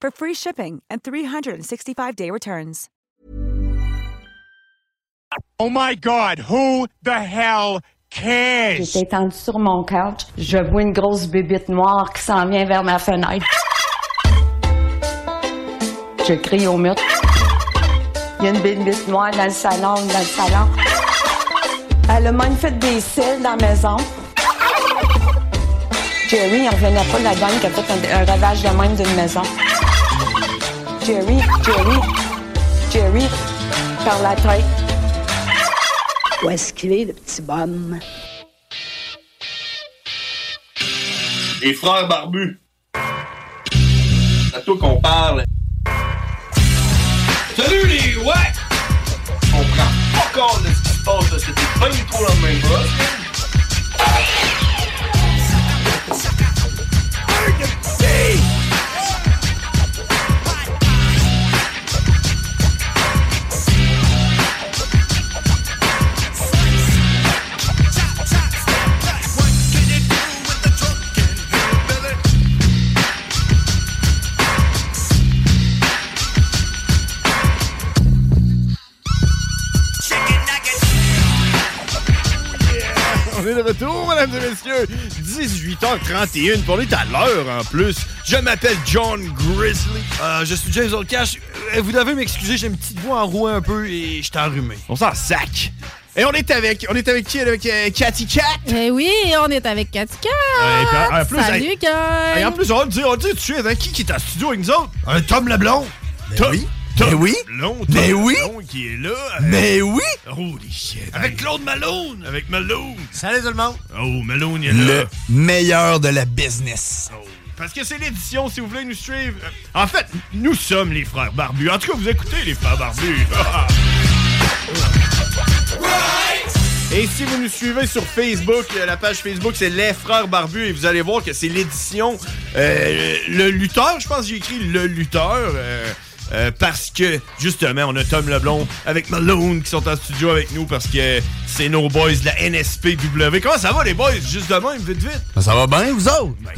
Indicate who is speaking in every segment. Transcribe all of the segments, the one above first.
Speaker 1: for free shipping and 365-day returns.
Speaker 2: Oh my God, who the hell cares?
Speaker 3: J'étais étendue sur mon couch. Je vois une grosse bébite noire qui s'en vient vers ma fenêtre. Je crie au mur. Il y a une bébite noire dans le salon, dans le salon. Elle a même fait des cils dans la maison. Jerry, il revenait pas de la dame qui a fait un, un ravage de même d'une maison. Jerry, Jerry, Jerry, par la tête.
Speaker 4: Où est-ce qu'il est, le petit bonhomme?
Speaker 5: Les frères barbus. C'est à toi qu'on parle. Salut les ouais! On prend pas compte de ce qui se passe, là. c'était pas du tout la même chose.
Speaker 6: On est de retour, mesdames et messieurs. 18h31, pour lui, à l'heure en plus. Je m'appelle John Grizzly.
Speaker 7: Euh, je suis James Oldcash. Euh, Vous devez m'excuser, j'ai une petite voix enrouée un peu et je t'ai enrhumé.
Speaker 6: On s'en sac. Et on est avec, on est avec qui? Avec euh, Cathy Cat.
Speaker 8: Eh oui, on est avec Katika.
Speaker 6: Ouais, et puis, en- en plus,
Speaker 8: Salut,
Speaker 6: hey-
Speaker 8: Guy.
Speaker 6: Et en plus, on va le dire, on le dit tout de suite, hein, qui, qui est en studio avec nous autres?
Speaker 7: Un Tom Leblond. Ben
Speaker 6: Tom.
Speaker 7: oui.
Speaker 6: Tom
Speaker 7: Mais oui.
Speaker 6: Blond,
Speaker 7: Mais
Speaker 6: Tom
Speaker 7: oui.
Speaker 6: Blond qui est là. euh,
Speaker 7: Mais oui!
Speaker 6: Holy shit.
Speaker 7: Avec Claude Malone.
Speaker 6: Avec Malone.
Speaker 7: Salut tout le monde.
Speaker 6: Oh, Malone, il est là.
Speaker 7: Le meilleur de la business.
Speaker 6: Oh. Parce que c'est l'édition, si vous voulez nous suivre. Euh, En fait, nous sommes les frères barbus. En tout cas, vous écoutez les frères barbus. Et si vous nous suivez sur Facebook, euh, la page Facebook, c'est Les Frères Barbus, et vous allez voir que c'est l'édition euh, Le Lutteur. Je pense que j'ai écrit Le Lutteur. euh, euh, parce que, justement, on a Tom Leblon avec Malone qui sont en studio avec nous parce que c'est nos boys de la NSPW. Comment ça va, les boys? Juste de même, vite, vite.
Speaker 7: Ça va bien, vous autres?
Speaker 6: Ben,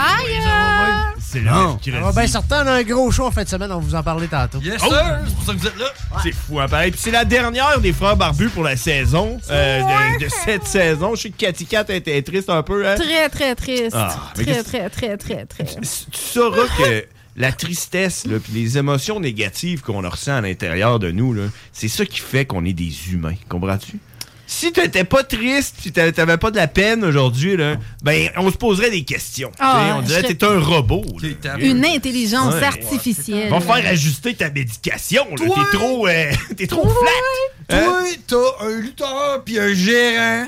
Speaker 8: Fire!
Speaker 6: C'est
Speaker 7: Non.
Speaker 6: là qui
Speaker 9: Ah
Speaker 6: reste.
Speaker 9: ben certain, on a un gros show en fin de semaine, on va vous en parler tantôt.
Speaker 7: Yes,
Speaker 6: Oh!
Speaker 7: sir. C'est pour ça que vous êtes là.
Speaker 6: C'est fou, hein, pareil. Puis c'est la dernière des frères barbus pour la saison, euh, de, de cette saison. Je sais que Cathy Cat était triste un peu, hein?
Speaker 8: Très, très triste.
Speaker 6: Ah, mais
Speaker 8: très,
Speaker 6: qu'est-ce-
Speaker 8: très, très, très, très.
Speaker 6: S- Tu sauras que la tristesse, là, puis les émotions négatives qu'on ressent à l'intérieur de nous, là, c'est ça qui fait qu'on est des humains. Comprends-tu? Si t'étais pas triste, si t'a- t'avais pas de la peine aujourd'hui, là, ben on se poserait des questions.
Speaker 8: Ah,
Speaker 6: Tu sais, on
Speaker 8: je
Speaker 6: dirait que
Speaker 8: serais-
Speaker 6: t'es un robot. là.
Speaker 7: T'es tapé.
Speaker 8: Une intelligence
Speaker 6: Ouais.
Speaker 8: artificielle.
Speaker 6: Va faire ajuster ta médication. là. T'es trop, euh, t'es trop flat. Hein?
Speaker 7: Toi, t'as un lutteur puis un gérant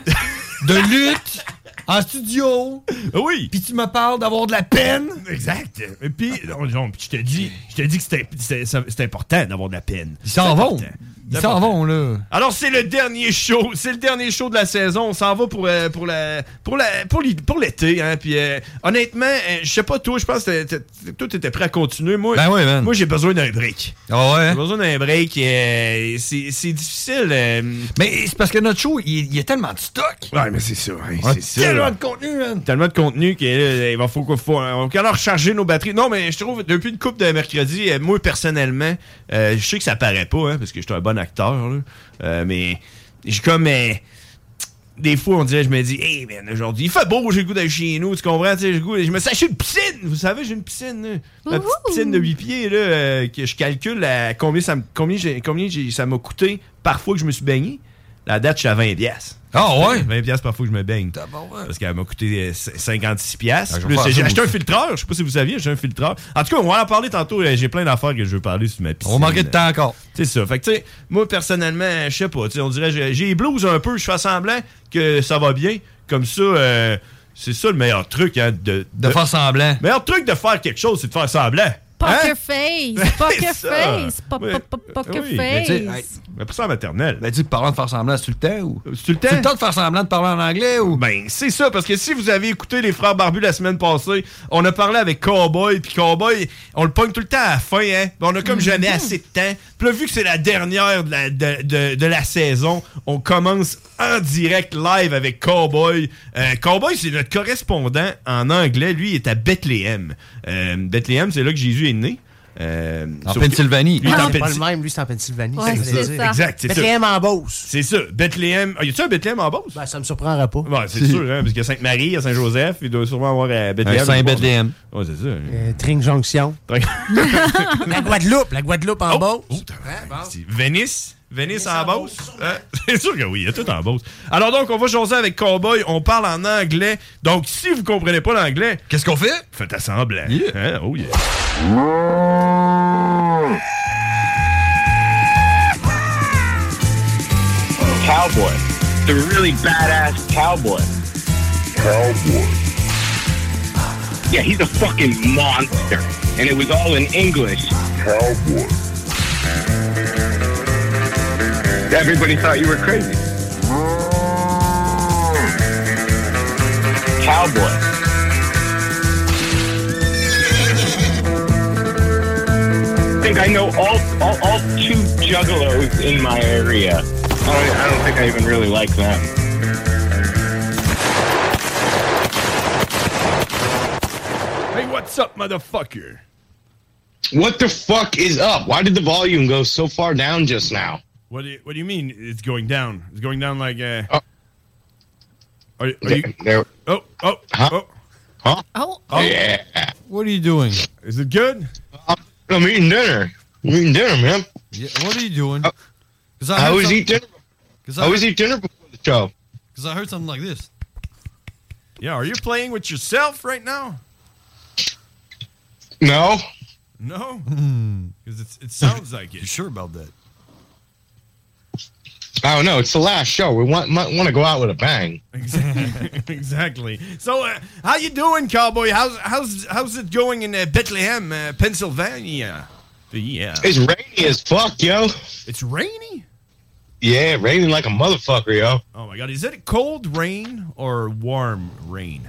Speaker 7: de lutte en studio,
Speaker 6: Oui.
Speaker 7: puis tu me parles d'avoir de la peine.
Speaker 6: Exact. Et puis, non, non, puis je te dis, je te dis que c'était- c'était ça- c'est important d'avoir de la peine.
Speaker 7: Ils s'en
Speaker 6: C'est
Speaker 7: vont.
Speaker 6: important.
Speaker 7: Ils s'en vont, là.
Speaker 6: Alors c'est le dernier show, c'est le dernier show de la saison. On s'en va pour euh, pour la pour la pour l'hi- pour l'été. Hein. Puis euh, honnêtement, euh, je sais pas toi, je pense que t'es- t'es- toi t'étais prêt à continuer. Moi,
Speaker 7: Ben oui, man.
Speaker 6: moi j'ai besoin d'un break.
Speaker 7: Ah ouais.
Speaker 6: J'ai besoin d'un break. euh, c'est c'est difficile. euh,
Speaker 7: Mais c'est parce que notre show, il il y a tellement de stock.
Speaker 6: Ouais, mais c'est ça. hein,
Speaker 7: On a
Speaker 6: c'est ça.
Speaker 7: Tellement
Speaker 6: là.
Speaker 7: de contenu, man.
Speaker 6: tellement de contenu qu'il va faut qu'on faut, on va alors recharger nos batteries. Non, mais je trouve, depuis une coupe de mercredi, euh, moi personnellement, euh, je sais que ça paraît pas, hein, parce que je suis un bon acteur, là, euh, mais j'ai comme. euh, des fois, on dirait, je me dis, hey man, aujourd'hui, il fait beau, j'ai le goût d'aller chez nous, tu comprends? Tu sais, j'ai le goût, je me suis acheté une piscine! Vous savez, j'ai une piscine, là. ma petite
Speaker 10: Ouhou!
Speaker 6: piscine de 8 pieds, là, euh, que je calcule à combien ça me- combien j'ai- combien j'ai- ça m'a coûté par fois que je me suis baigné. La date, je suis à 20 piastres.
Speaker 7: Ah ouais? hein?
Speaker 6: 20 piastres par fois que je me baigne. Parce qu'elle m'a coûté euh, 56 piastres.
Speaker 7: Ah, je vais
Speaker 6: Plus,
Speaker 7: faire ça,
Speaker 6: J'ai
Speaker 7: moi
Speaker 6: acheté un
Speaker 7: aussi.
Speaker 6: filtreur, je sais pas si vous saviez, j'ai un filtreur. En tout cas, on va en parler tantôt, euh, j'ai plein d'affaires que je veux parler sur ma piscine.
Speaker 7: va manquer de temps
Speaker 6: encore. C'est ça. Fait que, tu sais, moi, personnellement, je sais pas. tu sais, On dirait, j'ai- j'ai les blues un peu, je fais semblant que ça va bien. Comme ça, euh, c'est ça le meilleur truc, hein, de, de, faire semblant. Le meilleur truc de faire quelque chose, c'est de faire semblant. Hein?
Speaker 8: Poker face, poker
Speaker 6: Ça.
Speaker 8: face, po- po- po- poker
Speaker 6: Oui, mais tu sais, hey,
Speaker 8: face.
Speaker 6: mais pour ça en maternelle.
Speaker 7: Ben, dis, parlant de faire semblant, c'est le temps ou.
Speaker 6: C'est le temps?
Speaker 7: le temps de faire semblant de parler en anglais ou.
Speaker 6: Ben, c'est ça, parce que si vous avez écouté les frères Barbus la semaine passée, on a parlé avec Cowboy, puis Cowboy, on le pogne tout le temps à la fin, hein. On a comme jamais
Speaker 9: Mhm.
Speaker 6: assez de temps. Puis là, vu que c'est la dernière de la, de, de- de la saison, on commence en direct live avec Cowboy. Euh, Cowboy, c'est notre correspondant en anglais. Lui, il est à Bethléem. Euh, Bethléem, c'est là que Jésus est né. Euh,
Speaker 7: En
Speaker 6: sauf que-
Speaker 7: Pennsylvanie.
Speaker 6: Lui, il est en
Speaker 9: Ah, c'est pas
Speaker 6: Pennsylvanie.
Speaker 9: le même, lui, c'est en Pennsylvanie.
Speaker 6: Ouais,
Speaker 9: ça,
Speaker 6: c'est
Speaker 9: veut
Speaker 6: ça.
Speaker 9: dire.
Speaker 6: Exact, c'est ça.
Speaker 9: Bethléem en Beauce.
Speaker 6: C'est ça. Bethléem. Ah, y a-tu un Bethléem en Beauce?
Speaker 9: Ben, ça me surprendra pas.
Speaker 6: Ouais, c'est sûr, hein, parce qu'il y a Sainte-Marie, il y a Saint-Joseph, il doit sûrement avoir à Bethléem.
Speaker 9: Un Saint-Bethléem.
Speaker 6: Ouais, c'est ça.
Speaker 9: Euh, Tring Junction. la Guadeloupe, la Guadeloupe
Speaker 6: Oh!
Speaker 9: en Beauce.
Speaker 6: C'est Venice? Venice en Beauce? Hein? C'est sûr que oui, il y a tout en Beauce. Alors donc, on va jaser avec Cowboy, on parle en anglais. Donc, si vous comprenez pas l'anglais... Qu'est-ce qu'on fait? Faites à semblant. Hein? Oh yeah.
Speaker 11: Cowboy. The really badass cowboy. Cowboy. Yeah, he's a fucking monster. And it was all in English. Cowboy. Everybody thought you were crazy. Cowboy. I think I know all, all, all two juggalos in my area. I don't, Oh, I don't think I even really like them.
Speaker 6: Hey, what's up, motherfucker?
Speaker 2: What the fuck is up? Why did the volume go so far down just now?
Speaker 6: What do you, what do you mean it's going down? It's going down like... Uh... Are, you- are you... Oh, oh, oh.
Speaker 2: Huh?
Speaker 8: Oh,
Speaker 2: Yeah.
Speaker 7: What are you doing?
Speaker 6: Is it good?
Speaker 2: I'm eating dinner. I'm eating dinner, man.
Speaker 7: Yeah, what are you doing? 'Cause
Speaker 2: I,
Speaker 7: heard
Speaker 2: always
Speaker 7: some-
Speaker 2: eat dinner.
Speaker 7: 'Cause
Speaker 2: I always eat dinner before the show.
Speaker 7: Because I heard something like this.
Speaker 6: Yeah, are you playing with yourself right now?
Speaker 2: No?
Speaker 6: No? Because it sounds like it. You
Speaker 7: Hmm. sure about that?
Speaker 2: I don't know. It's the last show. We want might want to go out with a bang.
Speaker 6: exactly. So, uh, how you doing, cowboy? How's how's how's it going in uh, Bethlehem, uh, Pennsylvania? Yeah.
Speaker 2: It's rainy as fuck, yo.
Speaker 6: It's rainy?
Speaker 2: Yeah, raining like a motherfucker, yo.
Speaker 6: Oh my God! Is it cold rain or warm rain?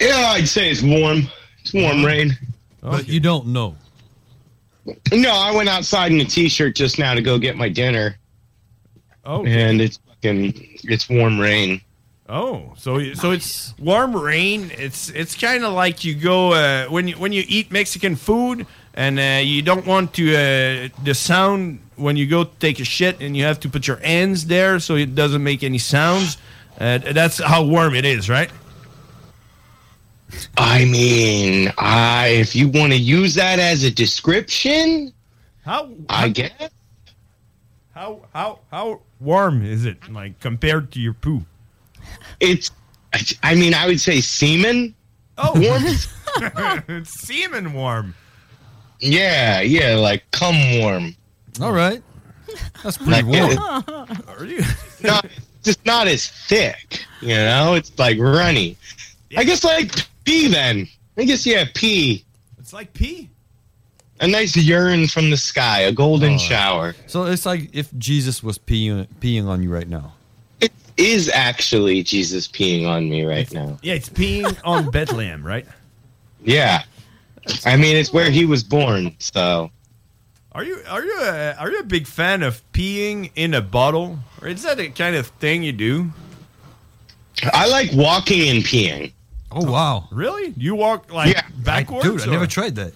Speaker 2: Yeah, I'd say it's warm. It's warm rain.
Speaker 7: But you don't know.
Speaker 2: No, I went outside in a t-shirt just now to go get my dinner.
Speaker 6: Oh.
Speaker 2: And it's fucking it's warm rain.
Speaker 6: Oh, so so it's warm rain. It's it's kind of like you go uh, when you when you eat Mexican food and uh, you don't want to uh, the sound when you go take a shit and you have to put your hands there so it doesn't make any sounds. Uh, that's how warm it is, right?
Speaker 2: I mean, I if you want to use that as a description,
Speaker 6: How
Speaker 2: I guess.
Speaker 6: how how how warm is it like compared to your poo?
Speaker 2: It's I mean, I would say semen.
Speaker 6: Oh,
Speaker 2: warm.
Speaker 6: it's semen warm.
Speaker 2: yeah, yeah, like cum warm.
Speaker 7: All right. That's
Speaker 2: pretty warm.
Speaker 6: Are you?
Speaker 2: Not, just not as thick, you know. It's like runny. I guess like pee then. I guess yeah, pee.
Speaker 6: It's like pee.
Speaker 2: A nice urine from the sky, a golden
Speaker 7: Oh.
Speaker 2: shower.
Speaker 7: So it's like if Jesus was peeing, peeing on you right now.
Speaker 2: Is actually Jesus peeing on me right now.
Speaker 6: Yeah, it's peeing on Bethlehem, right?
Speaker 2: Yeah. I mean, it's where he was born, so.
Speaker 6: Are you are you a, are you a big fan of peeing in a bottle? Or is that the kind of thing you do?
Speaker 2: I like walking and peeing.
Speaker 7: Oh wow!
Speaker 6: Really? You walk like backwards?
Speaker 2: dude, I never
Speaker 7: tried that.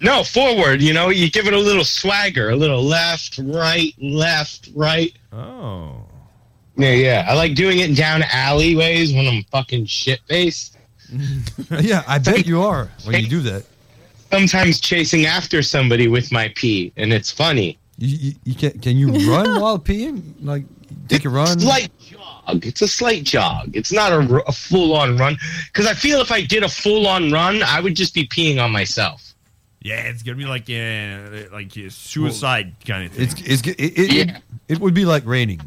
Speaker 2: No, forward, you know, you give it a little swagger, a little left, right, left, right.
Speaker 6: Oh.
Speaker 2: Yeah, yeah. I like doing it down alleyways when I'm fucking shit faced.
Speaker 12: yeah, I bet you are when you do that.
Speaker 2: Sometimes chasing after somebody with my pee, and it's funny.
Speaker 12: You, you, you can, can you run while peeing? Like, take a run?
Speaker 2: Slight jog. It's a slight jog. It's not a, r- a full on run. Because I feel if I did a full on run, I would just be peeing on myself.
Speaker 6: Yeah, it's gonna be like uh, like a suicide kind of thing.
Speaker 12: It's, it's, it, it, it, it would be like raining,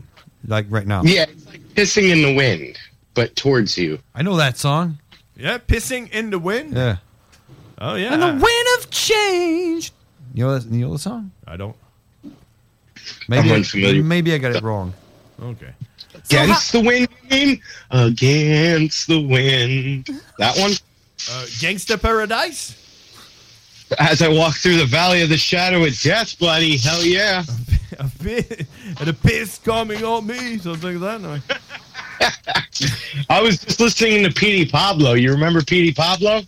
Speaker 12: like right now.
Speaker 2: Yeah, it's like pissing in the wind, but towards you.
Speaker 12: I know that song.
Speaker 6: yeah, pissing in the wind.
Speaker 12: Yeah.
Speaker 6: Oh yeah.
Speaker 12: And the wind of change. You know, that- you know the song?
Speaker 6: I don't.
Speaker 12: Maybe
Speaker 2: I'm
Speaker 12: I,
Speaker 2: unfamiliar.
Speaker 12: maybe I got it wrong.
Speaker 6: Okay.
Speaker 2: Against the wind, against the wind. That one.
Speaker 6: Uh, Gangsta Paradise.
Speaker 2: As I walk through the valley of the shadow of death, bloody hell yeah.
Speaker 6: A bit, and a piss coming on me, something like that. No.
Speaker 2: I was just listening to Petey Pablo. You remember Petey Pablo?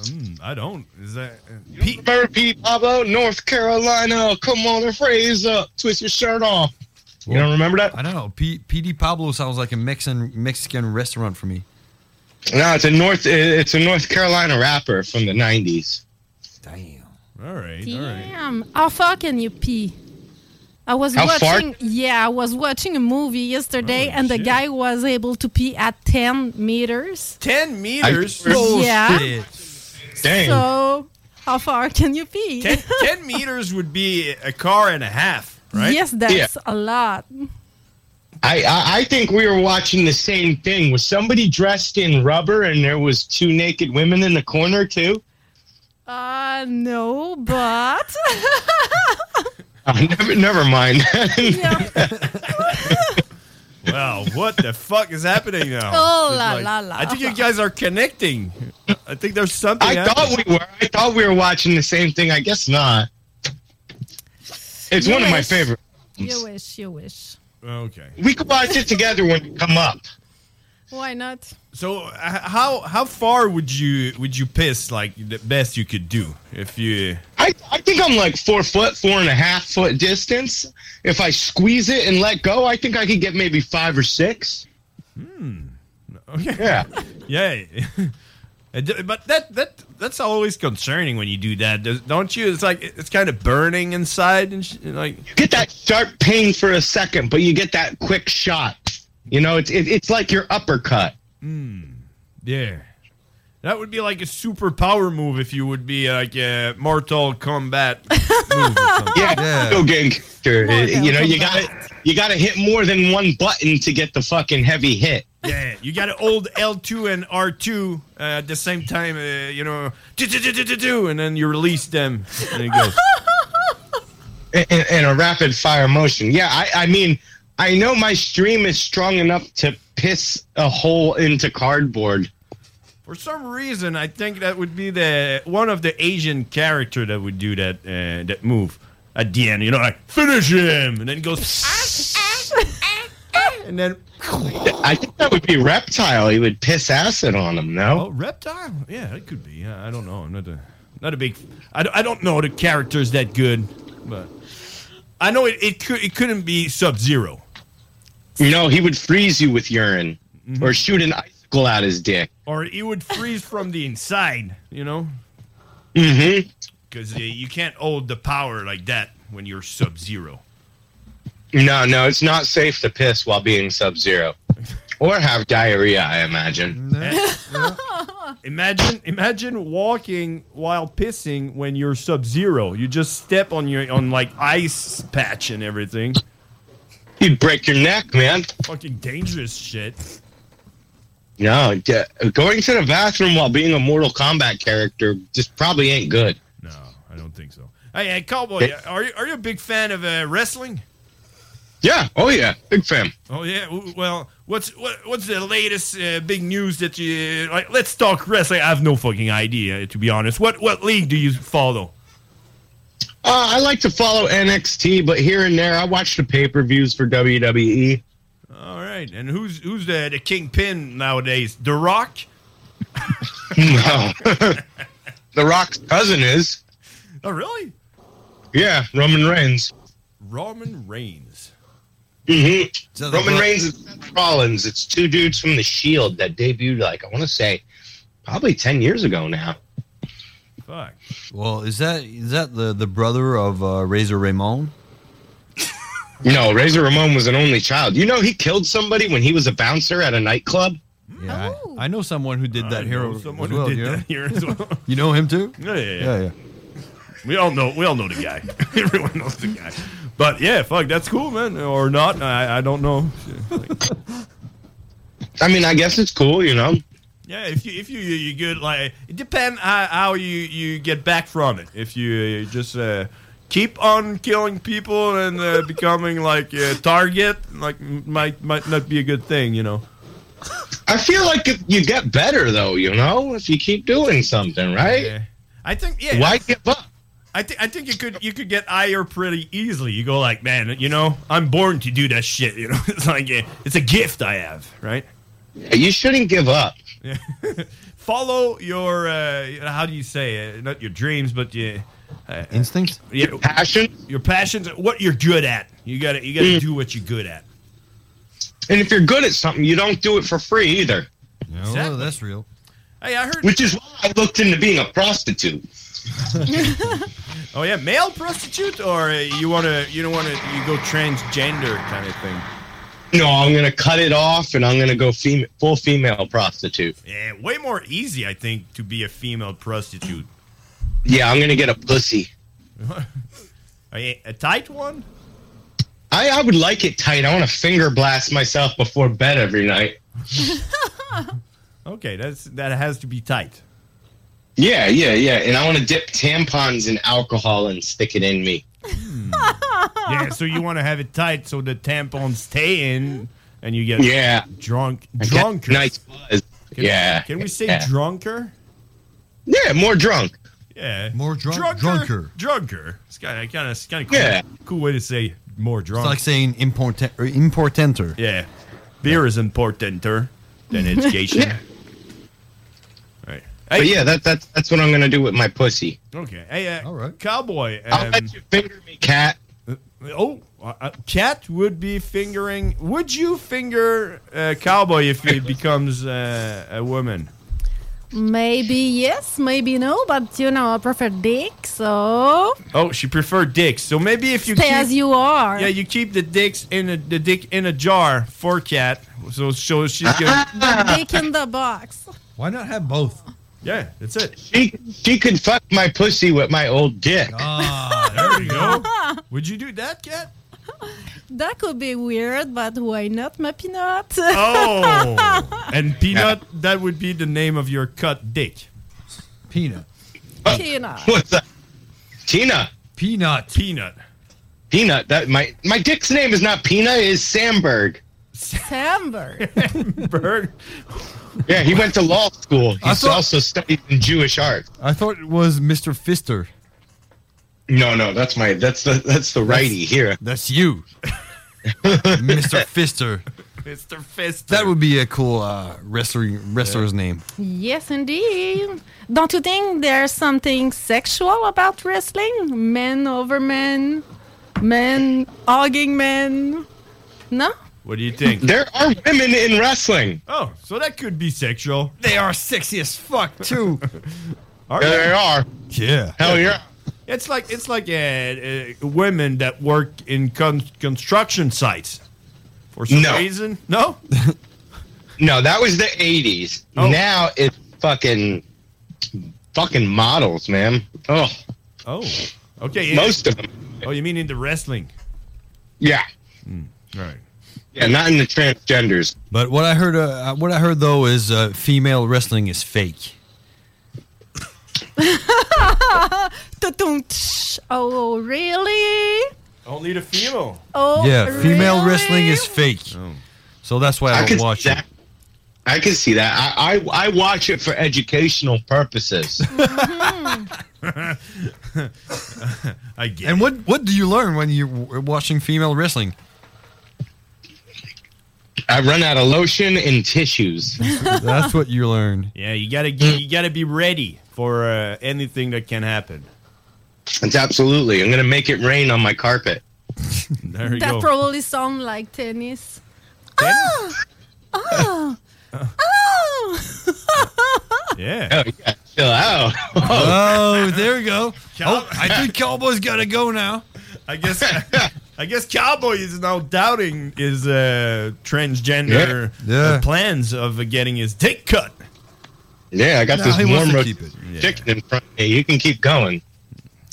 Speaker 6: Mm, I don't. Is that
Speaker 2: Pete, remember Petey Pablo? North Carolina. Come on and phrase up. Twist your shirt off. You don't remember that?
Speaker 12: I don't know. P- PD Pablo sounds like a Mexican Mexican restaurant for me.
Speaker 2: No, it's a North. It's a North Carolina rapper from the '90s.
Speaker 6: All right, all right.
Speaker 8: Damn. How far can you pee? I was
Speaker 2: How far?
Speaker 8: watching. Yeah, I was watching a movie yesterday, and the guy was able to pee at ten meters.
Speaker 6: Ten meters. uh,
Speaker 8: yeah.
Speaker 2: Dang.
Speaker 8: So, how far can you pee?
Speaker 6: Ten, ten meters would be a car and a half, right?
Speaker 8: Yes, that's a lot.
Speaker 2: I, I I think we were watching the same thing. Was somebody dressed in rubber and there was two naked women in the corner too?
Speaker 8: Uh, no, but
Speaker 2: Oh, never, never mind.
Speaker 6: Wow, what the fuck is happening now?
Speaker 8: Oh,
Speaker 6: It's
Speaker 8: la, la, la.
Speaker 6: I think you guys are connecting. I think there's something.
Speaker 2: I thought we were. I thought we were watching the same thing. I guess not. It's one of my
Speaker 8: Yes.
Speaker 2: favorite.
Speaker 8: you wish, you wish.
Speaker 6: Okay.
Speaker 2: We could watch it together when you come up.
Speaker 8: Why not?
Speaker 6: So h- how how far would you would you piss like the best you could do if you?
Speaker 2: I, I think I'm like four foot, four and a half foot distance. If I squeeze it and let go, I think I could get maybe five or six.
Speaker 6: Okay.
Speaker 2: Yeah.
Speaker 6: Yeah. And th- But that that that's always concerning when you do that, does- don't you? It's like it's kind of burning inside and sh- and like
Speaker 2: Get that sharp pain for a second, but you get that quick shot. You know, it's it, it's like your uppercut.
Speaker 6: yeah. That would be like a superpower move if you would be like a Mortal Kombat. Oh,
Speaker 2: Yeah, video game character.
Speaker 6: Mortal
Speaker 2: you know, you
Speaker 6: Kombat.
Speaker 2: got you got to hit more than one button to get the fucking heavy hit.
Speaker 6: Yeah, you got to hold L2 and R2 uh, at the same time, uh, you know, do, do, do, do, do, do, and then you release them. And it goes.
Speaker 2: in, in a rapid fire motion. Yeah, I, I mean, I know my stream is strong enough to piss a hole into cardboard.
Speaker 6: For some reason, I think that would be the one of the Asian character that would do that uh, that move at the end. You know, like finish him, and then it goes. and then
Speaker 2: I think that would be reptile. He would piss acid on him.
Speaker 6: Oh,
Speaker 2: No,
Speaker 6: reptile? Yeah, it could be. I I don't know. I'm not a not a big. I, don't- I don't know the characters that good, but I know it. It could. It couldn't be Sub Zero
Speaker 2: you know he would freeze you with urine
Speaker 6: Mm-hmm.
Speaker 2: or shoot an icicle out his dick.
Speaker 6: or it would freeze from the inside. You know,
Speaker 2: Mm-hmm.
Speaker 6: because uh, you can't hold the power like that when you're Sub Zero.
Speaker 2: No, no, it's not safe to piss while being sub zero or have diarrhea. I imagine.
Speaker 6: Eh? Imagine, imagine walking while pissing when you're sub zero. You just step on your on like ice patch and everything.
Speaker 2: You'd break your neck, man.
Speaker 6: Fucking dangerous shit.
Speaker 2: No, d- going to the bathroom while being a Mortal Kombat character just probably ain't good.
Speaker 6: No, I don't think so. Hey, hey cowboy, are you are you a big fan of uh, wrestling?
Speaker 2: Yeah. Oh yeah. Big fan.
Speaker 6: Oh yeah. w- Well, what's what, what's the latest uh, big news that you like? Let's talk wrestling. I have no fucking idea to be honest. What what league do you follow?
Speaker 2: Uh, I like to follow NXT, but here and there I watch the pay per views for E. WWE.
Speaker 6: All right, and who's who's the the kingpin nowadays? The Rock.
Speaker 2: No. the Rock's cousin is.
Speaker 6: Oh really?
Speaker 2: Yeah, Roman Reigns.
Speaker 6: Roman Reigns.
Speaker 2: Mm-hmm. Roman Reigns and Seth Rollins. It's two dudes from the Shield that debuted like I want to say probably ten years ago now.
Speaker 6: Fuck.
Speaker 7: Well, is that is that the the brother of uh, Razor Ramon?
Speaker 2: No, Razor Ramon was an only child. You know he killed somebody when he was a bouncer at a nightclub.
Speaker 7: Yeah, I, I know someone who did that hero.
Speaker 6: someone
Speaker 7: as
Speaker 6: who
Speaker 7: well,
Speaker 6: did
Speaker 7: yeah.
Speaker 6: that here as well.
Speaker 7: You know him too?
Speaker 6: Yeah, yeah, yeah.
Speaker 7: yeah,
Speaker 6: We all know. We all know the guy. Everyone knows the guy. But yeah, fuck, that's cool, man. Or not? I, I don't know.
Speaker 2: I mean, I guess it's cool, you know.
Speaker 6: Yeah, if you if you you- you good like it depends how, how you you get back from it. If you uh, just uh, keep on killing people and uh, becoming like a target, like m- might might not be a good thing, you know.
Speaker 2: I feel like if you get better though, you know, if you keep doing something, right?
Speaker 6: Yeah. I think yeah.
Speaker 2: Why give up?
Speaker 6: I think I think you could you could get higher pretty easily. You go like, man, you know, I'm born to do that shit. You know, it's like yeah, it's a gift I have, right?
Speaker 2: You shouldn't give up.
Speaker 6: Yeah. Follow your uh, how do you say it? Not your dreams, but your uh,
Speaker 7: instincts.
Speaker 6: Your
Speaker 2: passion.
Speaker 6: Your passions. What you're good at. You got to you got to do what you're good at.
Speaker 2: Mm. And if you're good at something, you don't do it for free either.
Speaker 7: well, that's real.
Speaker 6: Hey, I heard.
Speaker 2: Which is why I looked into being a prostitute.
Speaker 6: oh yeah, male prostitute, or uh, you want to you don't want to you go transgender kind of thing.
Speaker 2: No, I'm gonna cut it off, and I'm gonna go fem- full female prostitute.
Speaker 6: Yeah, way more easy, I think, to be a female prostitute.
Speaker 2: Yeah, I'm gonna get a pussy.
Speaker 6: a, a tight one.
Speaker 2: I, I would like it tight. I want to finger blast myself before bed every night.
Speaker 6: Okay, that's that has to be tight.
Speaker 2: Yeah, yeah, yeah. And I want to dip tampons in alcohol and stick it in me.
Speaker 6: yeah, so you want to have it tight so the tampons stay in, and you get
Speaker 2: Yeah.
Speaker 6: drunk
Speaker 2: I got
Speaker 6: drunker.
Speaker 2: Nice buzz.
Speaker 6: Can-
Speaker 2: yeah.
Speaker 6: Can we say
Speaker 2: yeah.
Speaker 6: drunker?
Speaker 2: Yeah, more drunk.
Speaker 6: Yeah.
Speaker 7: More
Speaker 6: drunk. Drunker. Drunker. It's kind of kind of kind of cool.
Speaker 7: Yeah.
Speaker 6: Cool way to say more
Speaker 7: It's
Speaker 6: drunk.
Speaker 7: like saying important or importanter.
Speaker 6: yeah. Beer is importanter than education.
Speaker 7: Yeah.
Speaker 6: Right.
Speaker 2: But yeah, that, that, that's what I'm going to do with my pussy.
Speaker 6: Okay. Hey, uh, All right. cowboy. Um,
Speaker 2: I'll let you finger me, cat.
Speaker 6: Oh, uh, uh, cat would be fingering. Would you finger uh, cowboy if he becomes uh, a woman?
Speaker 8: Maybe yes, maybe no, but you know, I prefer dick, so
Speaker 6: Oh, she preferred dicks. So maybe if you
Speaker 8: stay
Speaker 6: keep-
Speaker 8: as you are.
Speaker 6: Yeah, you keep the dicks in a, the dick in a jar for cat. So so she's gonna.
Speaker 8: The dick in the box.
Speaker 7: Why not have both?
Speaker 6: Yeah, that's it.
Speaker 2: She, she could fuck my pussy with my old dick.
Speaker 7: Ah,
Speaker 6: there we go. Would you do that, cat?
Speaker 8: That could be weird, but why not, my peanut?
Speaker 6: Oh, and peanut. That would be the name of your cut dick.
Speaker 7: Peanut.
Speaker 8: peanut.
Speaker 2: What's that? Tina.
Speaker 7: Peanut.
Speaker 6: Peanut.
Speaker 2: Peanut. That my my dick's name is not Peanut. It is Samberg.
Speaker 8: Samber.
Speaker 6: Bird.
Speaker 2: Yeah, he went to law school. He
Speaker 7: I thought-
Speaker 2: also studied in Jewish art.
Speaker 7: I thought it was Mr. Fister.
Speaker 2: No, no, that's my that's the that's the righty here.
Speaker 7: That's you, Mr. Fister.
Speaker 6: Mr. Fist.
Speaker 7: That would be a cool uh, wrestler wrestler's name.
Speaker 8: Yes, indeed. Don't you think there's something sexual about wrestling? Men over men, men hugging men. No?
Speaker 6: What do you think?
Speaker 2: There are Oh, women in wrestling.
Speaker 6: Oh, so that could be sexual.
Speaker 7: They are sexy as fuck too.
Speaker 6: Are
Speaker 2: Yeah,
Speaker 6: they?
Speaker 2: they are.
Speaker 7: Yeah.
Speaker 2: Hell yeah.
Speaker 6: It's like it's like uh, uh, women that work in con- construction sites for some
Speaker 2: No.
Speaker 6: reason. No, Oh,
Speaker 2: No, that was the '80s.
Speaker 7: oh.
Speaker 2: Now it's fucking fucking models, man. Oh,
Speaker 6: Oh, okay.
Speaker 2: most of them.
Speaker 6: Oh, you mean in the wrestling?
Speaker 2: Yeah,
Speaker 6: All right.
Speaker 2: yeah, not in the transgenders.
Speaker 7: But what I heard, uh, what I heard though, is uh, female wrestling is fake.
Speaker 8: Tutum, tsh. oh, really?
Speaker 6: Only the female.
Speaker 8: Oh,
Speaker 7: yeah, female
Speaker 8: really?
Speaker 7: wrestling is fake. So that's why I,
Speaker 2: can
Speaker 7: don't
Speaker 2: see
Speaker 7: watch
Speaker 2: that.
Speaker 7: it.
Speaker 2: I can see that. I, I I watch it for educational purposes.
Speaker 8: Hmm.
Speaker 6: I get.
Speaker 7: And what what do you learn when you're w- watching female wrestling?
Speaker 2: I run out of lotion and tissues.
Speaker 7: That's what you learn.
Speaker 6: Yeah, you gotta get, you gotta be ready for uh, anything that can happen.
Speaker 2: It's absolutely. I'm gonna make it rain on my carpet.
Speaker 6: There you
Speaker 8: that
Speaker 6: go.
Speaker 8: probably sound like tennis. Oh! Oh! oh!
Speaker 6: yeah.
Speaker 2: Oh, yeah. Chill out.
Speaker 12: Oh, there we go.
Speaker 6: Cow-
Speaker 12: oh, I think Cowboy's got to go now.
Speaker 6: I guess. I guess Cowboy is now doubting his uh, transgender
Speaker 2: Yeah.
Speaker 6: uh, plans of uh, getting his dick cut.
Speaker 2: Yeah, I got
Speaker 6: No,
Speaker 2: this
Speaker 6: he wants
Speaker 2: warm
Speaker 6: to
Speaker 2: roast
Speaker 6: keep it. Yeah.
Speaker 2: chicken in front of me. You can keep going.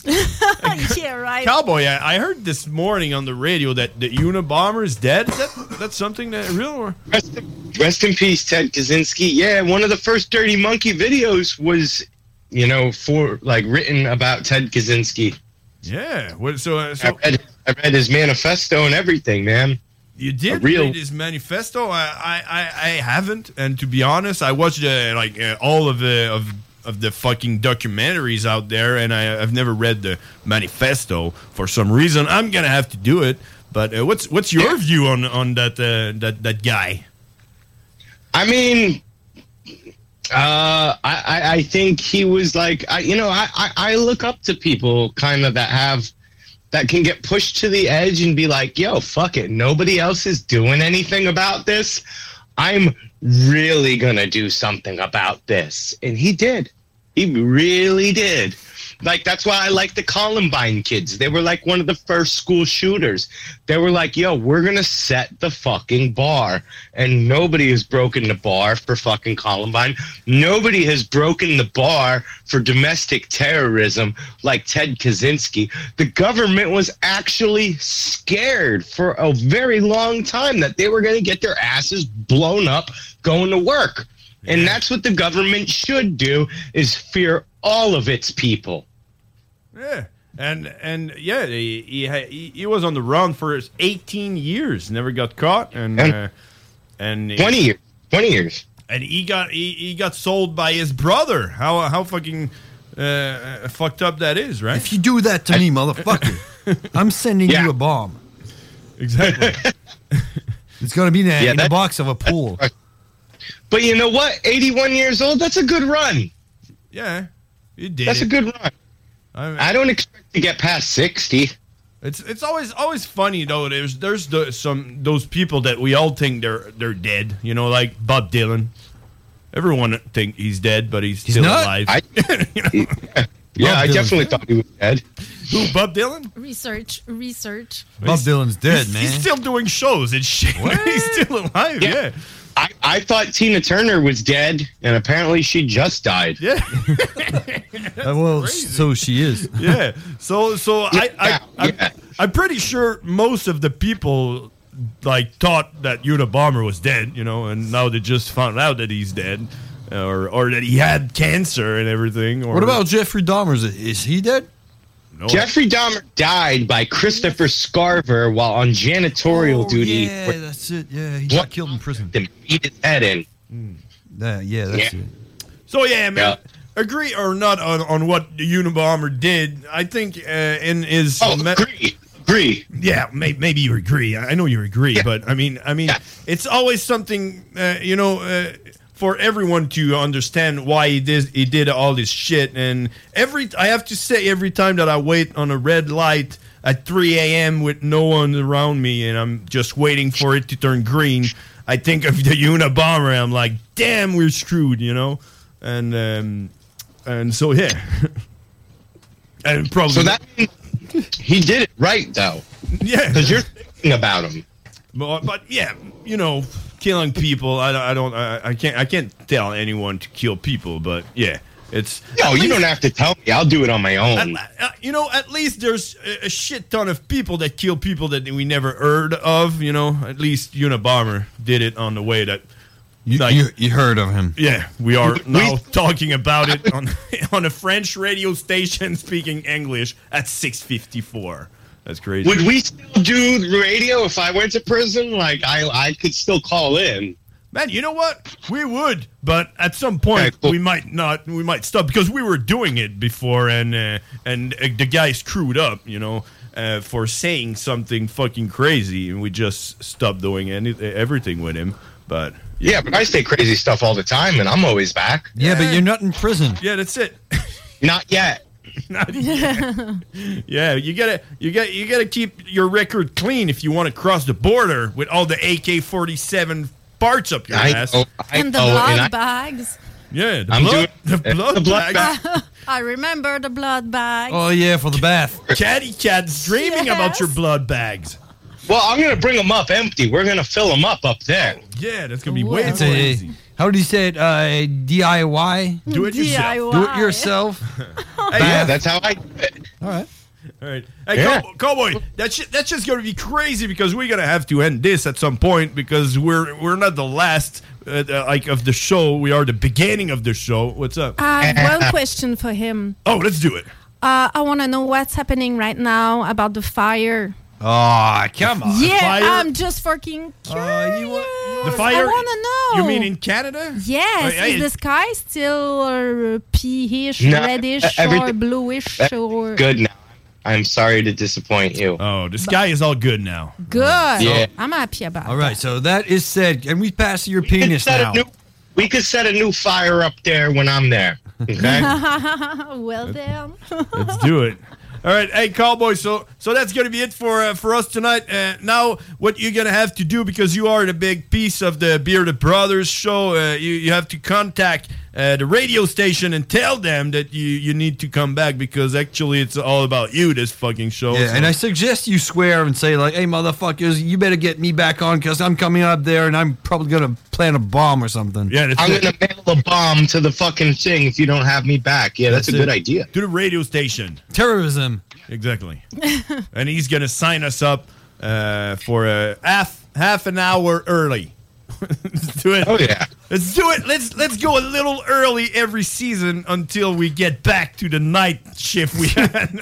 Speaker 8: yeah, right.
Speaker 6: Cowboy, I, I heard this morning on the radio that the Unabomber is dead. Is that, that's something that real or
Speaker 2: Rest in peace, Ted Kaczynski. Yeah, one of the first Dirty Monkey videos was, you know, for like written about Ted Kaczynski.
Speaker 6: yeah. What, so, uh, so
Speaker 2: I read, I read his manifesto and everything, man.
Speaker 6: You did
Speaker 2: A real-
Speaker 6: read his manifesto. I, I, I, I haven't, and to be honest, I watched uh, like uh, all of the of of the fucking documentaries out there, and I, I've never read the manifesto for some reason. I'm gonna have to do it. But uh, what's what's your view on on that uh, that that guy?
Speaker 2: I mean, uh, I, I I think he was like, I, you know, I, I, I look up to people kind of that have that can get pushed to the edge and be like, yo, fuck it. Nobody else is doing anything about this. I'm really going to do something about this. And he did. He really did. Like, that's why I like the Columbine kids. They were like one of the first school shooters. They were like, yo, we're going to set the fucking bar. And nobody has broken the bar for fucking Columbine. Nobody has broken the bar for domestic terrorism like Ted Kaczynski. The government was actually scared for a very long time that they were going to get their asses blown up going to work. And that's what the government should do is fear all of its people.
Speaker 6: Yeah, and and yeah, he he, ha- he, he was on the run for his 18 years, never got caught, and
Speaker 2: And-
Speaker 6: uh, and
Speaker 2: 20 years. 20 years.
Speaker 6: and he got he, he got sold by his brother. How how fucking uh, uh, fucked up that is, right?
Speaker 12: If you do that to me, motherfucker, I'm sending you a bomb.
Speaker 6: Exactly.
Speaker 12: it's going to be in, a,
Speaker 2: Yeah,
Speaker 12: in the
Speaker 2: that-
Speaker 12: box of a pool.
Speaker 2: But you know what? 81 years old, that's a good run.
Speaker 6: Yeah, he did.
Speaker 2: That's
Speaker 6: it.
Speaker 2: a good run.
Speaker 6: I,
Speaker 2: don't expect to get past 60.
Speaker 6: It's it's always always funny though. There's there's the, some those people that we all think they're they're dead. You know, like Bob Dylan. Everyone think he's dead, but he's, still
Speaker 2: not.
Speaker 6: alive.
Speaker 2: I- Yeah, I definitely thought he was dead.
Speaker 6: Who, Bob Dylan?
Speaker 8: Research, research.
Speaker 2: Bob Dylan's dead,
Speaker 6: he's, He's still doing shows and shit. he's still alive. Yeah.
Speaker 2: I, I thought Tina Turner was dead, and apparently she just died.
Speaker 6: Yeah.
Speaker 7: Uh,
Speaker 2: well, so she is.
Speaker 6: yeah. So so I, I I'm, I'm pretty sure most of the people like thought that Unabomber was dead, you know, and now they just found out that he's dead, or or that he had cancer and everything. Or
Speaker 7: What about Jeffrey Dahmer's? Is he dead?
Speaker 2: Jeffrey Dahmer died by Christopher Scarver while on janitorial duty.
Speaker 7: Oh, Yeah,
Speaker 2: where
Speaker 7: that's it. Yeah, he
Speaker 2: What?
Speaker 7: got killed in prison.
Speaker 2: they beat his head in.
Speaker 7: Uh, yeah, that's
Speaker 2: Yeah.
Speaker 7: it.
Speaker 6: So yeah, man. Agree or not on, on what the Unabomber did? I think uh, in his oh,
Speaker 2: agree, agree.
Speaker 6: Yeah, may, maybe you agree. I I know you agree, but I mean, I mean, it's always something uh, you know uh, for everyone to understand why he did he did all this shit. And every I have to say, every time that I wait on a red light at 3 a.m. with no one around me, and I'm just waiting for it to turn green, I think of the Unabomber. and I'm like, damn, we're screwed, you know. And um, and so yeah, and probably
Speaker 2: So that he did it right though.
Speaker 6: Yeah,
Speaker 2: because you're thinking about him.
Speaker 6: But, but yeah, you know, killing people. I, don't- I don't. I, I can't. I can't tell anyone to kill people. But yeah, it's
Speaker 2: No, you don't have to tell me. I'll do it on my own.
Speaker 6: uh, you know. At least there's a, a shit ton of people that kill people that we never heard of. You know, at least Unabomber did it on the way that.
Speaker 7: You,
Speaker 6: like-
Speaker 7: you, you heard of him?
Speaker 6: yeah, we are
Speaker 7: We-
Speaker 6: now talking about it on on a French radio station speaking English at six fifty four. That's crazy.
Speaker 2: Would we still do radio if I went to prison? Like I, I could still call in.
Speaker 6: Man, you know what? We would, but at some point we might not. We might stop because we were doing it before, and uh, and uh, the guy screwed up, you know, uh, for saying something fucking crazy, and we just stopped doing any, everything with him. But
Speaker 2: Yeah, but I say crazy stuff all the time, and I'm always back.
Speaker 7: Yeah, but you're not in prison.
Speaker 6: yeah, that's it.
Speaker 2: Not yet.
Speaker 6: Not yet. yeah, you gotta you got you gotta keep your record clean if you want to cross the border with all the AK forty seven parts up your
Speaker 2: I
Speaker 6: ass.
Speaker 2: know,
Speaker 8: and the blood bags.
Speaker 6: yeah, the
Speaker 13: I'm
Speaker 6: blood,
Speaker 13: doing-
Speaker 6: the blood,
Speaker 13: the blood Oh,
Speaker 6: bags.
Speaker 8: I remember the blood
Speaker 6: Oh.
Speaker 8: bags.
Speaker 13: yeah, for the bath. Caddy cat's dreaming about your blood bags.
Speaker 2: Well, I'm gonna bring them up empty. We're gonna fill them up up there.
Speaker 6: Yeah, that's gonna be
Speaker 2: way
Speaker 7: It's
Speaker 2: more
Speaker 7: a-
Speaker 2: easy.
Speaker 7: How do you say it? Uh, DIY.
Speaker 6: Do it yourself. DIY.
Speaker 7: Do it yourself.
Speaker 2: yeah, that's how I.
Speaker 7: All right.
Speaker 6: All right. Hey,
Speaker 7: Yeah.
Speaker 6: Cow- cowboy, that's ju- that's just gonna be crazy because we're gonna have to end this at some point because we're we're not the last uh, uh, like of the show. We are the beginning of the show. What's up?
Speaker 8: I have one question for him.
Speaker 6: Oh, let's do it.
Speaker 8: Uh, I want to know what's happening right now about the fire.
Speaker 13: Oh, come
Speaker 6: Uh,
Speaker 13: on.
Speaker 8: yeah, um,
Speaker 13: Fire-
Speaker 8: I'm just fucking curious.
Speaker 13: the fire.
Speaker 8: I want to know.
Speaker 6: You mean in Canada?
Speaker 8: Yes.
Speaker 6: Uh,
Speaker 8: is
Speaker 6: uh,
Speaker 8: the sky still uh, peeish,
Speaker 2: No,
Speaker 8: reddish,
Speaker 2: uh,
Speaker 8: or
Speaker 2: everything-
Speaker 8: bluish, or
Speaker 2: Good now. I'm sorry to disappoint you.
Speaker 6: Oh, this guy is all good now.
Speaker 8: Good.
Speaker 2: Yeah.
Speaker 8: I'm happy about.
Speaker 7: All right. So that is said. And we pass your penis
Speaker 2: set a
Speaker 7: now.
Speaker 2: new- we could set a new fire up there when I'm there. Okay.
Speaker 8: well then.
Speaker 6: Let's do it. All right, hey cowboy. So, so that's gonna be it for uh, for us tonight. Uh, now, what you're gonna have to do because you are the big piece of the Bearded Brothers show, uh, you you have to contact uh, the radio station and tell them that you you need to come back because actually it's all about you. This fucking show.
Speaker 7: Yeah,
Speaker 6: So-
Speaker 7: and I suggest you swear and say like, "Hey, motherfuckers, you better get me back on because I'm coming up there and I'm probably gonna plant a bomb or something."
Speaker 6: Yeah,
Speaker 2: I'm gonna mail a bomb um, to the fucking thing if you don't have me back. Yeah, that's, a
Speaker 7: That's
Speaker 2: good
Speaker 7: it.
Speaker 2: idea.
Speaker 6: to the radio station.
Speaker 7: Terrorism.
Speaker 6: Exactly. and he's gonna sign us up uh, for uh, half half an hour early. let's do it.
Speaker 2: Oh yeah.
Speaker 6: Let's do it. Let's let's go a little early every season until we get back to the night shift we had.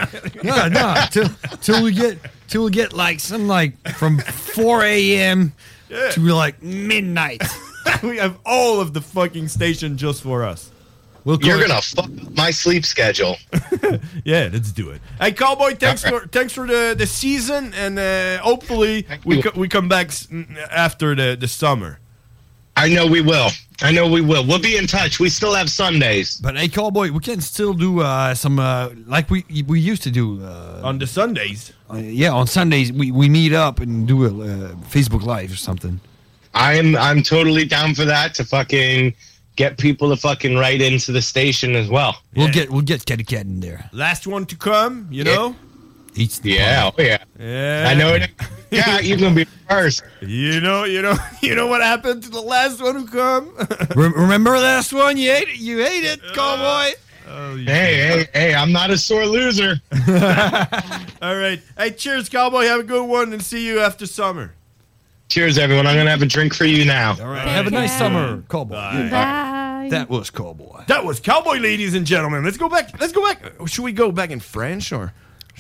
Speaker 7: no, no, till, till we get till we get like some like from 4 a.m.
Speaker 6: Yeah.
Speaker 7: to like midnight.
Speaker 6: we have all of the fucking station just for us.
Speaker 7: We'll
Speaker 2: You're gonna fuck up my sleep schedule.
Speaker 6: Yeah, let's do it. Hey, cowboy, thanks for thanks for the, the season, and uh, hopefully we
Speaker 2: you.
Speaker 6: co- we come back s- mm, after the, the summer.
Speaker 2: I know we will. I know we will. We'll be in touch. We still have Sundays.
Speaker 7: But hey, cowboy, we can still do uh, some uh, like we we used to do uh,
Speaker 6: on the Sundays.
Speaker 7: yeah, on Sundays we, we meet up and do a uh, Facebook Live or something.
Speaker 2: I'm I'm totally down for that to fucking get people to fucking write into the station as well.
Speaker 7: We'll get we'll get Kitty Cat in there.
Speaker 6: Last one to come, you know.
Speaker 7: Eats the
Speaker 2: yeah, oh yeah.
Speaker 6: Yeah,
Speaker 2: I know it. Yeah, you're gonna be first.
Speaker 6: You know, you know, you know what happened to the last one who come.
Speaker 7: Rem- remember last one? You ate it. You ate it, cowboy. Oh,
Speaker 2: Hey, hey, hey! I'm not a sore loser.
Speaker 6: All right. Hey, cheers, cowboy. Have a good one, and see you after summer.
Speaker 2: Cheers, everyone. I'm gonna have a drink for you now.
Speaker 7: All right. Have a nice summer, cowboy.
Speaker 6: Bye.
Speaker 8: Bye.
Speaker 7: That was cowboy.
Speaker 6: That was cowboy, ladies and gentlemen. Let's go back. Let's go back. Should we go back in French or?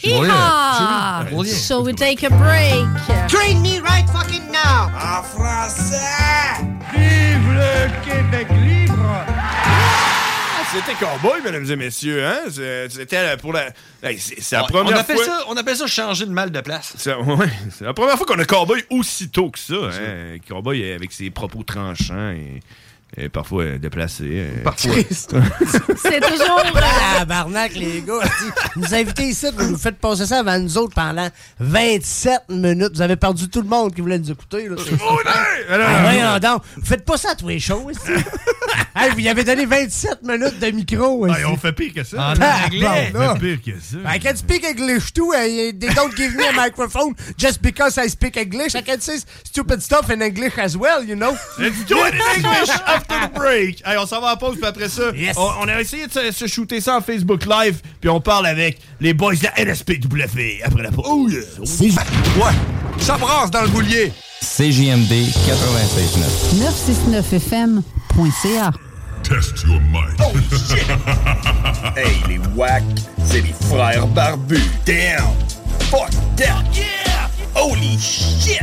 Speaker 8: hein. Yeehaw!
Speaker 6: Should we-
Speaker 8: So we take a break.
Speaker 14: Train me right fucking now.
Speaker 15: En français! Vive le Québec libre!
Speaker 6: Ah, C'était cowboy, mesdames et messieurs. Hein? C'est- C'était la- pour la. Hey, c'est c'est la
Speaker 7: on
Speaker 6: première
Speaker 7: appelle
Speaker 6: fois.
Speaker 7: ça on appelle ça changer de mal de place.
Speaker 6: Ça- ouais, c'est la première fois qu'on a Cowboy aussitôt que ça. Hein? Cowboy euh, avec ses propos tranchants et, et parfois euh, déplacés. euh,
Speaker 7: Parfois.
Speaker 8: C'est toujours.
Speaker 9: Ah, barnac, les gars. Vous nous invitez ici, vous nous faites passer ça avant nous autres pendant 27 minutes. Vous avez perdu tout le monde qui voulait nous écouter. Là.
Speaker 6: hein? Alors, euh,
Speaker 9: Ah, voyons donc. Vous faites pas ça à tous les shows. ici. Hey, vous y avez donné 27 minutes de micro. ici.
Speaker 6: Hey, on Ben, fait pire que ça.
Speaker 9: En
Speaker 6: Ah,
Speaker 9: anglais.
Speaker 6: bon, On fait pire que ça.
Speaker 9: I can speak English too. I, they don't give me a microphone just because I speak English. I can say stupid stuff in English as well, you know.
Speaker 6: Let's do it in English after the break. Hey, on s'en va en pause, puis après ça, on, on a essayé de se, se shooter ça en Facebook Live, puis on parle avec les boys de la NSPW après la pause. Oh yeah! Ouais! Ça brasse dans le boulier!
Speaker 16: CJMD 96.9.
Speaker 17: 969fm.ca.
Speaker 18: Test your mic. Oh, hey, les wack, c'est les frères barbus. Damn. Fuck that. Yeah. Holy shit.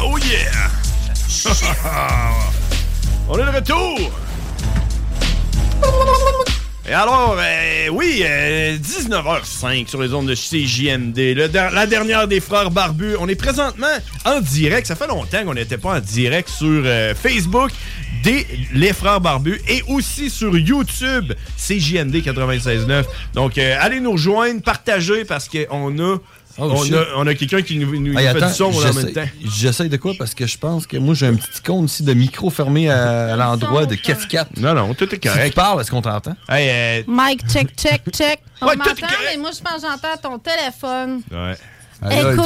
Speaker 6: Oh yeah! on est de retour! Et alors, euh, oui, euh, 19h05 sur les ondes de CJMD. Le der- la dernière des frères barbus. On est présentement en direct. Ça fait longtemps qu'on n'était pas en direct sur euh, Facebook des Les Frères Barbus et aussi sur YouTube CJMD 96.9. Donc, euh, allez nous rejoindre, partagez parce qu'on a, on
Speaker 7: Oh, shit.
Speaker 6: a, on a quelqu'un qui nous, nous
Speaker 7: Hey,
Speaker 6: fait
Speaker 7: attends,
Speaker 6: du son en
Speaker 7: j'essaie-
Speaker 6: même temps.
Speaker 7: J'essaie de quoi? Parce que je pense que moi, j'ai un petit icône ici de micro fermé à, à l'endroit de cascade.
Speaker 6: Non, non, tout est correct.
Speaker 7: Si tu parles, est-ce qu'on t'entend?
Speaker 8: Mike, check, check, check. On
Speaker 7: Ouais, tout est
Speaker 8: m'entend, mais moi, je pense que j'entends ton téléphone.
Speaker 6: Ouais.
Speaker 8: Écho,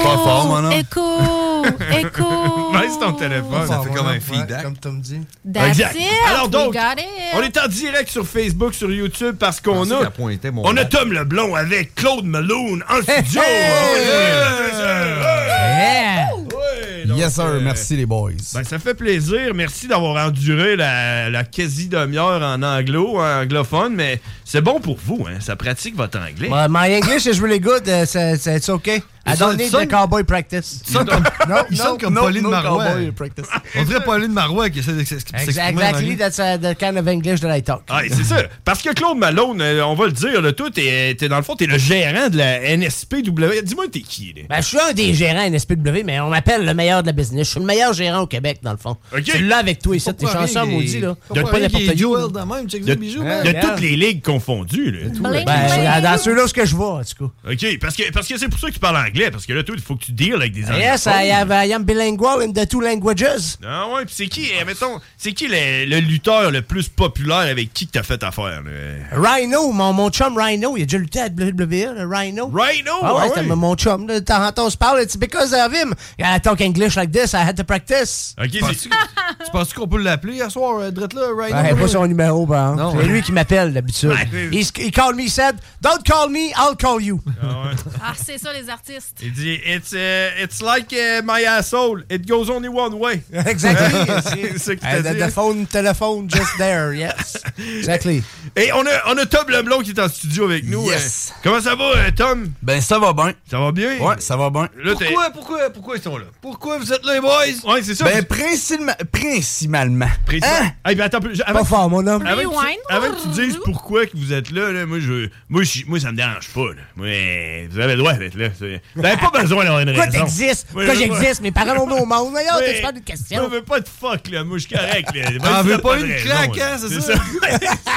Speaker 8: écho, écho.
Speaker 6: Nice ton téléphone.
Speaker 7: Ça fait comme un
Speaker 6: feedback.
Speaker 9: Comme Tom dit.
Speaker 8: That's
Speaker 6: Exact.
Speaker 8: it.
Speaker 6: Alors
Speaker 8: we
Speaker 6: donc,
Speaker 8: got it.
Speaker 6: on est en direct sur Facebook, sur YouTube parce qu'on a. on a Tom Leblon avec Claude Malone en studio.
Speaker 17: Yes, sir. Merci, les boys.
Speaker 6: euh, Ben, ça fait plaisir. Merci d'avoir enduré la, la quasi demi-heure en anglo, en anglophone, mais c'est bon pour vous, hein. Ça pratique votre anglais.
Speaker 9: My, my English is really good. Uh, so, so it's okay. I
Speaker 6: It's
Speaker 9: don't
Speaker 6: on-
Speaker 9: need
Speaker 6: it's on-
Speaker 9: the cowboy practice.
Speaker 7: Ils sont comme,
Speaker 9: no,
Speaker 7: ils
Speaker 9: no,
Speaker 7: sont comme
Speaker 9: no,
Speaker 7: Pauline
Speaker 9: no
Speaker 7: Marois.
Speaker 9: cowboy practice.
Speaker 7: On dirait Pauline Marois qui essaie de s'ex- s'exprimer.
Speaker 9: Exact-
Speaker 7: en
Speaker 9: Exactly,
Speaker 7: anglais.
Speaker 9: that's uh, the kind of English that I talk.
Speaker 6: Ah, c'est ça. Parce que Claude Malone, euh, on va le dire, là, toi, t'es, t'es- dans le fond, t'es le gérant de la NSPW. Dis-moi, t'es qui, là?
Speaker 9: Ben, je suis un des gérants NSPW, mais on m'appelle le meilleur de la business. Je suis le meilleur gérant au Québec, dans le fond. Tu l'as avec toi ici, tes
Speaker 7: Pourquoi
Speaker 9: chansons
Speaker 7: rien,
Speaker 9: maudits,
Speaker 7: il-
Speaker 9: là.
Speaker 7: pourquoi rien qu'il est Joel
Speaker 9: là.
Speaker 7: de même, check
Speaker 6: De,
Speaker 7: ça, bijou,
Speaker 6: de
Speaker 7: man.
Speaker 6: toutes les ligues confondues, là. tout, là.
Speaker 9: Ben, c'est dans ceux-là, ce que je vois, en tout cas.
Speaker 6: OK, parce que, parce que c'est pour ça que tu parles anglais, parce que là, toi, il faut que tu deals avec des anglais.
Speaker 9: Yes, I, have, uh, I am bilingual in the two languages.
Speaker 6: Ah ouais, puis c'est qui, eh, mettons, c'est qui le, le lutteur le plus populaire avec qui que t'as fait affaire, là?
Speaker 9: Rhino, mon, mon chum Rhino, il a déjà lutté à WWE, le Rhino.
Speaker 6: Rhino,
Speaker 9: Ah ouais,
Speaker 6: ah
Speaker 9: c'était
Speaker 6: ouais.
Speaker 9: mon chum. là. De temps en temps, on se parle. It's because of him. I talk English like this, I had to practice.
Speaker 6: Ok,
Speaker 7: Penses-tu que- Tu penses qu'on peut l'appeler hier soir, euh, Drette là, right
Speaker 9: Ouais,
Speaker 7: now?
Speaker 9: Ben, pas son numéro, par
Speaker 7: Non,
Speaker 9: exemple.
Speaker 7: ouais.
Speaker 9: C'est lui qui m'appelle d'habitude.
Speaker 7: Ouais, mais-
Speaker 9: Il s- he called me, he said, Don't call me, I'll call you.
Speaker 8: Ah, c'est ça, les artistes.
Speaker 6: Il dit it's uh, it's like uh, my asshole, it goes only one way.
Speaker 9: Exactly.
Speaker 6: c'est ce qu'il
Speaker 9: Uh,
Speaker 6: t'a
Speaker 9: the,
Speaker 6: dit.
Speaker 9: the phone, telephone, just there, yes. Exactly.
Speaker 6: Et on a on a Tom Leblon qui est en studio avec nous.
Speaker 17: Yes.
Speaker 6: Euh, comment ça va euh, Tom
Speaker 17: Ben, ça va bien.
Speaker 6: Ça va bien
Speaker 17: Ouais, ça va bien.
Speaker 6: Là, t'es-
Speaker 7: Pourquoi, pourquoi, pourquoi ils sont là? Pourquoi vous êtes là, les boys?
Speaker 6: Ouais, c'est ça.
Speaker 17: Ben, principalement. Principalement. Hein?
Speaker 6: Eh ben, attends, un peu, je- avant,
Speaker 17: Pas fort, mon homme.
Speaker 6: Avant que,
Speaker 17: Rewind.
Speaker 6: tu, avant que tu dises pourquoi que vous êtes là, là moi, je, moi, je- moi, ça me dérange pas. là. Moi, euh, vous avez le droit d'être là. c'est- Vous n'avez pas besoin d'avoir une raison.
Speaker 9: Pourquoi t'existes?
Speaker 6: Moi,
Speaker 9: Pourquoi
Speaker 6: je veux pas-
Speaker 9: j'existe? Mes parents l'ont mis au monde. D'ailleurs,
Speaker 6: Ouais.
Speaker 9: tu te parles d'une
Speaker 6: Moi,
Speaker 9: question.
Speaker 6: je veux pas de fuck, là. Moi, je suis correct,
Speaker 17: Ah,
Speaker 6: là.
Speaker 7: T'en
Speaker 6: Même si
Speaker 7: veux
Speaker 6: t'as
Speaker 7: pas
Speaker 6: de
Speaker 7: une
Speaker 6: raison,
Speaker 7: claque,
Speaker 6: là.
Speaker 7: hein, c'est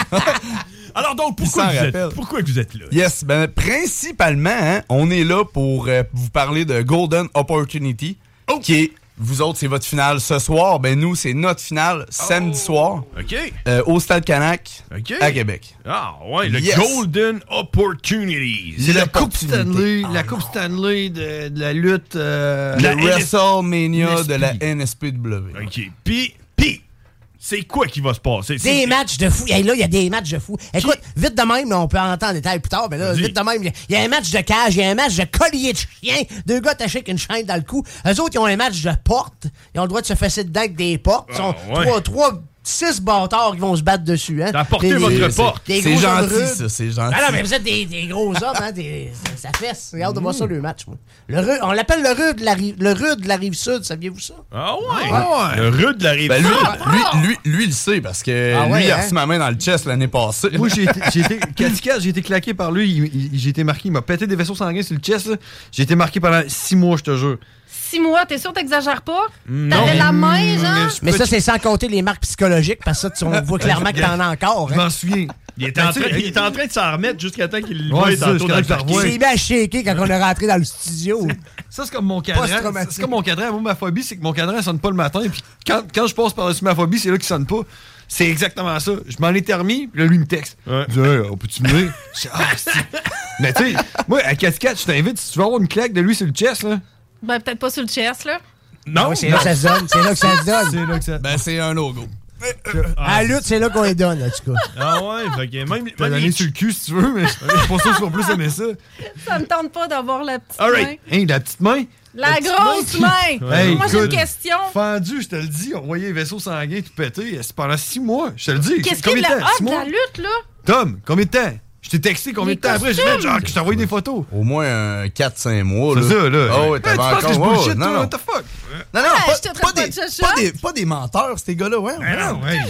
Speaker 6: Alors, donc, pourquoi
Speaker 17: Ça
Speaker 6: vous, êtes,
Speaker 17: rappelle.
Speaker 6: pourquoi que vous êtes là?
Speaker 17: Yes, ben principalement, hein, on est là pour euh, vous parler de Golden Opportunity,
Speaker 6: Oh!
Speaker 17: qui est, vous autres, c'est votre finale ce soir. Ben nous, c'est notre
Speaker 6: Oh!
Speaker 17: finale samedi soir
Speaker 6: OK.
Speaker 17: euh, au Stade Canac
Speaker 6: OK.
Speaker 17: à Québec.
Speaker 6: Ah, ouais, le
Speaker 17: Yes.
Speaker 6: Golden Opportunities.
Speaker 7: C'est la Coupe Stanley, la Coupe Stanley de, de la lutte. euh,
Speaker 17: Le
Speaker 7: la
Speaker 17: WrestleMania
Speaker 7: NSP.
Speaker 17: de la NSPW.
Speaker 6: OK. Puis, puis, c'est quoi qui va se passer? C'est-
Speaker 9: Des matchs de fou. Hey, là, il y a des matchs de fou. Écoute, vite de même, là, on peut en entendre des détails plus tard, mais là, vite de même, il y a- il y, a un match de cage, il y a un match de collier de chien, deux gars attachés avec une chaîne dans le cou. Eux autres, ils ont un match de porte. Ils ont le droit de se fesser dedans avec des portes. Ils sont
Speaker 17: Ah, ouais.
Speaker 9: trois, trois, six bâtards qui vont se battre dessus. Hein.
Speaker 17: Apportez
Speaker 9: Des- des- des
Speaker 17: C'est
Speaker 9: gros
Speaker 17: gentil,
Speaker 9: hommes
Speaker 17: ça,
Speaker 9: rudes.
Speaker 17: c'est gentil.
Speaker 9: Ah non, mais vous êtes des, des gros hommes, hein, des, ça fesse. Regarde, on
Speaker 17: Mm.
Speaker 9: voit ça, le match. moi. Le ru- on l'appelle le rude de la rive, le rude de la rive sud, saviez-vous ça?
Speaker 6: Ah
Speaker 9: ouais.
Speaker 6: Le rude de la rive
Speaker 17: ben, lui,
Speaker 9: Ah,
Speaker 17: lui, lui, lui, il le sait parce que
Speaker 7: Ah ouais,
Speaker 17: lui, il a
Speaker 7: hein?
Speaker 17: reçu ma main dans le chest l'année passée.
Speaker 7: Moi, j'ai été, j'ai été- Katika, j'ai été claqué par lui. il- il- J'ai été marqué. Il m'a pété des vaisseaux sanguins sur le chest. là. J'ai été marqué pendant six mois, je te jure.
Speaker 8: Six mois, t'es sûr que t'exagères pas? T'avais la main, genre?
Speaker 9: Mais ça, c'est sans compter les marques psychologiques, parce que ça, tu- on voit clairement que t'en as encore. hein.
Speaker 7: Je m'en souviens. Ben,
Speaker 6: Il est en train, il est en train de s'en remettre jusqu'à temps qu'il le voie tantôt dans le parking.
Speaker 9: C'est bien shaké quand on est rentré dans le studio.
Speaker 7: Ça, c'est comme mon cadran.
Speaker 9: Post-traumatique.
Speaker 7: C'est comme mon cadran. Moi, ma phobie, c'est que mon cadran sonne pas le matin. Puis quand, quand je passe par-dessus ma phobie, c'est là qu'il sonne pas. C'est exactement ça. Je m'en étais remis, puis là, lui, il me texte. Il dit, Hey, on peut-tu venir? Je dis, Ah, c'est- Mais tu sais, moi, à 4 je t'invite. Si tu veux avoir une claque de lui sur le chest, là.
Speaker 8: Ben, peut-être pas sur le chest, là.
Speaker 7: Non,
Speaker 9: Ah c'est là que ça se donne. C'est là que ça se donne.
Speaker 7: C'est là que ça.
Speaker 17: Ben, c'est un logo.
Speaker 9: À la lutte, c'est là qu'on les donne, en tout cas.
Speaker 6: Ah ouais, fait que même.
Speaker 7: T'as donné sur le cul si tu veux, mais je suis pas sûr qu'ils vont plus aimer ça.
Speaker 8: Ça me tente pas d'avoir la petite main.
Speaker 7: Hey, la petite main.
Speaker 8: La,
Speaker 7: petite
Speaker 8: grosse main!
Speaker 7: main. Hey,
Speaker 8: Moi, j'ai une
Speaker 7: écoute.
Speaker 8: question.
Speaker 7: Fendu, je te le dis, on voyait les vaisseaux sanguins tout pétés. C'est pendant six mois. Je te le dis.
Speaker 8: Qu'est-ce qu'il
Speaker 7: Combien
Speaker 8: y a de
Speaker 7: de
Speaker 8: la
Speaker 7: temps? Six
Speaker 8: hop de la
Speaker 7: mois?
Speaker 8: lutte, là?
Speaker 7: Tom, combien de temps? Je t'ai texté combien
Speaker 8: Les
Speaker 7: de temps après? Je
Speaker 8: costumes.
Speaker 7: fais genre que je t'envoyais des photos.
Speaker 17: Au moins euh, 4-5 mois.
Speaker 7: C'est ça, là.
Speaker 17: Ah
Speaker 7: Hey,
Speaker 17: ouais,
Speaker 7: tu
Speaker 17: t'avais
Speaker 7: penses que
Speaker 17: encore.
Speaker 7: je
Speaker 17: ouais,
Speaker 7: bullshit,
Speaker 17: non,
Speaker 7: toi?
Speaker 17: non.
Speaker 7: What the fuck?
Speaker 17: Non, non,
Speaker 8: Hey,
Speaker 6: Ah,
Speaker 17: pas,
Speaker 8: je te traite
Speaker 17: pas
Speaker 8: pas
Speaker 17: des,
Speaker 8: de chacha.
Speaker 17: pas, des, pas des menteurs, ces gars-là, ouais. ouais, non.
Speaker 6: Ben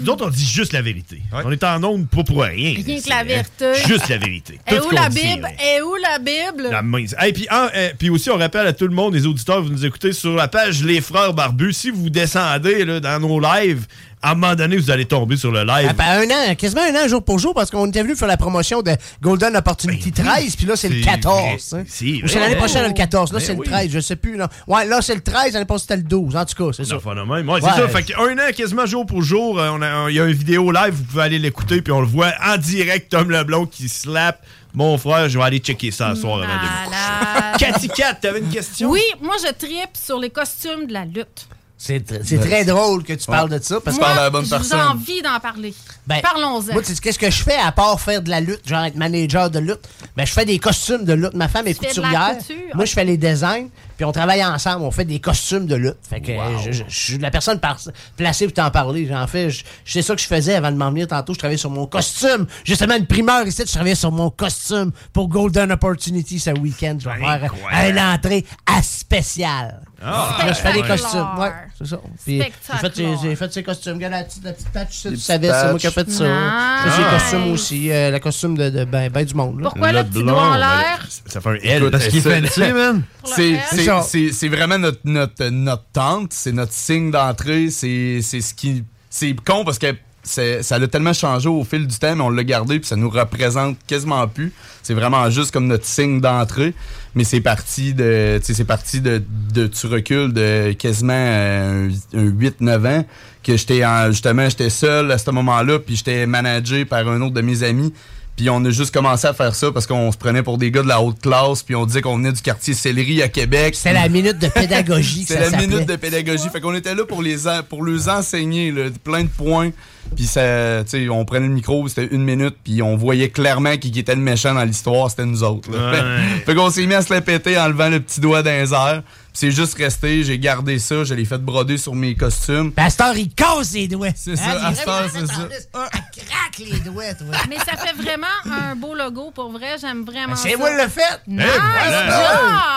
Speaker 6: Nous autres, on dit juste la vérité. On est en onde pas pour rien.
Speaker 8: Rien que
Speaker 6: C'est-
Speaker 8: la vérité.
Speaker 6: Juste la vérité.
Speaker 8: Et
Speaker 6: Tout
Speaker 8: où
Speaker 6: ce
Speaker 8: la
Speaker 6: qu'on dit,
Speaker 8: Bible? Et où la Bible?
Speaker 6: La mince. Hey, puis, en- euh, puis aussi, on rappelle à tout le monde, les auditeurs, vous nous écoutez sur la page Les Frères Barbus. Si vous descendez là, dans nos lives, à un moment donné, vous allez tomber sur le live.
Speaker 9: Après Ben, un an, quasiment un an jour pour jour, parce qu'on était venu faire la promotion de Golden Opportunity 13, puis là, c'est le
Speaker 6: Ben C'est
Speaker 9: 14.
Speaker 6: vrai.
Speaker 9: hein.
Speaker 6: C'est
Speaker 9: Ou c'est
Speaker 6: vrai.
Speaker 9: l'année prochaine,
Speaker 6: Oh.
Speaker 9: le 14. Là,
Speaker 6: Ben
Speaker 9: c'est le
Speaker 6: oui.
Speaker 9: 13, je sais plus. Là. Ouais, là, c'est le 13, l'année passée, c'était le 12, en tout cas, c'est ça.
Speaker 6: Enfin, de même. Ouais, c'est ça. Fait qu'un an, quasiment jour pour jour, euh, on a- il y a une vidéo live, vous pouvez aller l'écouter, puis on le voit en direct, Tom Leblon qui slap. Mon frère, je vais aller checker ça ce soir avant de me coucher. Cathy Cat, t'avais une question?
Speaker 8: Oui, moi je tripe sur les costumes de la lutte.
Speaker 9: C'est tr- c'est
Speaker 6: Ben,
Speaker 9: très drôle que tu parles de ça, parce que
Speaker 8: moi,
Speaker 9: parles
Speaker 8: j'ai envie d'en parler.
Speaker 9: Ben,
Speaker 8: Parlons-en.
Speaker 9: Moi, tu sais, qu'est-ce que je fais à part faire de la lutte, genre être manager de lutte? Ben, je fais des costumes de lutte. Ma femme est
Speaker 8: Tu fais de la
Speaker 9: couturière.
Speaker 8: couture?
Speaker 9: Moi, je fais les designs, puis on travaille ensemble. On fait des costumes de lutte. Fait que euh, je, je- je suis la personne par- placée pour t'en parler. J'en fais. je- C'est ça que je faisais avant de m'en venir tantôt. Je travaillais sur mon costume. Justement, une primeur ici, je travaillais sur mon costume pour Golden Opportunity ce week-end. Je vais faire
Speaker 6: incroyable.
Speaker 9: une entrée à spéciale.
Speaker 6: Ah,
Speaker 9: Là, je fais des
Speaker 6: spectaculaire.
Speaker 9: costumes. Ouais, c'est ça. Puis, j'ai fait,
Speaker 6: Spectaculaire.
Speaker 9: j'ai fait ces costumes. Regarde la petite, la petite patch, ça, tu
Speaker 6: Les
Speaker 9: savais,
Speaker 6: petits
Speaker 9: c'est moi
Speaker 6: patchs.
Speaker 9: qui ai fait ça.
Speaker 6: Nice.
Speaker 9: Je fais ces costumes aussi. euh, la costume de, de ben, ben du monde. là.
Speaker 8: Pourquoi le petit doigt en
Speaker 17: ben,
Speaker 8: l'air?
Speaker 6: Ça fait un L.
Speaker 17: Écoute,
Speaker 6: Parce qu'il
Speaker 17: ça-
Speaker 6: fait fancy, man.
Speaker 8: Pour
Speaker 17: C'est-
Speaker 8: le
Speaker 17: c'est-
Speaker 8: L.
Speaker 17: C'est c'est vraiment notre, notre, notre tente, c'est notre signe d'entrée, c'est c'est ce qui. C'est con parce que c'est- ça l'a tellement changé au fil du temps, mais on l'a gardé puis ça nous représente quasiment plus. C'est vraiment juste comme notre signe d'entrée, mais c'est parti de. tu sais, c'est parti de, de- Tu recules de quasiment euh, un 8-9 ans que j'étais en- justement j'étais seul à ce moment-là puis j'étais managé par un autre de mes amis puis on a juste commencé à faire ça parce qu'on se prenait pour des gars de la haute classe, puis on disait qu'on venait du quartier Céleri à Québec.
Speaker 9: C'est la minute de pédagogie que
Speaker 17: C'est
Speaker 9: ça
Speaker 17: la minute de
Speaker 9: s'appelait.
Speaker 17: pédagogie. Fait qu'on était là pour les en- pour les enseigner, là, plein de points. Puis ça, tu sais, on prenait le micro, c'était une minute, puis on voyait clairement qui qui était le méchant dans l'histoire, c'était nous autres. là.
Speaker 6: Ouais.
Speaker 17: fait qu'on s'est mis à se la péter en levant le petit doigt dans les airs. Puis C'est juste resté, j'ai gardé ça, je l'ai fait broder sur mes costumes.
Speaker 9: Pasteur, il casse les doigts. Ah,
Speaker 17: C'est ça, à cette heure, c'est ça.
Speaker 9: craque les doigts, toi.
Speaker 8: Mais ça fait vraiment un beau logo, pour vrai. J'aime vraiment ça.
Speaker 9: Ben, C'est vous le fait.
Speaker 8: Nice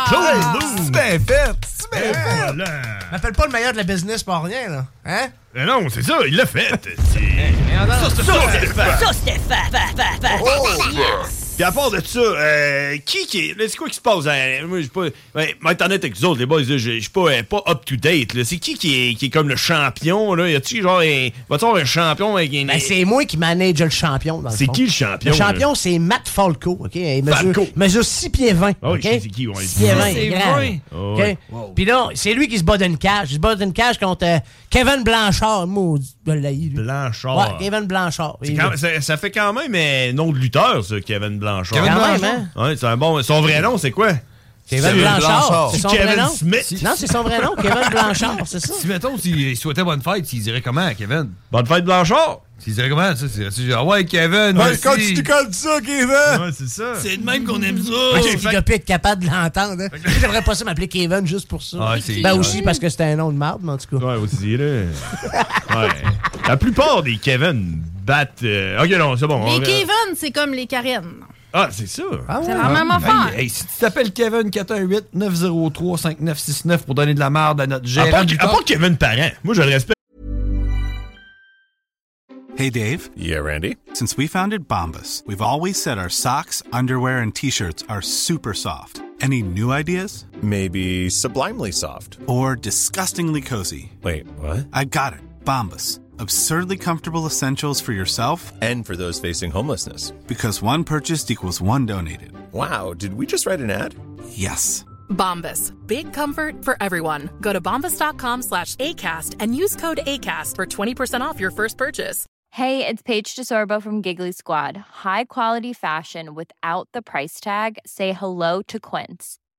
Speaker 8: job!
Speaker 9: C'est
Speaker 17: bien fait. C'est
Speaker 9: bien fait. M'appelle pas le meilleur de la business pour rien, là. Hein?
Speaker 6: Mais Ben non, c'est ça, il l'a fait. C'est- Ça, c'est- ça, c'est fait.
Speaker 19: Oh,
Speaker 6: Puis à part de ça, euh, qui qui est. là, C'est quoi qui se passe? hein? Moi, je suis pas. Ouais, mais étant honnête avec vous autres, les boys, là, je je suis pas, euh, pas up-to-date. là. C'est qui qui est, qui est comme le champion? Là? Y a-tu genre un. Va-t-on avoir un champion avec une.
Speaker 9: Ben, c'est moi qui manage le champion, dans le
Speaker 6: C'est
Speaker 9: fond.
Speaker 6: qui le champion,
Speaker 9: Le champion, c'est Matt Falco, OK? Il mesure,
Speaker 6: Falco.
Speaker 9: il mesure 6 pieds 20,
Speaker 6: Ah oui,
Speaker 9: OK?
Speaker 6: je sais c'est qui, ouais.
Speaker 9: 6 pieds 20,
Speaker 6: C'est
Speaker 9: il est grand,
Speaker 6: vrai?
Speaker 9: OK?
Speaker 6: Ah ouais.
Speaker 9: Puis là, c'est lui qui se bat d'une cage. Il se bat d'une cage contre euh, Kevin Blanchard, maudit de l'haïr, lui.
Speaker 6: Blanchard.
Speaker 9: Ouais, Kevin Blanchard.
Speaker 6: C'est
Speaker 9: Il-
Speaker 6: quand- ça, ça fait quand même euh, nom de lutteur, ça, Kevin Blanchard.
Speaker 9: Kevin Quand Blanchard. même, hein?
Speaker 6: Ouais, c'est un bon. Son vrai nom, c'est quoi?
Speaker 9: Kevin Blanchard. C'est son
Speaker 6: Kevin
Speaker 9: vrai nom?
Speaker 6: Smith.
Speaker 9: Non, c'est son vrai nom, Kevin Blanchard, c'est ça.
Speaker 7: Si, mettons, s'il souhaitait bonne fête, il dirait comment, Kevin?
Speaker 6: Bonne fête, Blanchard!
Speaker 7: Il dirait comment, ça? Il dirait, ah ouais, Kevin,
Speaker 9: Ouais,
Speaker 7: merci.
Speaker 9: quand tu te
Speaker 17: colles ça, Kevin!
Speaker 6: Ouais, c'est ça.
Speaker 7: C'est de même qu'on aime ça.
Speaker 9: Ouais, c'est qu'il doit plus être capable de l'entendre. hein. J'aimerais pas ça m'appeler Kevin juste pour ça.
Speaker 6: Ah, c'est-
Speaker 9: ben aussi parce que c'était un nom de marde, mais en tout cas.
Speaker 6: Ouais, aussi, là. ouais. La plupart des Kevin battent. euh, Ok, non, c'est bon.
Speaker 8: Les
Speaker 6: on-
Speaker 8: Kevin, c'est comme les Karen.
Speaker 6: Ah, c'est ça.
Speaker 8: C'est la même affaire.
Speaker 7: Hey, hey, si tu t'appelles Kevin 418 903 5969 pour donner de la merde à notre
Speaker 6: À
Speaker 7: gérant.
Speaker 6: part, à part Kevin Parent. Moi, je le respecte.
Speaker 20: Hey, Dave. Yeah, Randy. Since we founded Bombus, we've always said our socks, underwear, and t shirts are super soft. Any new ideas? Maybe sublimely soft. Or disgustingly cozy. Wait, what? I got it. Bombus. Absurdly comfortable essentials for yourself and for those facing homelessness. Because one purchased equals one donated. Wow, did we just write an ad? Yes.
Speaker 21: Bombas. Big comfort for everyone. Go to bombas.com slash ACAST and use code ACAST for 20% off your first purchase.
Speaker 22: Hey, it's Paige DeSorbo from Giggly Squad. High quality fashion without the price tag. Say hello to Quince.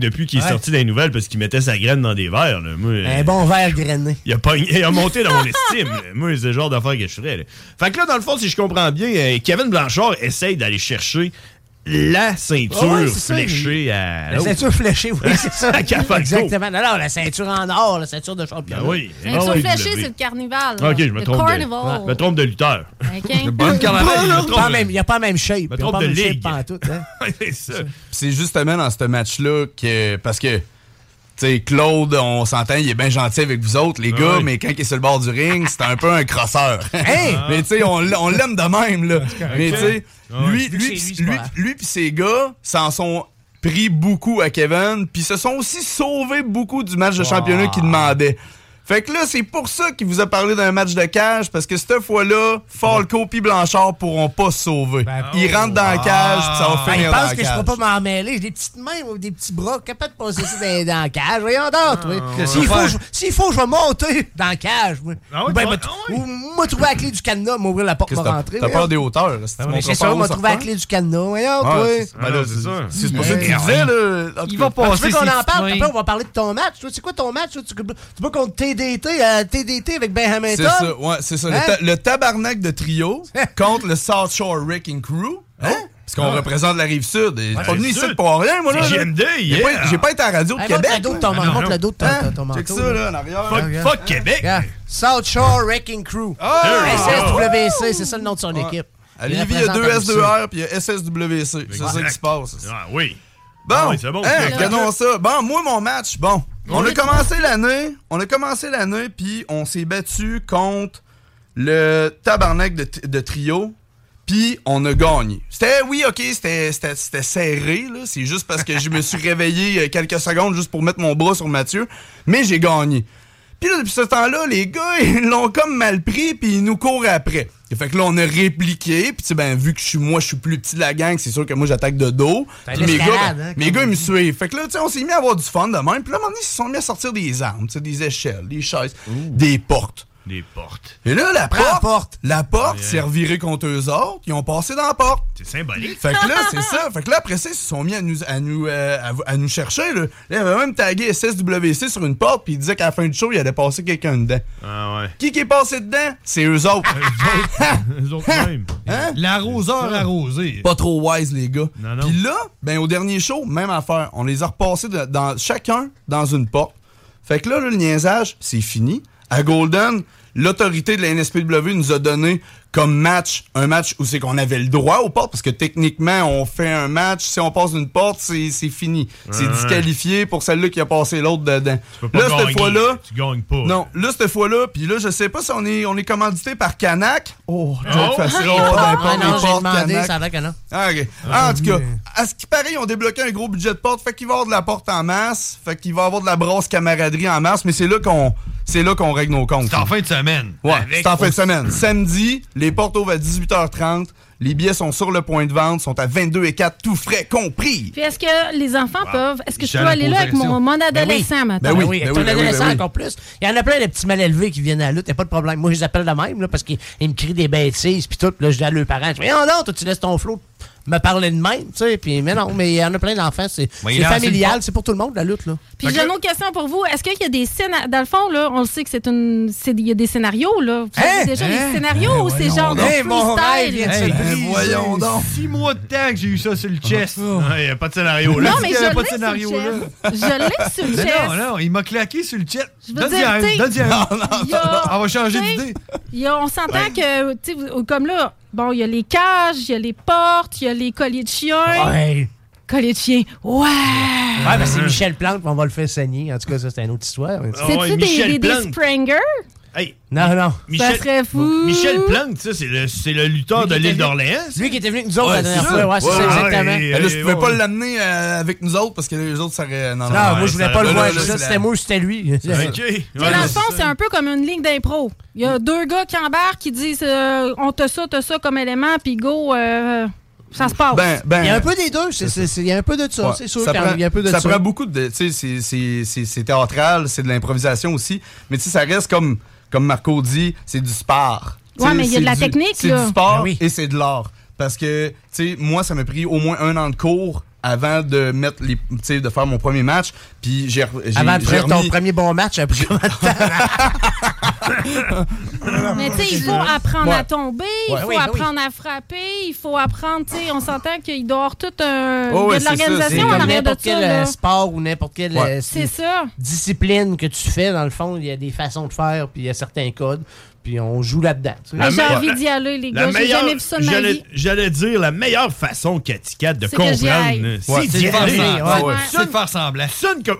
Speaker 6: depuis qu'il est
Speaker 9: Ouais.
Speaker 6: sorti des nouvelles parce qu'il mettait sa graine dans des verres. Là. Moi,
Speaker 9: Un bon verre grainé.
Speaker 6: Il a, pogné- il a monté dans mon estime. là. Moi, c'est le genre d'affaire que je ferais. là. Fait que là, dans le fond, si je comprends bien, euh, Kevin Blanchard essaye d'aller chercher la ceinture
Speaker 9: Ah Ouais, ouais, c'est ça,
Speaker 6: fléchée à.
Speaker 9: La ceinture fléchée, oui, c'est ça.
Speaker 6: À Capaco.
Speaker 9: Exactement. Non, non, la ceinture en or, la ceinture de champion.
Speaker 6: Ben oui.
Speaker 8: Une
Speaker 6: Ah
Speaker 8: ceinture
Speaker 6: oui,
Speaker 8: fléchée,
Speaker 6: je l'ai.
Speaker 8: c'est le carnival. là.
Speaker 6: Ok, je me
Speaker 8: le
Speaker 6: trompe. De,
Speaker 8: Carnival.
Speaker 6: je me trompe de lutteur.
Speaker 8: Ok.
Speaker 9: Pas même- Il n'y a pas la même shape. Il y a
Speaker 17: trompe
Speaker 9: pas
Speaker 17: de
Speaker 9: la même shape
Speaker 17: ligue.
Speaker 9: pantoute, hein.
Speaker 6: c'est ça.
Speaker 17: C'est justement dans ce match-là que. Parce que. Tu sais, Claude, on s'entend, il est bien gentil avec vous autres, les gars,
Speaker 6: oui.
Speaker 17: mais quand il est sur le bord du ring, c'est un peu un crosseur. Mais tu sais, on, l- on l'aime de même, là.
Speaker 6: correct. Ah
Speaker 17: Mais tu sais,
Speaker 6: Ouais.
Speaker 17: lui,
Speaker 6: Vu que
Speaker 17: lui,
Speaker 6: c'est lui,
Speaker 17: pis-
Speaker 6: c'est pas
Speaker 17: lui,
Speaker 6: grave.
Speaker 17: lui pis ses gars s'en sont pris beaucoup à Kevin, puis se sont aussi sauvés beaucoup du
Speaker 6: Ah.
Speaker 17: match de championnat qu'ils demandaient. Fait que là, c'est pour ça qu'il vous a parlé d'un match de cage, parce que cette fois-là, Falco pis Blanchard pourront pas se sauver.
Speaker 6: Ben, oh,
Speaker 17: Ils rentrent dans la cage, pis ça va
Speaker 9: Ah, il
Speaker 17: finir dans
Speaker 9: pense
Speaker 17: la
Speaker 9: que je ne
Speaker 17: cage.
Speaker 9: peux pas m'en mêler. J'ai des petites mains ou des petits bras capables de passer ça dans, dans la cage. Voyons d'autres.
Speaker 17: Ah, ouais.
Speaker 9: S'il
Speaker 17: Ouais.
Speaker 9: faut, je- s'il faut, je vais monter dans la cage. Moi.
Speaker 17: Ah ouais,
Speaker 9: ou ben,
Speaker 17: tu vas-
Speaker 9: me tr- ou me trouver la clé du cadenas, m'ouvrir la porte,
Speaker 17: Qu'est-ce
Speaker 9: me
Speaker 17: que t'as-
Speaker 9: rentrer.
Speaker 17: T'as peur des hauteurs, là, si tu
Speaker 9: Ah, Mais
Speaker 17: montres
Speaker 9: C'est
Speaker 17: pas
Speaker 9: ça, on
Speaker 17: haut,
Speaker 9: m'a
Speaker 17: ça
Speaker 9: trouvé la
Speaker 17: repart.
Speaker 9: clé du cadenas. Voyons,
Speaker 17: Ah,
Speaker 9: toi.
Speaker 17: c'est- ben là, c'est ça. C'est pour ça
Speaker 9: Ouais.
Speaker 17: qu'il disait, là. en tout
Speaker 9: Il
Speaker 17: cas.
Speaker 9: va passer. Ah, Tu veux qu'on en parle, puis après, on va parler de ton match. Toi, C'est quoi ton match? toi? Tu tu vas contre TDT, euh, TDT avec Ben Hamilton?
Speaker 17: C'est ça, ouais, c'est ça. Le
Speaker 9: Hein?
Speaker 17: ta- Le, tabarnak de trio contre le South Shore Wrecking Crew. Hein? Parce qu'on
Speaker 9: Ah.
Speaker 17: représente la rive sud.
Speaker 6: Ah,
Speaker 17: Et
Speaker 9: Ouais.
Speaker 17: J'ai pas venu
Speaker 9: Rive
Speaker 17: ici
Speaker 9: Sud.
Speaker 17: pour rien, moi. là,
Speaker 6: C'est
Speaker 17: là.
Speaker 6: JMD,
Speaker 17: J'ai
Speaker 6: yeah.
Speaker 17: pas- J'ai pas été à la radio de
Speaker 9: Hey, montre
Speaker 17: Québec.
Speaker 9: le dos de ton-
Speaker 17: là.
Speaker 9: montre le dos de ton-
Speaker 17: Hein?
Speaker 9: ton- ton
Speaker 17: Check
Speaker 9: manteau,
Speaker 17: ça,
Speaker 9: là.
Speaker 17: là, en arrière.
Speaker 9: Ah, Fuck-
Speaker 17: Regarde.
Speaker 9: fuck Québec. Regarde. South Shore Wrecking Crew. SSWC, c'est ça le nom de son équipe.
Speaker 17: À Lévis, il y a Ah! deux S2R puis il y a SSWC. C'est ça qui se passe.
Speaker 6: Ah oui.
Speaker 17: Bon,
Speaker 6: Ah oui, c'est bon.
Speaker 17: hein,
Speaker 6: Là,
Speaker 17: regardons
Speaker 6: là.
Speaker 17: ça. Bon, moi, mon match, bon. On a
Speaker 6: Oui.
Speaker 17: commencé l'année, on a commencé l'année, puis on s'est battu contre le tabarnak de, t- de trio, puis on a gagné. C'était, oui, ok, c'était c'était- c'était serré, là. C'est juste parce que je me suis réveillé euh, quelques secondes juste pour mettre mon bras sur Mathieu, mais j'ai gagné. Puis là, depuis ce temps-là, les gars, ils l'ont comme mal pris, puis ils nous courent après. Et fait que là, on a répliqué, puis tu sais, ben, vu que je suis, moi, je suis plus petit de la gang, c'est sûr que moi, j'attaque de dos.
Speaker 9: Fait
Speaker 17: Puis mes gars,
Speaker 9: l'escalade,
Speaker 17: ben,
Speaker 9: hein,
Speaker 17: mes gars, ils me suivent. Fait que là, tu sais, on s'est mis à avoir du fun de même. Puis là, à un moment donné, ils se sont mis à sortir des armes, tu sais, des échelles, des chaises, des portes.
Speaker 6: Des portes.
Speaker 17: Et là, la
Speaker 6: Prends
Speaker 17: porte,
Speaker 6: la
Speaker 17: la porte, s'est revirée contre eux autres. Ils ont passé dans la porte.
Speaker 6: C'est symbolique.
Speaker 17: Fait que là, c'est ça. Fait que là, après ça, ils se sont mis à nous, à nous, euh, à, à nous chercher. Là. Là, ils avaient même tagué SSWC sur une porte, puis ils disaient qu'à la fin du show, il allait passer quelqu'un dedans.
Speaker 6: Ah ouais.
Speaker 17: Qui qui est passé dedans? Hein? C'est eux autres.
Speaker 6: Ah, eux autres même.
Speaker 17: L'arroseur arrosé. Pas trop wise, les gars. Puis là, ben, au dernier show, même affaire. On les a repassés de- dans, chacun dans une porte. Fait que là, là, le niaisage, c'est fini. À Golden, l'autorité de la NSPW nous a donné comme match un match où c'est qu'on avait le droit aux portes, parce que techniquement, on fait un match, si on passe d'une porte, c'est c'est fini.
Speaker 6: Ouais,
Speaker 17: C'est
Speaker 6: ouais.
Speaker 17: disqualifié pour celle-là qui a passé l'autre dedans.
Speaker 6: Tu peux pas
Speaker 17: là,
Speaker 6: gagner.
Speaker 17: cette fois-là,
Speaker 6: Tu gagnes pas.
Speaker 17: non, là, cette fois-là, puis là, je sais pas si on est, on est commandité par Canac. Oh,
Speaker 9: Oh!
Speaker 17: Jack Facile, oh,
Speaker 9: Ah,
Speaker 17: dans les portes,
Speaker 9: non,
Speaker 17: les
Speaker 9: j'ai
Speaker 17: portes,
Speaker 9: demandé,
Speaker 17: Canac.
Speaker 9: ça a l'air que non.
Speaker 17: Ah, ok. Ah, en tout cas, à ce qui paraît, ils ont débloqué un gros budget de porte. Fait qu'il va y avoir de la porte en masse. Fait qu'il va y avoir de la brosse camaraderie en masse. Mais c'est là qu'on c'est là qu'on règle nos comptes. C'est en fin de semaine. Ouais,
Speaker 7: Avec-
Speaker 17: c'est en fin de semaine. Samedi, les portes ouvrent à 18h30. Les billets sont sur le point de vente, sont à 22 et 4, tout frais compris.
Speaker 8: Puis est-ce que les enfants peuvent. Est-ce que je peux
Speaker 17: J'allais
Speaker 8: aller là
Speaker 17: poser
Speaker 8: avec
Speaker 17: la
Speaker 8: mon
Speaker 17: question.
Speaker 8: monde adolescent
Speaker 9: ben oui.
Speaker 8: maintenant?
Speaker 9: Ben oui, avec ton
Speaker 17: ben oui,
Speaker 9: adolescent
Speaker 17: ben oui.
Speaker 9: encore plus. Il y en a plein de petits mal élevés qui viennent à la lutte, y a pas de problème. Moi, je les appelle de même, là, parce qu'ils ils me crient des bêtises, puis tout. Puis Là, je dis à leurs parents, je dis, Voyons donc, toi, tu laisses ton flot me parler de même, tu sais. Puis, mais non, mais il y en a plein d'enfants, c'est
Speaker 7: Ouais, il
Speaker 9: c'est
Speaker 7: lance une
Speaker 9: familial,
Speaker 7: porte.
Speaker 9: c'est pour tout le monde, la lutte, là.
Speaker 8: Puis j'ai une autre question pour vous. Est-ce qu'il y a des scénarios. Dans le fond, là, on le sait que c'est une. c'est- Il y a des scénarios, là. Vous savez déjà les scénarios ou c'est genre de freestyle?
Speaker 6: Hey, ben
Speaker 7: voyons donc.
Speaker 6: Six mois de temps que j'ai eu ça sur le chest. Il n'y a pas de scénario là.
Speaker 8: Oh. Non, mais
Speaker 7: Il y avait
Speaker 8: je
Speaker 7: pas
Speaker 8: l'ai
Speaker 7: de
Speaker 8: sur le
Speaker 7: scénario là.
Speaker 8: chest. Je l'ai sur le
Speaker 7: Mais
Speaker 8: chest.
Speaker 7: Non, non, il m'a claqué sur le chat.
Speaker 8: Je veux
Speaker 7: Donne-y
Speaker 8: dire,
Speaker 7: un,
Speaker 8: t'sais,
Speaker 7: donne-y un.
Speaker 8: Non, non, il y a-
Speaker 7: On va changer
Speaker 8: t'sais,
Speaker 7: d'idée.
Speaker 8: Il y a- on s'entend que, tu sais, vous- comme là, bon, il y a les cages, il y a les portes, il y a les colliers de chien.
Speaker 9: Ouais.
Speaker 8: Colliers de chien. Ouais!
Speaker 9: Ouais, ben c'est Michel Plante, on va le faire saigner. En tout cas, ça, c'est une autre histoire. mais tu sais.
Speaker 8: C'est-tu des, des, des Springer?
Speaker 9: Non, non.
Speaker 6: Michel,
Speaker 8: serait fou.
Speaker 6: Michel Plank, ça, c'est le, c'est le lutteur de l'île d'Orléans.
Speaker 9: Lui qui était venu avec nous autres Oh, la
Speaker 17: Ouais,
Speaker 9: dernière
Speaker 17: c'est
Speaker 9: fois,
Speaker 17: ça.
Speaker 9: ouais, c'est ça,
Speaker 17: Ouais,
Speaker 9: exactement.
Speaker 17: ouais, là, je pouvais pas l'amener euh, avec nous autres parce que les autres, ça aurait. Non,
Speaker 9: Non, moi, je voulais pas le voir. je disais, C'était moi ou c'était lui.
Speaker 8: Mais dans le fond, c'est un peu comme une ligne d'impro. Il y a deux gars qui embarquent, qui disent euh, on te ça, t'as ça comme élément, puis go, euh, ça se passe.
Speaker 9: il y a un peu des deux. c'est- c'est- c'est- Il y a un peu de ça,
Speaker 17: Ben, Ouais,
Speaker 9: c'est sûr.
Speaker 17: ça
Speaker 9: qu'il y a-
Speaker 17: prend-
Speaker 9: il y a un peu de
Speaker 17: ça
Speaker 9: ça.
Speaker 17: prend beaucoup de. Tu sais, c'est- c'est- c'est c'est théâtral, c'est de l'improvisation aussi. Mais tu sais, ça reste comme, comme Marco dit, c'est du sport. Tu
Speaker 8: Ouais,
Speaker 17: sais,
Speaker 8: mais il y a
Speaker 17: c'est
Speaker 8: de la
Speaker 17: du-
Speaker 8: technique,
Speaker 17: C'est
Speaker 8: là.
Speaker 17: du sport
Speaker 8: Ben oui.
Speaker 17: et c'est de l'art. Parce que, tu sais, moi, ça m'a pris au moins un an de cours avant de mettre les, tu sais, de faire mon premier match. Puis j'ai, re- j'ai-
Speaker 9: Avant de
Speaker 17: j'ai
Speaker 9: faire ton
Speaker 17: remis-
Speaker 9: premier bon match, après comment
Speaker 8: Mais tu sais, il faut apprendre
Speaker 17: Ouais.
Speaker 8: à tomber, il
Speaker 17: Ouais.
Speaker 8: faut
Speaker 17: Oui, oui.
Speaker 8: apprendre à frapper, il faut apprendre, tu sais, on s'entend qu'il doit y avoir tout un... Euh, il y
Speaker 9: Oh,
Speaker 8: a
Speaker 9: ouais,
Speaker 8: de
Speaker 9: c'est ça,
Speaker 8: l'organisation
Speaker 9: c'est
Speaker 8: en
Speaker 9: comme
Speaker 8: arrière de
Speaker 9: n'importe
Speaker 8: ça,
Speaker 9: quel
Speaker 8: là.
Speaker 9: euh, sport ou n'importe quelle
Speaker 8: Ouais.
Speaker 9: euh,
Speaker 8: C'est
Speaker 9: si-
Speaker 8: ça.
Speaker 9: discipline que tu fais, dans le fond, il y a des façons de faire, puis il y a certains codes, puis on joue là-dedans. tu sais.
Speaker 6: La
Speaker 8: J'ai
Speaker 6: meilleure-
Speaker 8: envie d'y aller, les
Speaker 6: La
Speaker 8: gars. J'ai
Speaker 6: meilleure-
Speaker 8: jamais vu ça de ma
Speaker 6: j'allais-
Speaker 8: vie.
Speaker 6: J'allais dire la meilleure façon qu'à Cat de
Speaker 8: C'est que j'y aille.
Speaker 6: comprendre,
Speaker 7: Ouais,
Speaker 6: c'est
Speaker 7: c'est
Speaker 6: d'y
Speaker 7: de faire
Speaker 6: aller.
Speaker 7: semblant. Ouais, ouais.
Speaker 6: Sonne-
Speaker 7: C'est de faire semblant.
Speaker 6: Sonne comme.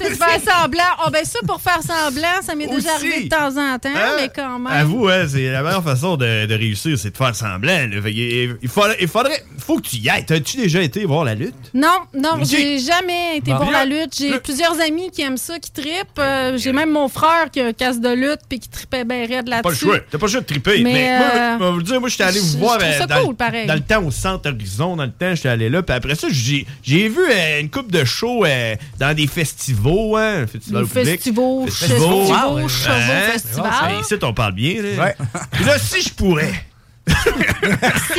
Speaker 8: C'est de faire semblant. Oh, ben ça, pour faire semblant, ça m'est déjà arrivé de temps en temps, mais quand même.
Speaker 6: Avoue, hein, c'est la meilleure façon de, de réussir, c'est de faire semblant. là. Fait que, il, il faudrait, il faudrait- faut que tu y ailles. T'as-tu déjà été voir la lutte?
Speaker 8: Non, non,
Speaker 6: Ok.
Speaker 8: j'ai jamais été
Speaker 6: Bon.
Speaker 8: pour la
Speaker 6: Là,
Speaker 8: lutte. J'ai plusieurs amis qui aiment ça, qui trippent. Euh, j'ai même mon frère qui a un casse de lutte puis qui trippait bien raide là-dessus.
Speaker 6: Pas le choix. T'as pas le choix de triper.
Speaker 8: Mais,
Speaker 6: Mais, moi,
Speaker 8: euh,
Speaker 6: je vais vous le dire, moi, j'étais allé
Speaker 8: je-
Speaker 6: vous voir
Speaker 8: je trouve ça
Speaker 6: euh, dans,
Speaker 8: cool, pareil.
Speaker 6: dans le temps au Centre Horizon. Dans le temps, j'étais allé là. Puis après ça, j'ai j'ai vu euh, une coupe de shows euh, dans des festivals. Hein, festivals
Speaker 8: Les
Speaker 6: au public.
Speaker 8: festivals,
Speaker 6: Festivals.
Speaker 8: festivals, chevaux, festivals.
Speaker 6: Ouais, Ici, on parle bien. Là. Puis là, si je pourrais.
Speaker 8: Si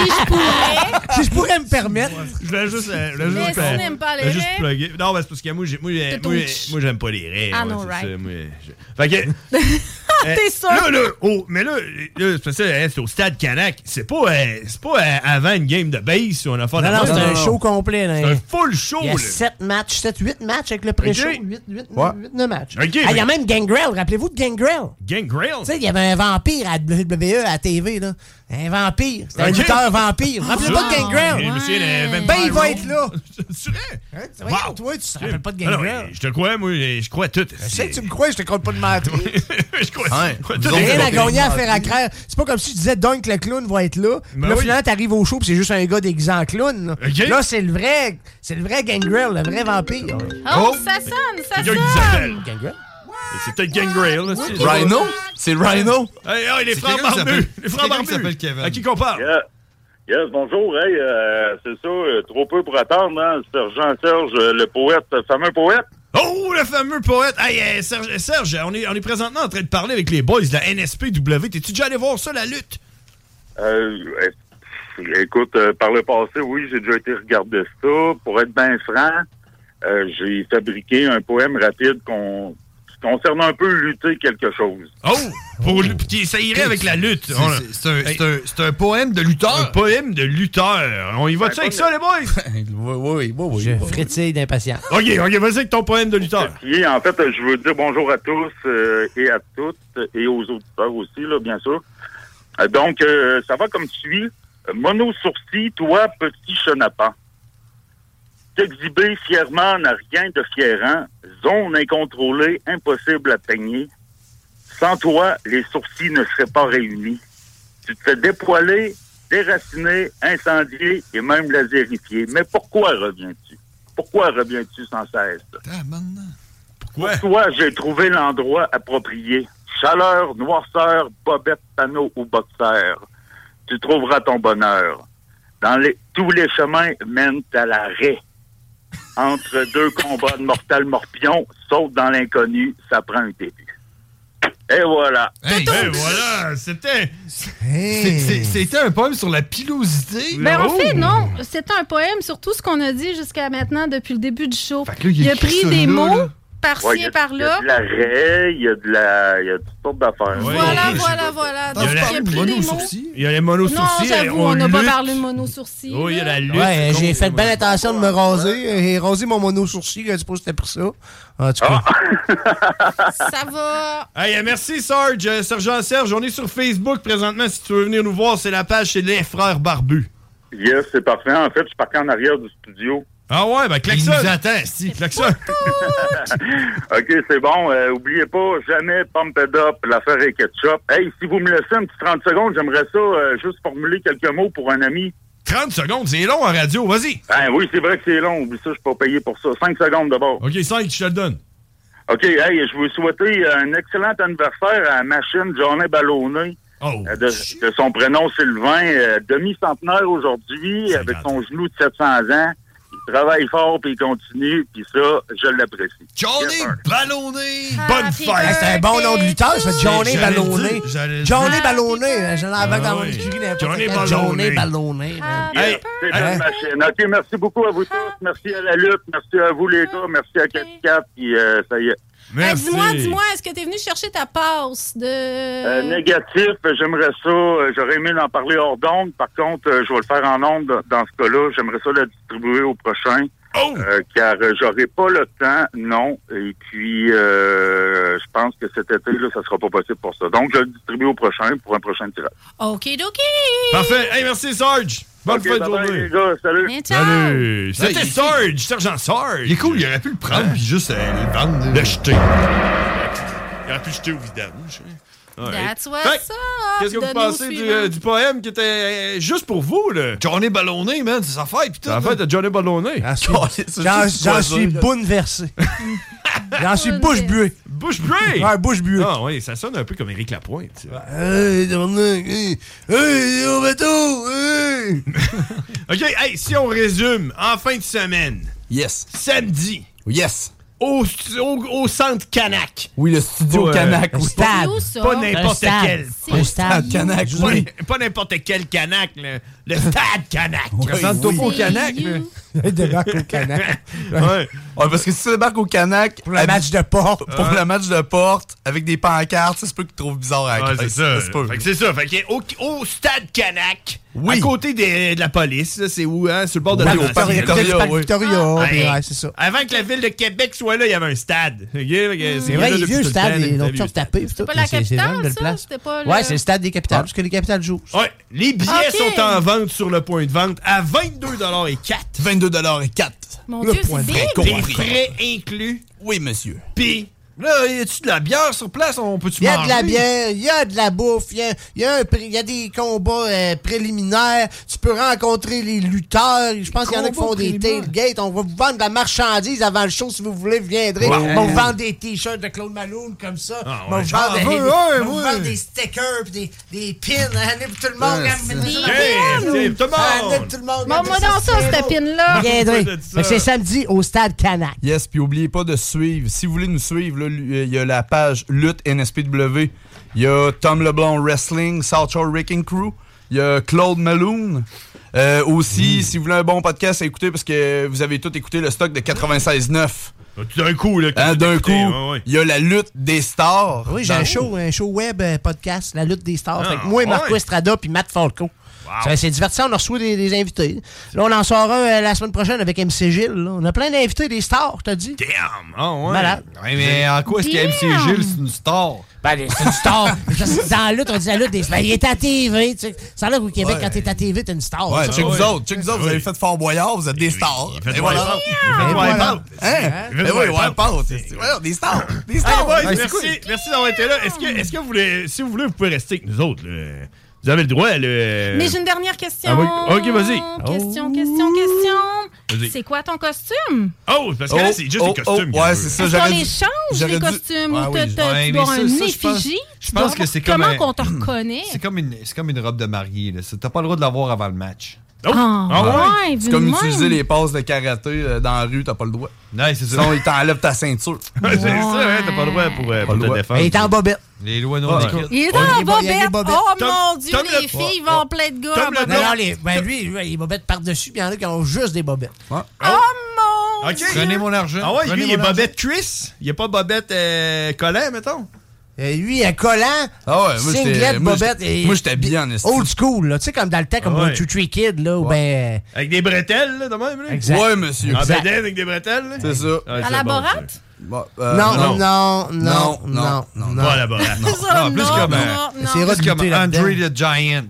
Speaker 8: je pourrais.
Speaker 9: si je pourrais me permettre.
Speaker 6: Je voulais juste. euh, je voulais
Speaker 8: Mais
Speaker 6: juste,
Speaker 8: si
Speaker 6: euh,
Speaker 8: n'aime pas les
Speaker 6: je voulais juste
Speaker 8: raies.
Speaker 6: plugger. Non, mais c'est parce que moi, j'ai- moi, j'ai-
Speaker 8: ton
Speaker 6: moi,
Speaker 8: ch-
Speaker 6: moi, j'aime pas les raies.
Speaker 8: Ah
Speaker 6: ouais,
Speaker 8: non,
Speaker 6: c'est
Speaker 8: right.
Speaker 6: ça, moi, je- Fait que. Euh,
Speaker 8: T'es sûr?
Speaker 6: Là, là, oh, mais là, là, c'est parce que hein, c'est au stade Canac. C'est pas, euh, c'est pas euh, avant une game de base si on a fait
Speaker 9: Non, non, c'est un show complet. là.
Speaker 6: C'est un full show,
Speaker 9: Il y a
Speaker 6: là.
Speaker 9: 7 matchs, 7, 8 matchs avec le pré-show.
Speaker 6: Ok.
Speaker 9: 8, 8,
Speaker 6: Ouais.
Speaker 9: 8, 9 matchs.
Speaker 6: Ok,
Speaker 9: Ah, il y a
Speaker 6: mais-
Speaker 9: même Gangrel. Rappelez-vous de Gangrel.
Speaker 6: Gangrel?
Speaker 9: Tu sais, il y avait un vampire à WWE, à la TV. Là. Un vampire. C'était un
Speaker 6: Ok. Ah. Eh,
Speaker 9: lutteur vampire. Rappelez-vous de Gangrel.
Speaker 6: Je me souviens de Vampire
Speaker 9: Ben, il va
Speaker 6: Road.
Speaker 9: être là.
Speaker 6: C'est vrai?
Speaker 9: Hein, voyons, Toi, tu te rappelles pas de
Speaker 6: Ah non,
Speaker 9: Gangrel.
Speaker 6: mais je te crois, moi, je crois tout.
Speaker 9: Je sais que tu me crois, je te compte pas de mentir.
Speaker 6: Je crois. je crois ben, tout.
Speaker 9: J'ai rien à gagner à faire à craire. C'est pas comme si tu disais Dunk le clown va être là. Puis
Speaker 6: Ben
Speaker 9: là,
Speaker 6: oui.
Speaker 9: finalement, t'arrives au show, puis c'est juste un gars déguisé en clown. Là,
Speaker 6: Ok.
Speaker 9: Là, c'est le vrai, c'est le vrai Gangrel, le vrai vampire.
Speaker 8: Oh, ça sonne, ça
Speaker 6: Quelqu'un qui
Speaker 8: sonne.
Speaker 6: s'appelle. Et C'est peut-être Gangrel. là, c'est-
Speaker 17: Rhino? C'est Rhino?
Speaker 6: Hey, hey, les
Speaker 17: C'est
Speaker 6: frères
Speaker 17: quelqu'un qui
Speaker 6: barbus.
Speaker 17: s'appelle-
Speaker 6: Les frères
Speaker 17: quelqu'un qui
Speaker 6: barbus.
Speaker 17: s'appelle Kevin.
Speaker 6: À qui qu'on parle?
Speaker 23: Yeah. Yes, bonjour. Hey, euh, c'est ça, euh, trop peu pour attendre, hein, Sergent Serge, euh, le poète, le fameux poète.
Speaker 6: Oh, le fameux poète! Hey, euh, Serge, Serge, on est, on est présentement en train de parler avec les boys de la NSPW. T'es-tu déjà allé voir ça, la lutte?
Speaker 23: Euh, euh, pff, écoute, euh, par le passé, oui, j'ai déjà été regarder ça. Pour être bien franc, euh, j'ai fabriqué un poème rapide qu'on qui concerne un peu lutter quelque chose.
Speaker 6: Oh! Pour, lu- Puis ça irait avec la lutte.
Speaker 23: C'est-
Speaker 6: On-
Speaker 23: c'est-
Speaker 7: C'est un- c'est un, c'est un poème de lutteur. Un
Speaker 6: poème de lutteur. On y va-tu avec ça, les boys?
Speaker 17: oui, oui, oui. oui.
Speaker 9: Je frétille d'impatience.
Speaker 6: OK, OK, vas-y avec ton poème de lutteur.
Speaker 23: Puis, en fait, euh, je veux dire bonjour à tous euh, et à toutes euh, et aux auditeurs aussi, là, bien sûr. Euh, donc, euh, ça va comme suit. Euh, Mono sourcil, toi, petit chenapan. T'exhiber fièrement n'a rien de fierant. Zone incontrôlée, impossible à peigner. Sans toi, les sourcils ne seraient pas réunis. Tu te fais dépoiler, déraciner, incendier et même lasérifier. Mais pourquoi reviens-tu? Pourquoi reviens-tu sans cesse? Pour toi, j'ai trouvé l'endroit approprié. Chaleur, noirceur, bobette, panneau ou boxeur. Tu trouveras ton bonheur. Dans les, tous les chemins mènent à l'arrêt. Entre deux combats de mortal morpion, saute dans l'inconnu, ça prend un début. Et voilà.
Speaker 6: Ben voilà, c'était.
Speaker 7: C'est- c'est- C'était un poème sur la pilosité. Oh.
Speaker 8: Ben, en fait, non. C'était un poème sur tout ce qu'on a dit jusqu'à maintenant, depuis le début du show. il a
Speaker 23: écrit
Speaker 8: pris
Speaker 23: ça
Speaker 8: des
Speaker 23: là,
Speaker 8: mots
Speaker 23: là.
Speaker 8: par-ci
Speaker 23: Ouais, il y a-
Speaker 8: et par-là.
Speaker 23: Il y a de l'arrêt, il y a de la. Il y a toutes sortes d'affaires.
Speaker 8: Voilà, voilà, voilà. Donc,
Speaker 6: Il y a
Speaker 8: il
Speaker 6: la-
Speaker 8: a pris des mots.
Speaker 6: Il y a les monos
Speaker 8: Non,
Speaker 6: sourcils.
Speaker 8: j'avoue, on n'a pas parlé de mono-sourcils.
Speaker 6: Oh, il y a la lutte.
Speaker 9: Ouais, j'ai fait bien attention de me raser. J'ai rasé mon mono sourcil, je suppose que c'était pour ça. En tout cas.
Speaker 8: Ça va.
Speaker 6: Hey, euh, merci, Sarge. Euh, Sergent Serge, on est sur Facebook présentement. Si tu veux venir nous voir, c'est la page chez les frères barbus.
Speaker 23: Yes, c'est parfait. En fait, je partais en arrière du studio.
Speaker 6: Ah ouais, ben klaxon. Il nous attend, si. Klaxon.
Speaker 23: OK, c'est bon. Euh, oubliez pas, jamais pump it up, l'affaire est ketchup. Hey, si vous me laissez un petit 30 secondes, j'aimerais ça euh, juste formuler quelques mots pour un ami.
Speaker 6: 30 secondes, c'est long en radio, vas-y.
Speaker 23: Ben oui, c'est vrai que c'est long. Oublie ça, je suis pas payé pour ça. 5 secondes d'abord.
Speaker 6: OK, 5, je te le donne.
Speaker 23: OK, hey, je veux souhaiter un excellent anniversaire à ma chaîne Johnny Ballonnet.
Speaker 6: Oh,
Speaker 23: Euh, De, de son prénom Sylvain, euh, demi-centenaire aujourd'hui, avec son genou de 700 ans. travaille fort, puis il continue, puis ça, je l'apprécie.
Speaker 7: Johnny Ballonné!
Speaker 6: Ah, Bonne
Speaker 9: Hey, c'est un bon nom de lutteur, ça fait Johnny
Speaker 6: J'allais le
Speaker 9: Ballonné.
Speaker 6: dire, j'allais le
Speaker 9: Johnny
Speaker 6: dire. Ah
Speaker 9: Ballonné, j'en avais dans mon
Speaker 6: oui.
Speaker 9: écurie n'importe
Speaker 6: Johnny
Speaker 9: quel.
Speaker 6: Ballonné.
Speaker 9: Johnny Ballonné.
Speaker 8: Ah,
Speaker 9: man.
Speaker 23: Yes,
Speaker 8: ben,
Speaker 23: c'est bien ma chaîne. OK, merci beaucoup à vous tous. Merci à la lutte. Merci à vous, les gars. Merci à 4 Puis euh, ça y est.
Speaker 8: Ah, dis-moi, dis-moi, est-ce que t'es venu chercher ta passe de.
Speaker 23: Euh, négatif, j'aimerais ça. euh, J'aurais aimé en parler hors d'onde. Par contre, euh, je vais le faire en onde dans- dans ce cas-là. J'aimerais ça la distribuer au prochain.
Speaker 6: Oh!
Speaker 23: Euh, car euh, j'aurai pas le temps, non. Et puis, euh, je pense que cet été, là, ça sera pas possible pour ça. Donc, je le distribue au prochain pour un prochain tirage.
Speaker 8: OK, dokie!
Speaker 24: Parfait. Hey, merci, Sarge. Bonne
Speaker 23: Ok,
Speaker 24: fin de
Speaker 23: bye bye,
Speaker 24: journée.
Speaker 23: les gars. Salut.
Speaker 8: Mais ciao.
Speaker 24: Salut.
Speaker 6: Ouais,
Speaker 24: C'était
Speaker 6: il-
Speaker 24: Sarge, Sergent Sarge. Il est cool, il aurait pu le prendre puis juste euh, le vendre. L'acheter. Il aurait pu le jeter au vidange.
Speaker 8: That's what's
Speaker 6: Fait que,
Speaker 8: up!
Speaker 6: Qu'est-ce que vous
Speaker 8: Donnez au
Speaker 6: pensez du,
Speaker 8: suivant.
Speaker 6: euh, du poème qui était euh, juste pour vous, là? Johnny Ballonné, man, c'est sa fête, putain. C'est la fête de Johnny Ballonné.
Speaker 24: Ah,
Speaker 9: J'en j'en suis bouleversé. J'en
Speaker 8: Oh,
Speaker 9: suis bouche buée.
Speaker 6: Bouche buée?
Speaker 9: Ouais, bouche buée.
Speaker 6: Ah oui, ça sonne un peu comme Éric Lapointe.
Speaker 9: Hey, tabarnak, hey, hey, au bateau, hey.
Speaker 6: OK, hey, si on résume, en fin de semaine.
Speaker 17: Yes.
Speaker 6: Samedi.
Speaker 17: Yes.
Speaker 6: Au, stu- au, au centre Canac.
Speaker 17: Oui, le studio
Speaker 6: Pas, euh,
Speaker 17: Canac.
Speaker 6: le
Speaker 17: oui.
Speaker 6: stade. Où ça? Pas n'importe
Speaker 17: Un
Speaker 6: quel.
Speaker 17: stade.
Speaker 6: Un
Speaker 17: Un stade Canac.
Speaker 6: Pas-
Speaker 17: Oui.
Speaker 6: Pas n'importe quel Canac, le, le stade Canac. Présente-toi
Speaker 17: oui.
Speaker 6: pas au Canac. là.
Speaker 9: débarque au Canac.
Speaker 6: Ouais.
Speaker 17: Ouais, parce que si tu débarques au Canac. Pour
Speaker 9: le match de porte.
Speaker 17: Pour le match de porte, avec des pancartes, ça se peut qu'ils te trouvent bizarre à la
Speaker 6: Ouais, c'est
Speaker 17: caisse.
Speaker 6: ça.
Speaker 17: se peut.
Speaker 6: Fait que c'est ça. Fait que au, au stade Canac, à côté des- de la police, là, c'est où, hein? Sur le bord de
Speaker 9: Ouais,
Speaker 6: la Ah,
Speaker 9: au parc Victoria, Victoria, oui. Victoria, puis ouais, c'est ça. Mmh,
Speaker 6: Avant que la ville de Québec soit là, il y avait un stade.
Speaker 9: C'est vrai, les vieux stades, ils l'ont toujours tapé. C'était
Speaker 8: pas la capitale, ça? C'était pas le-
Speaker 9: Ouais, c'est le stade des capitales, parce que les capitales jouent.
Speaker 6: Ouais, les billets
Speaker 8: Ok.
Speaker 6: sont en vente sur le point de vente à 22 et 4. 22 et 4.
Speaker 8: Mon Dieu, c'est big!
Speaker 6: Les frais inclus.
Speaker 17: Oui, monsieur.
Speaker 6: Puis, là, y a-tu de la bière sur place? On peut-tu
Speaker 9: Il y a de la
Speaker 6: manger?
Speaker 9: bière, il y a de la bouffe, il y a, il y a un pré- il y a des combats euh, préliminaires. Tu peux rencontrer les lutteurs. Je pense qu'il y en a qui
Speaker 11: Combats
Speaker 9: font des
Speaker 11: préliminaires.
Speaker 9: tailgates. On va vous vendre de la marchandise avant le show si vous voulez. Vous viendrez.
Speaker 11: Ouais.
Speaker 9: On va vous vendre des t-shirts de Claude Malone comme ça.
Speaker 11: Ah
Speaker 9: On va
Speaker 11: ouais,
Speaker 9: vous
Speaker 11: j'en
Speaker 9: vendre,
Speaker 11: veux,
Speaker 9: des-
Speaker 11: ouais,
Speaker 9: on va vous
Speaker 11: ouais.
Speaker 9: vendre des stickers pis des, des pins. Allez pour tout le monde.
Speaker 11: Ouais,
Speaker 9: ramenez
Speaker 11: c'est
Speaker 9: ça
Speaker 11: ça.
Speaker 9: dans la
Speaker 11: Hey,
Speaker 9: maison.
Speaker 11: c'est tout le monde.
Speaker 9: Ramenez tout le monde.
Speaker 8: Bon, moi, dans ça, cette pin-là.
Speaker 9: Viendrez.
Speaker 17: Faites ça.
Speaker 9: Fait que C'est samedi au stade Canac.
Speaker 17: Yes, puis oubliez pas de suivre. Si vous voulez nous suivre, là, lui- euh, il y a la page Lutte NSPW. Il y a Tom Leblanc Wrestling, South Shore Wrecking Crew. Il y a Claude Malone. Euh, aussi,
Speaker 6: Mm.
Speaker 17: si vous voulez un bon podcast à écouter, parce que vous avez tout écouté le stock de 96.9.
Speaker 6: Euh, D'un coup, là.
Speaker 17: Hein, D'un coup,
Speaker 6: écouté,
Speaker 17: il
Speaker 6: ouais, ouais.
Speaker 17: y a la lutte des stars.
Speaker 9: Ben Oui, j'ai un
Speaker 17: Dans-
Speaker 9: show, un show web euh, podcast, La lutte des stars.
Speaker 17: Ben Ah,
Speaker 9: Fait que moi, et Marco
Speaker 17: ouais.
Speaker 9: Estrada puis Matt Falco. Ça, C'est divertissant, on a reçu des, des invités. Là, on en sort un euh, la semaine prochaine avec MC Gilles. là. On a plein d'invités, des stars, je te dis.
Speaker 6: Damn! Ah ouais.
Speaker 9: Malade.
Speaker 7: Ouais, mais en quoi est-ce que MC Gilles, c'est une star?
Speaker 9: Ben, c'est une star. Parce que Dans la lutte, on dit la lutte des stars. Ben, il est à TV. tu sais. Ça a l'air qu'au Québec,
Speaker 17: Ouais.
Speaker 9: quand t'es à TV, t'es une star.
Speaker 17: Ouais,
Speaker 9: tu sais.
Speaker 17: check
Speaker 6: Ah,
Speaker 17: vous autres, check vous autres, hein. vous avez fait Fort Boyard, vous êtes des stars.
Speaker 9: fait
Speaker 17: Et voilà.
Speaker 9: Wipeout.
Speaker 17: Et
Speaker 9: Il fait
Speaker 17: voilà.
Speaker 9: Wipeout.
Speaker 17: Hein?
Speaker 6: Il fait
Speaker 17: Mais oui,
Speaker 6: Wipeout.
Speaker 17: Wipeout, c'est- voilà, des stars. Des
Speaker 6: Eh Hey,
Speaker 17: stars.
Speaker 6: boys,
Speaker 17: Ouais, c'est
Speaker 6: merci,
Speaker 17: cool. Mm.
Speaker 6: merci d'avoir été là. Est-ce que, est-ce que vous voulez, si vous voulez, vous pouvez rester avec nous autres. là. Vous avez le droit. Là.
Speaker 8: Mais j'ai une dernière question.
Speaker 6: Ah oui, ok, vas-y.
Speaker 8: Question, question,
Speaker 9: Oh.
Speaker 8: question.
Speaker 6: Vas-y.
Speaker 8: C'est quoi ton costume?
Speaker 6: Oh, parce que là, c'est juste
Speaker 17: Oh,
Speaker 6: les costumes.
Speaker 17: oh, ouais, c'est ça,
Speaker 8: Est-ce qu'on
Speaker 17: j'aurais
Speaker 8: les
Speaker 17: dû-
Speaker 8: change,
Speaker 17: j'aurais
Speaker 8: les
Speaker 17: dû-
Speaker 8: costumes?
Speaker 7: Ah
Speaker 8: Ou
Speaker 7: oui,
Speaker 8: t'as- t'as-
Speaker 7: ouais,
Speaker 8: tu
Speaker 7: mais
Speaker 8: dois
Speaker 7: ça,
Speaker 8: avoir
Speaker 7: ça,
Speaker 8: une
Speaker 7: je pense-
Speaker 8: effigie?
Speaker 7: Je
Speaker 8: Tu dois
Speaker 7: pense que
Speaker 8: avoir-
Speaker 7: c'est comme.
Speaker 8: Comment
Speaker 7: un-
Speaker 8: qu'on te reconnaît?
Speaker 7: C'est comme une, c'est comme une robe de mariée. Là. C'est- T'as pas le droit de l'avoir avant le match.
Speaker 6: Oh.
Speaker 8: Ah, Ah ouais? ouais,
Speaker 17: C'est comme
Speaker 8: vu de
Speaker 17: utiliser
Speaker 8: même.
Speaker 17: les passes de karaté euh, dans la rue, t'as pas le droit.
Speaker 7: Non, c'est ça.
Speaker 17: Sinon, ils t'enlèvent ta ceinture.
Speaker 6: c'est ça, hein, t'as pas le droit pour, euh, pour te défendre.
Speaker 9: Il est en bobette.
Speaker 7: Les lois non
Speaker 6: Ouais.
Speaker 7: écrites.
Speaker 8: Il est
Speaker 9: Oh, il
Speaker 8: en
Speaker 9: est bo- il est
Speaker 8: bobette.
Speaker 9: bobette.
Speaker 8: Oh
Speaker 9: Tom-
Speaker 8: mon Dieu,
Speaker 9: Tom
Speaker 8: les
Speaker 9: le-
Speaker 8: filles vont plein de gars. en
Speaker 9: Non,
Speaker 8: bobette.
Speaker 9: non, les, ben lui, lui, il est bobette par-dessus, puis il y en a qui ont juste des bobettes. Ah.
Speaker 8: Oh
Speaker 6: Ok.
Speaker 7: Prenez mon argent.
Speaker 6: Ah ouais,
Speaker 7: Prenez
Speaker 6: lui, il est
Speaker 7: mon
Speaker 6: Bobette Chris. Il est pas Bobette euh, Collet, mettons.
Speaker 9: Et lui, un collant,
Speaker 17: Ah ouais, moi, j'étais-
Speaker 9: singlet,
Speaker 17: moi,
Speaker 9: bobette.
Speaker 17: j'étais-
Speaker 9: et-
Speaker 17: moi, j'étais bien en esti.
Speaker 9: Old school, là. Tu sais, comme dans le temps, comme
Speaker 17: Ah ouais.
Speaker 9: One Two Three Kid, là, ou ben.
Speaker 6: Avec des bretelles, là, de même. Là.
Speaker 9: Exact.
Speaker 17: Ouais, monsieur.
Speaker 6: En
Speaker 9: Exact.
Speaker 6: bedaine avec des bretelles. là.
Speaker 17: C'est ça.
Speaker 6: Ah,
Speaker 8: À
Speaker 6: c'est
Speaker 8: la
Speaker 6: bon,
Speaker 8: borate?
Speaker 17: Bon, euh,
Speaker 9: non, non, non,
Speaker 17: Non, non,
Speaker 9: non,
Speaker 17: non.
Speaker 6: Pas à la borate.
Speaker 17: Non.
Speaker 8: Ça,
Speaker 7: Non, plus
Speaker 8: non,
Speaker 7: comme,
Speaker 8: non,
Speaker 7: euh,
Speaker 8: non.
Speaker 7: plus
Speaker 8: Plus
Speaker 7: comme
Speaker 8: comme
Speaker 7: Andre
Speaker 8: André
Speaker 7: the Giant.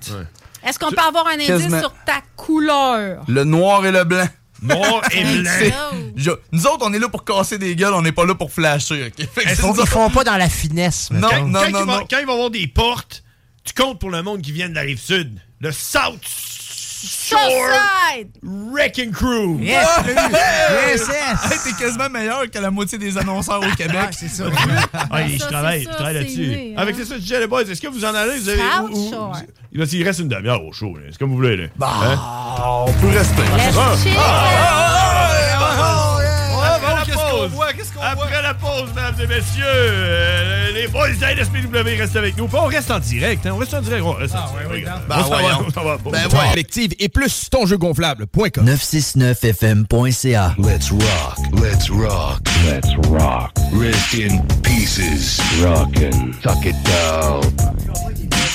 Speaker 8: Est-ce qu'on peut avoir un indice
Speaker 17: Quasiment.
Speaker 8: sur ta couleur?
Speaker 17: Le noir et le blanc.
Speaker 6: Noir et blanc.
Speaker 17: C'est- je- nous autres, on est là pour casser des gueules, on n'est pas là pour flasher. ok? Fait que
Speaker 9: ben, Ils
Speaker 17: c'est
Speaker 9: font,
Speaker 17: ça.
Speaker 9: ils font pas dans la finesse.
Speaker 17: Non,
Speaker 9: mettons.
Speaker 17: non,
Speaker 6: quand,
Speaker 17: non,
Speaker 6: il va,
Speaker 17: non.
Speaker 6: quand il va y avoir des portes, tu comptes pour le monde qui vient de la rive sud. Le South Shore
Speaker 8: Southside!
Speaker 6: Wrecking Crew.
Speaker 9: Yes,
Speaker 17: Ah!
Speaker 9: lui. Yes, yes.
Speaker 17: Hey, T'es quasiment meilleur que la moitié des annonceurs au Québec.
Speaker 9: c'est ça.
Speaker 6: Ah,
Speaker 8: Ça,
Speaker 6: je
Speaker 8: c'est
Speaker 6: travaille,
Speaker 8: ça,
Speaker 6: je travaille
Speaker 8: c'est
Speaker 6: là-dessus.
Speaker 8: né,
Speaker 6: Avec
Speaker 8: hein.
Speaker 6: ça, je disais, les boys, est-ce que vous en allez? Vous avez,
Speaker 8: South
Speaker 6: où- où-
Speaker 8: Shore.
Speaker 6: Il va- il reste
Speaker 19: Bah,
Speaker 6: une demi-heure au show, là. c'est comme vous voulez. Là. Hein?
Speaker 17: On peut rester.
Speaker 6: Ah, ah, ah, ah, pause. Après la pause, mesdames et messieurs, euh, les boys d'INSPW restent avec nous. Puis on reste en direct. hein, On reste en direct. On reste en direct.
Speaker 19: Ben
Speaker 6: On s'en va,
Speaker 19: voyons.
Speaker 6: on s'en va.
Speaker 19: Ben ouais. Collective et plus ton jeu gonflable.com 969fm.ca
Speaker 25: Let's rock, let's rock, let's rock. Rest in pieces. Rockin', tuck it down.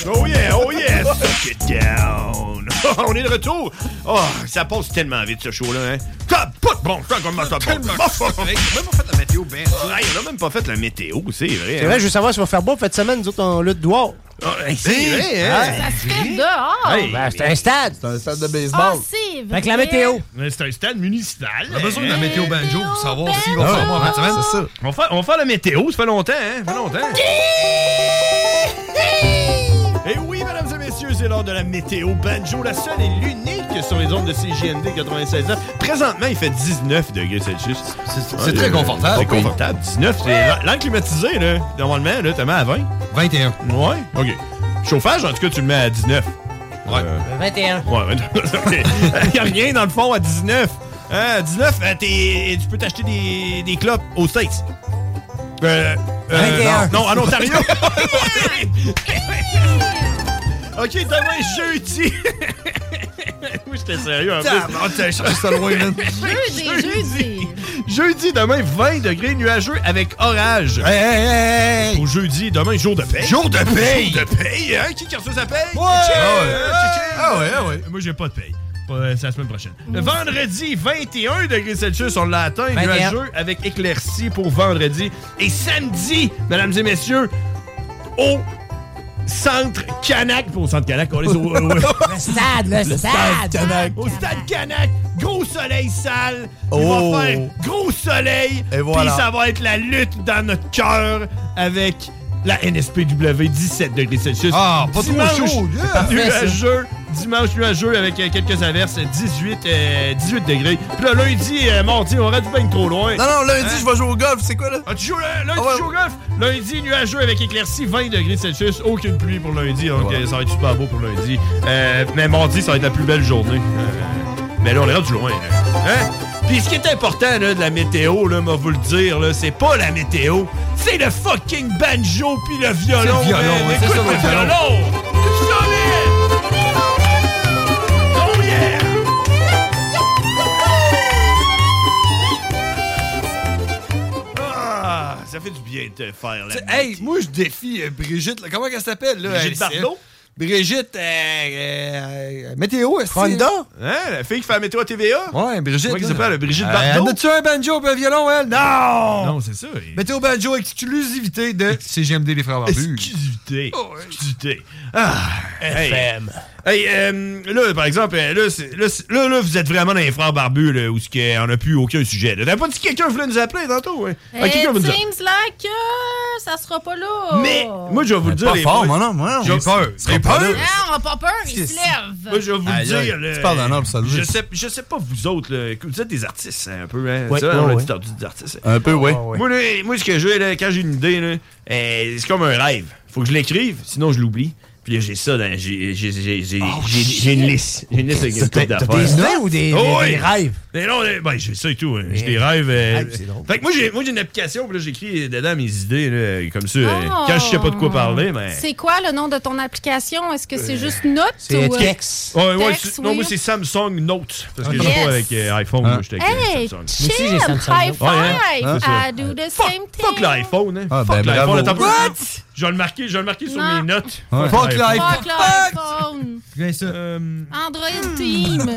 Speaker 6: Oh yeah, oh yeah, suck it down. on est de retour. Oh, ça passe tellement vite ce show-là, hein. T'as pas de bon sens comment ça passe.
Speaker 7: Tellement-
Speaker 6: On a même pas fait la météo, Ben. Ouais, on a même pas fait la météo, c'est vrai.
Speaker 19: C'est
Speaker 6: hein.
Speaker 19: vrai, je veux savoir si on va faire beau cette semaine. Nous autres, on lutte dehors.
Speaker 6: Ah, hey, c'est vrai, hein?
Speaker 19: Ça
Speaker 8: se fait dehors.
Speaker 19: Ben, c'est un stade. C'est un stade de baseball.
Speaker 8: Ah, c'est vrai.
Speaker 19: Fait que la météo.
Speaker 6: Mais c'est un stade municipal.
Speaker 7: On a besoin de la météo banjo pour savoir s'il
Speaker 6: Ah
Speaker 7: va
Speaker 6: ouais.
Speaker 7: faire bon cette semaine.
Speaker 6: C'est ça. On va on va faire la météo, ça fait longtemps, hein? Ça fait
Speaker 8: Ah,
Speaker 6: longtemps. Et oui, mesdames et messieurs, c'est l'heure de la météo banjo, la seule et l'unique sur les ondes de CJMD 96 ans. Présentement, il fait 19 degrés Celsius.
Speaker 7: c'est très confortable.
Speaker 6: C'est
Speaker 7: Oui.
Speaker 6: confortable. 19, c'est l'an climatisé, là. Normalement, là, tu mets à 20. 21. Ouais, OK. Chauffage, en tout cas, tu le mets à 19. Ouais.
Speaker 19: 21.
Speaker 6: Euh, Ouais, ben, il n'y a rien dans le fond à 19. Hein, à 19, euh, t'es- tu peux t'acheter des, des clopes aux States. Euh, euh,
Speaker 18: 21.
Speaker 6: non, non, en Ontario. ok, demain, jeudi. Oui, j'étais sérieux un peu.
Speaker 7: Tabarnak, t'as cherché ça loin, man.
Speaker 6: Jeudi, jeudi. Jeudi, demain, 20 degrés nuageux avec orage. Hey, hey, hey. Au jeudi, demain, jour de paye.
Speaker 7: Jour de paye.
Speaker 6: Jour de paye, hein? Qui qui reçoit sa paye?
Speaker 7: Ouais.
Speaker 6: Chill.
Speaker 7: Ah ouais.
Speaker 6: Chill.
Speaker 7: Ah ouais, ah ouais. Mm.
Speaker 6: Moi, j'ai pas de paye. Pas, euh, C'est la semaine prochaine. Le vendredi, 21 degrés Celsius, on l'a atteint,
Speaker 7: 21.
Speaker 6: nuageux avec éclaircie pour vendredi. Et samedi, mesdames et messieurs, au Centre Canac. Au Centre Canac, on est au... au-
Speaker 19: Le stade, le, stade.
Speaker 6: Au stade Canac, gros soleil sale. Il
Speaker 19: Oh.
Speaker 6: va faire gros soleil.
Speaker 19: Et voilà.
Speaker 6: Puis ça va être la lutte dans notre cœur avec la NSPW 17 degrés Celsius.
Speaker 7: Ah, pas trop
Speaker 6: Dimanche,
Speaker 7: chaud, yeah. C'est parfait,
Speaker 6: Nuageux. Dimanche nuageux avec euh, quelques averses, 18, euh, 18 degrés. Puis là, lundi, euh, mardi, on aurait dû bien trop loin. Hein?
Speaker 17: Non, non, lundi, je vais jouer au golf. C'est quoi, là?
Speaker 6: Ah, tu joues là? Lundi, tu joues au golf? Lundi, nuageux avec éclaircie, 20 degrés Celsius. Aucune pluie pour lundi, donc euh, ça va être super beau pour lundi. Euh, mais mardi, ça va être la plus belle journée. Euh, mais là, on est rendu loin. là. Hein? Puis ce qui est important là, de la météo, là, m'a vous le dire, là, c'est pas la météo, c'est le fucking banjo puis le violon.
Speaker 18: C'est le violon,
Speaker 6: man.
Speaker 18: ouais, c'est
Speaker 6: Écoute
Speaker 18: ça,
Speaker 6: le
Speaker 18: le violon.
Speaker 6: violon. Ah, ça fait du bien de te faire la
Speaker 7: T'sais, Hey, moi, je défie euh, Brigitte. là. comment elle s'appelle? là,
Speaker 6: Brigitte
Speaker 7: elle, c'est-
Speaker 6: Bardot?
Speaker 7: Brigitte euh, euh, euh, Météo. est-ce que-
Speaker 6: Hein, la fille qui fait la météo à TVA?
Speaker 7: Ouais, Brigitte.
Speaker 6: Comment
Speaker 7: là.
Speaker 6: elle s'appelle, Brigitte
Speaker 7: Euh,
Speaker 6: Bardot?
Speaker 7: Elle a-tu un banjo et un violon, elle? Non!
Speaker 6: Non, c'est ça. il-
Speaker 7: Météo banjo, exclusivité de CGMD Les Frères Barbus.
Speaker 6: Exclusivité.
Speaker 7: Oh,
Speaker 6: Exclusivité. Ah, hey. Hey, euh, là, par exemple, euh, là, c'est- là, c'est- là, là, vous êtes vraiment dans les frères barbus, là, où ce que- on n'a plus aucun sujet. là. T'as pas dit que quelqu'un voulait nous appeler tantôt, hein?
Speaker 7: Eh,
Speaker 6: Ah,
Speaker 8: Et
Speaker 6: quelqu'un veut nous appeler.
Speaker 8: seems like euh, ça sera pas là.
Speaker 6: Mais, moi, je vais vous le
Speaker 7: Mais
Speaker 6: dire.
Speaker 7: pas
Speaker 6: les
Speaker 7: fort,
Speaker 6: boys.
Speaker 7: moi, non, moi, non.
Speaker 6: Je-
Speaker 7: J'ai peur.
Speaker 6: J'ai
Speaker 7: J'ai peur.
Speaker 6: peur.
Speaker 8: Hein, on va pas peur, il se lève.
Speaker 6: Moi, je vais vous le
Speaker 7: Aïe, aïe.
Speaker 6: dire. là,
Speaker 7: Tu parles d'un homme, ça le dit.
Speaker 6: je sais, je sais pas, vous autres, là, que vous êtes des artistes, hein, un peu. Hein,
Speaker 7: Ouais,
Speaker 6: ça,
Speaker 7: ouais,
Speaker 6: on a
Speaker 7: ouais.
Speaker 6: dit tantôt des artistes.
Speaker 17: Un peu, ouais.
Speaker 6: Moi, là, moi, ce que j'ai, là, quand j'ai une idée, là, euh, c'est comme un rêve. Faut que je l'écrive, sinon je l'oublie. Puis là, j'ai ça, dans- j'ai j'ai- j'ai- j'ai- j'ai- j'ai une liste. J'ai une liste avec une
Speaker 19: T'as-
Speaker 6: couple
Speaker 19: t'as
Speaker 6: d'affaires.
Speaker 19: des idées ou des-
Speaker 6: Oh,
Speaker 19: des-
Speaker 6: oui.
Speaker 19: des rêves?
Speaker 6: Mais non, là, ben, j'ai ça et tout. hein. J'ai des rêves. euh,
Speaker 7: Ah,
Speaker 19: rêves, c'est drôle.
Speaker 6: Fait que moi, j'ai moi, j'ai une application, puis là, j'écris euh, dedans mes idées, là, comme ça.
Speaker 8: Oh.
Speaker 6: euh, Quand je sais pas de quoi parler, ben, mais.
Speaker 8: C'est quoi le nom de ton application? Est-ce que c'est
Speaker 6: Euh,
Speaker 8: juste Note ou... euh,
Speaker 6: Ouais, ouais,
Speaker 8: Tex,
Speaker 6: c'est- non,
Speaker 8: oui.
Speaker 6: moi, c'est Samsung Note. Parce que
Speaker 8: Ok.
Speaker 6: j'ai
Speaker 8: Yes.
Speaker 6: pas avec euh, iPhone. Moi, j'étais avec euh,
Speaker 8: Hey,
Speaker 6: Samsung.
Speaker 8: chill, high five,
Speaker 6: Ouais, hein? Hein, c'est ça.
Speaker 8: I do the same thing.
Speaker 6: Fuck l'iPhone, hein?
Speaker 17: Ah,
Speaker 6: Fuck
Speaker 17: ben, bravo.
Speaker 6: l'iPhone. Attends,
Speaker 17: What?
Speaker 6: Je vais le marquer, je vais le marquer sur
Speaker 8: Non.
Speaker 6: mes notes. Euh,
Speaker 17: Ouais.
Speaker 8: Fuck l'iPhone.
Speaker 6: ça. Hmm.
Speaker 8: Android Team.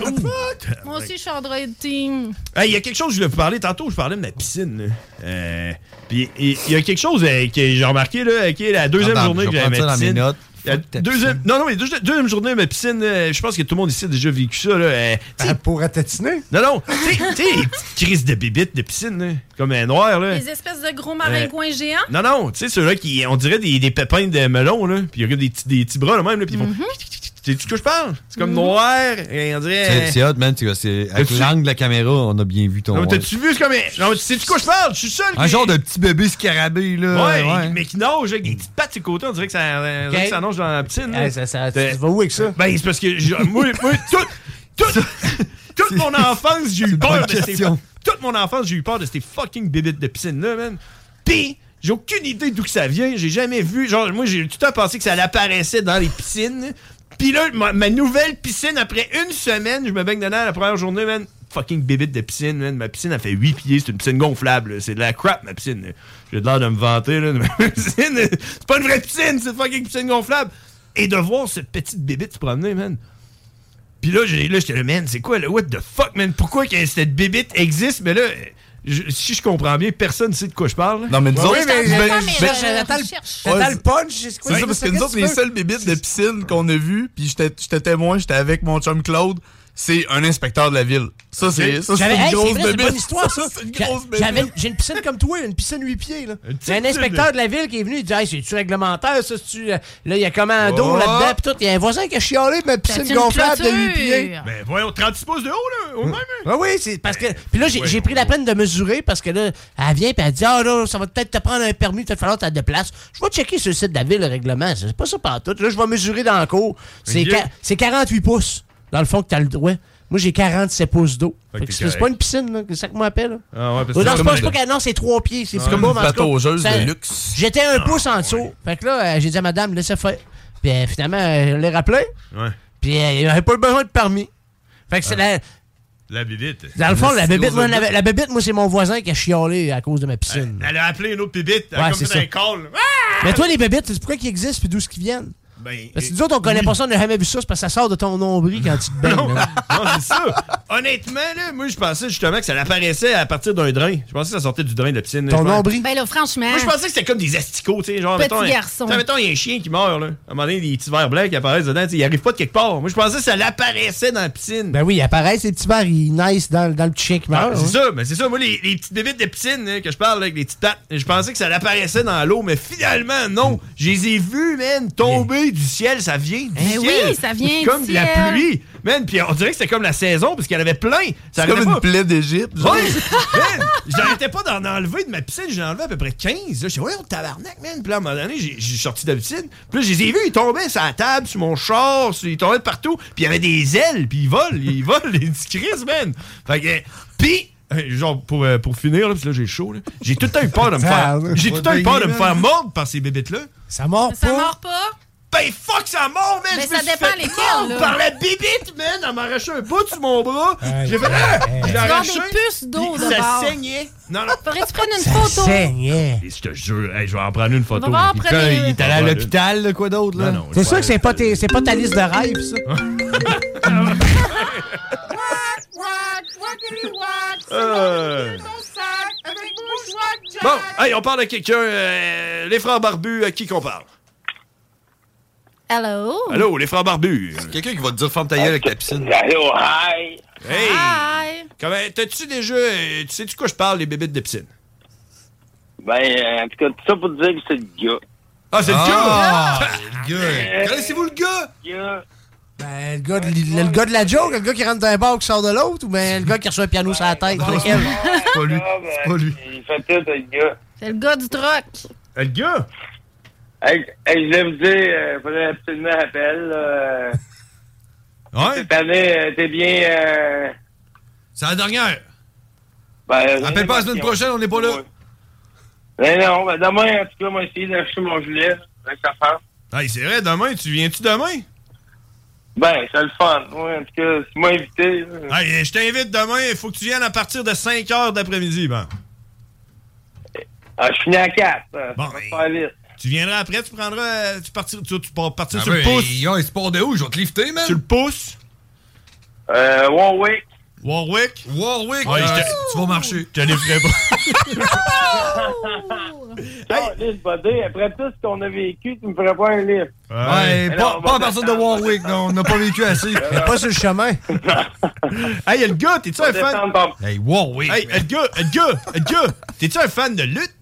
Speaker 8: Moi aussi, je suis Android Team.
Speaker 6: Hey, il y a quelque chose que je voulais vous parler. Tantôt, je parlais de ma piscine. là. Euh, Puis il il y a quelque chose euh, que j'ai remarqué, là, qui est la deuxième
Speaker 7: Attends,
Speaker 6: journée
Speaker 7: je
Speaker 6: que
Speaker 7: vais
Speaker 6: j'ai à ma
Speaker 7: prendre ça dans mes
Speaker 6: piscine.
Speaker 7: notes.
Speaker 6: La deuxième, non, non, mais deuxi- deuxième journée à ma piscine, euh, je pense que tout le monde ici a déjà vécu ça. Là,
Speaker 8: Ah,
Speaker 6: pour atatiner? Non, non. Tu sais, tu sais, les petites crises de bébites de piscine, là, comme un noir. Là.
Speaker 8: Les espèces de gros maringouins géants.
Speaker 6: Non, non, tu sais, ceux-là qui, on dirait des, des pépins de melon, là. Puis il y a des petits, des petits bras, là, même, là. Puis ils font.
Speaker 19: Mm-hmm.
Speaker 6: Tu sais ce que je parle? C'est comme
Speaker 7: Mhm.
Speaker 6: noir, et on dirait.
Speaker 7: C'est c'est hot, man. tu vois, c'est- Avec
Speaker 6: T'as-tu-
Speaker 7: l'angle de la caméra, on a bien vu ton. euh,
Speaker 6: Non, mais t'as-tu vu? C'est comme. un- Non, mais tu sais de quoi je parle? Je suis seul.
Speaker 7: Un
Speaker 6: qui-
Speaker 7: genre de petit bébé scarabée, là.
Speaker 6: Ouais, mais qui nage avec des petites pattes sur le côté. On dirait que ça, on dirait que ça nage dans la piscine. là.
Speaker 19: Hey, ça- ça-
Speaker 6: Euh,
Speaker 19: tu vas où avec ça?
Speaker 6: Ben, c'est parce que. j'ai- Moi, moi, tout. Tout. Toute mon enfance, j'ai eu peur de ces,
Speaker 19: question.
Speaker 6: toute mon enfance, j'ai eu peur de ces fucking bibites de piscine-là, man. Pis, j'ai aucune idée d'où que ça vient. J'ai jamais vu. Genre, moi, j'ai tout le temps pensé que ça apparaissait dans les piscines. Pis là, ma, ma nouvelle piscine, après une semaine, je me baigne dedans la première journée, man. Fucking bibite de piscine, man. Ma piscine, elle fait 8 pieds. C'est une piscine gonflable. là. C'est de la crap, ma piscine. J'ai de l'air de me vanter, là. de ma piscine. C'est pas une vraie piscine, c'est une fucking piscine gonflable. Et de voir cette petite bibite se promener, man. Puis là, j'ai- là, j'étais là, man, c'est quoi, le what the fuck, man? Pourquoi que cette bibite existe? Mais là, je- si je comprends bien, personne ne sait de quoi je parle. Non, mais
Speaker 17: nous autres-
Speaker 9: mais- mais- mais- j'attends le- j'attends le punch, c'est quoi,
Speaker 17: C'est
Speaker 9: c'est
Speaker 17: ça, parce
Speaker 9: ça,
Speaker 17: que nous
Speaker 9: qu'est-ce
Speaker 17: autres,
Speaker 9: que tu
Speaker 17: les
Speaker 9: veux?
Speaker 17: seules bébites de piscine qu'on a vues, puis j'étais j'étais témoin, j'étais avec mon chum Claude, c'est un inspecteur de la ville. Ça, c'est ça, c'est
Speaker 9: J'avais-
Speaker 17: une
Speaker 9: hey,
Speaker 17: grosse
Speaker 9: vrai, c'est
Speaker 17: bébite.
Speaker 9: une bonne histoire, ça.
Speaker 17: c'est une
Speaker 9: J'a-
Speaker 17: grosse bébite.
Speaker 9: j'avais- J'ai une piscine comme toi, une piscine 8 pieds. Là. C'est un
Speaker 17: piscine.
Speaker 9: inspecteur de la ville qui est venu. Il dit hey, C'est-tu réglementaire, ça c'est-tu, euh, Là, il y a comme un dos
Speaker 6: Oh.
Speaker 9: là-dedans. Puis tout. Il y a un voisin qui a chialé, mais piscine
Speaker 6: une
Speaker 9: gonflable de 8
Speaker 6: clôture.
Speaker 9: pieds.
Speaker 6: Ben voyons, 36 pouces de haut, là, au même.
Speaker 9: Ah oui, c'est parce que. Puis là, j'ai
Speaker 6: Ouais.
Speaker 9: j'ai pris la peine de mesurer parce que là, elle vient puis elle dit Ah là, ça va peut-être te prendre un permis, peut-être falloir que tu de place. Je vais checker sur le site de la ville le règlement. C'est pas ça partout. Là, je vais mesurer dans le cours. C'est
Speaker 6: Ok.
Speaker 9: qua- c'est 48 pouces, dans le fond, que tu as le droit. Moi, j'ai 47 pouces d'eau.
Speaker 6: Fait
Speaker 9: Fait
Speaker 6: que
Speaker 9: que
Speaker 6: t'es
Speaker 9: C'est c'est pas
Speaker 6: correct.
Speaker 9: une piscine, là, que ça que moi appelle. là.
Speaker 6: Ah ouais, parce
Speaker 9: Non,
Speaker 6: que
Speaker 9: c'est
Speaker 6: c'est Ah.
Speaker 9: pas,
Speaker 6: comme
Speaker 9: c'est pas
Speaker 6: une-
Speaker 9: qu'en- non, c'est trois pieds. C'est
Speaker 6: Ouais.
Speaker 9: plus
Speaker 6: Comme
Speaker 9: bas,
Speaker 6: une
Speaker 9: mais en tout cas,
Speaker 6: pataugeuse de
Speaker 9: ça-
Speaker 6: luxe.
Speaker 9: J'étais un pouce en dessous. Fait que là, euh, j'ai dit à madame, laissez faire. Puis euh, finalement, euh, elle l'a rappelé.
Speaker 6: Ouais.
Speaker 9: Puis euh, il avait pas eu besoin de permis. Fait
Speaker 6: Ah.
Speaker 9: que c'est la,
Speaker 6: La bibite.
Speaker 9: dans le fond, la bébite, moi,
Speaker 6: elle
Speaker 9: la, la bébite, moi, c'est mon voisin qui a chiolé à cause de ma piscine.
Speaker 6: Elle a appelé une autre bibite. Elle
Speaker 9: Ouais,
Speaker 6: a comme
Speaker 9: c'est
Speaker 6: fait un
Speaker 9: ça. Ah!
Speaker 6: call.
Speaker 9: Mais toi, les bébites, c'est pourquoi qu'ils existent puis d'où ce qu'ils viennent?
Speaker 6: Ben,
Speaker 9: Parce que nous autres, on connaît pas ça, on n'a jamais vu ça, c'est parce que ça sort de ton nombril quand tu te baignes. là.
Speaker 6: Non, c'est ça. Honnêtement, là, moi, je pensais justement que ça apparaissait à partir d'un drain. Je pensais que ça sortait du drain de la piscine. là. Je pense-
Speaker 8: Ben là, franchement.
Speaker 6: Moi, je pensais que c'était comme des asticots, tu sais, genre,
Speaker 8: Petit
Speaker 6: mettons, un-
Speaker 8: garçon.
Speaker 6: tu sais, mettons, il y a un chien qui meurt, là. À un moment donné, des petits verres blancs qui apparaissent dedans, tu sais, il arrive pas de quelque part. Moi, je pensais que ça l'apparaissait dans la piscine.
Speaker 9: Ben oui, ils apparaissent, les petits verres, ils naissent dans, dans le petit chien qui meurt.
Speaker 6: Ah, c'est
Speaker 9: hein.
Speaker 6: ça, mais c'est ça. Moi, les, les petites bébites de piscine hein, que je parle, là, avec les petites pattes, je pensais que ça apparaissait dans l'eau, mais finalement, non. Je les ai vues, man, tomber du ciel. Ça vient du
Speaker 8: Eh
Speaker 6: ciel.
Speaker 8: oui, ça vient
Speaker 6: C'est
Speaker 8: du
Speaker 6: Comme de la
Speaker 8: ciel.
Speaker 6: pluie. Man, puis on dirait que c'était comme la saison, parce qu'il y en avait plein. Ça
Speaker 17: C'est comme
Speaker 6: arrêtait
Speaker 17: une
Speaker 6: pas.
Speaker 17: plaie d'Égypte. genre.
Speaker 6: Ouais, man, j'arrêtais pas d'en enlever de ma piscine, j'en enlevé à peu près 15. là. J'ai dit, ouais, tabarnak, man. Puis là, à un moment donné, j'ai j'ai sorti de la piscine. Puis là, je les ai vus, ils tombaient sur la table, sur mon char, sur- ils tombaient partout. Puis il y avait des ailes, puis ils volent, ils volent, les discrets, man. Fait que, puis, euh, genre, pour, euh, pour finir, là, parce que là, j'ai chaud, là, j'ai tout le temps eu peur de me faire. J'ai tout le temps eu peur de me faire mordre par ces bébites-là.
Speaker 9: Ça mord
Speaker 8: Ça mord pas.
Speaker 6: Ben fuck, ça mord, man!
Speaker 8: Mais
Speaker 6: Je
Speaker 8: ça
Speaker 6: me suis
Speaker 8: dépend
Speaker 6: fait
Speaker 8: lesquels,
Speaker 6: mordre
Speaker 8: là.
Speaker 6: Par la bibite, man! Elle m'a arraché un bout sur mon bras! J'ai fait. Ah!
Speaker 8: Tu
Speaker 6: Je l'ai
Speaker 8: vas avoir
Speaker 6: arraché!
Speaker 8: des puces d'eau
Speaker 6: puis
Speaker 8: de
Speaker 6: Ça
Speaker 8: bord.
Speaker 6: saignait! Non, non!
Speaker 8: Faudrait que tu prennes une photo.
Speaker 6: Et je te jure, hey, je vais en prendre une photo.
Speaker 8: On va en prendre
Speaker 6: Putain,
Speaker 8: une.
Speaker 6: il est allé à l'hôpital.
Speaker 9: là, quoi d'autre,
Speaker 6: là?
Speaker 9: C'est sûr que c'est pas, tes- c'est pas ta liste de rêves, ça.
Speaker 6: Hein? Euh. Bon, hey, on parle à quelqu'un, euh, les frères barbus, à qui qu'on parle?
Speaker 8: Hello.
Speaker 6: Allô, les frères barbus?
Speaker 7: Quelqu'un qui va te dire ferme ta gueule avec ta piscine.
Speaker 6: Allô, hi! Hey!
Speaker 8: Hi.
Speaker 6: Comment, t'as-tu déjà, euh, tu sais de quoi je parle, les bébites de piscine?
Speaker 2: Ben, euh, en tout cas, tout ça pour dire que c'est le gars.
Speaker 6: Ah, c'est le
Speaker 9: Ah,
Speaker 6: gars!
Speaker 7: c'est le
Speaker 2: gars.
Speaker 6: Connaissez-vous le gars?
Speaker 9: Ben, le gars, de, le, le gars de la joke, le gars qui rentre d'un bar qui sort de l'autre, ou ben le gars qui reçoit un piano sur la tête, lequel?
Speaker 2: C'est pas lui. C'est pas lui. Ah, ben, Il fait tout, c'est le gars.
Speaker 8: C'est le gars du truck.
Speaker 6: Le gars?
Speaker 2: Hey, hey, je voulais vous dire, euh, fallait absolument appel. là, euh, Cette année, euh, t'es bien. euh,
Speaker 7: C'est la dernière.
Speaker 2: ben,
Speaker 7: Appelle pas la semaine prochaine, on n'est pas là.
Speaker 2: Ben non, ben demain, en tout cas, moi, essayer d'acheter mon gilet. Ben, ça fait.
Speaker 6: Hey, c'est vrai, demain, tu viens-tu demain?
Speaker 2: Ben, c'est le fun. Ouais, en tout cas, tu m'as invité. là.
Speaker 6: Hey, je t'invite demain, il faut que tu viennes à partir de 5 h d'après-midi, ben.
Speaker 2: Ah, je finis à 4. Bon,
Speaker 6: ben, Tu viendras après, tu prendras. euh, Tu, partiras- tu, tu vas partir
Speaker 7: Ah
Speaker 6: sur le
Speaker 7: ben,
Speaker 6: pouce.
Speaker 7: ils ont un sport de où? Je vais te lifter, man.
Speaker 6: Sur le pouce?
Speaker 2: Euh, Warwick.
Speaker 6: Warwick?
Speaker 7: Warwick,
Speaker 6: Ouais,
Speaker 7: euh,
Speaker 6: je te-
Speaker 7: tu vas marcher.
Speaker 6: Je te livrerai pas.
Speaker 2: Ah, Liz Bodé, après tout ce qu'on a vécu, tu me ferais pas un livre.
Speaker 7: Ouais,
Speaker 2: Mais
Speaker 7: pas,
Speaker 2: non, on va
Speaker 7: pas à partir de
Speaker 2: s'attendre.
Speaker 7: Warwick, non, on n'a pas vécu assez.
Speaker 9: Mais pas sur le chemin.
Speaker 6: hey, le gars, t'es-tu un fan?
Speaker 7: Hey, Warwick.
Speaker 6: Hey, le gars, le gars, le gars, t'es-tu un fan de lutte?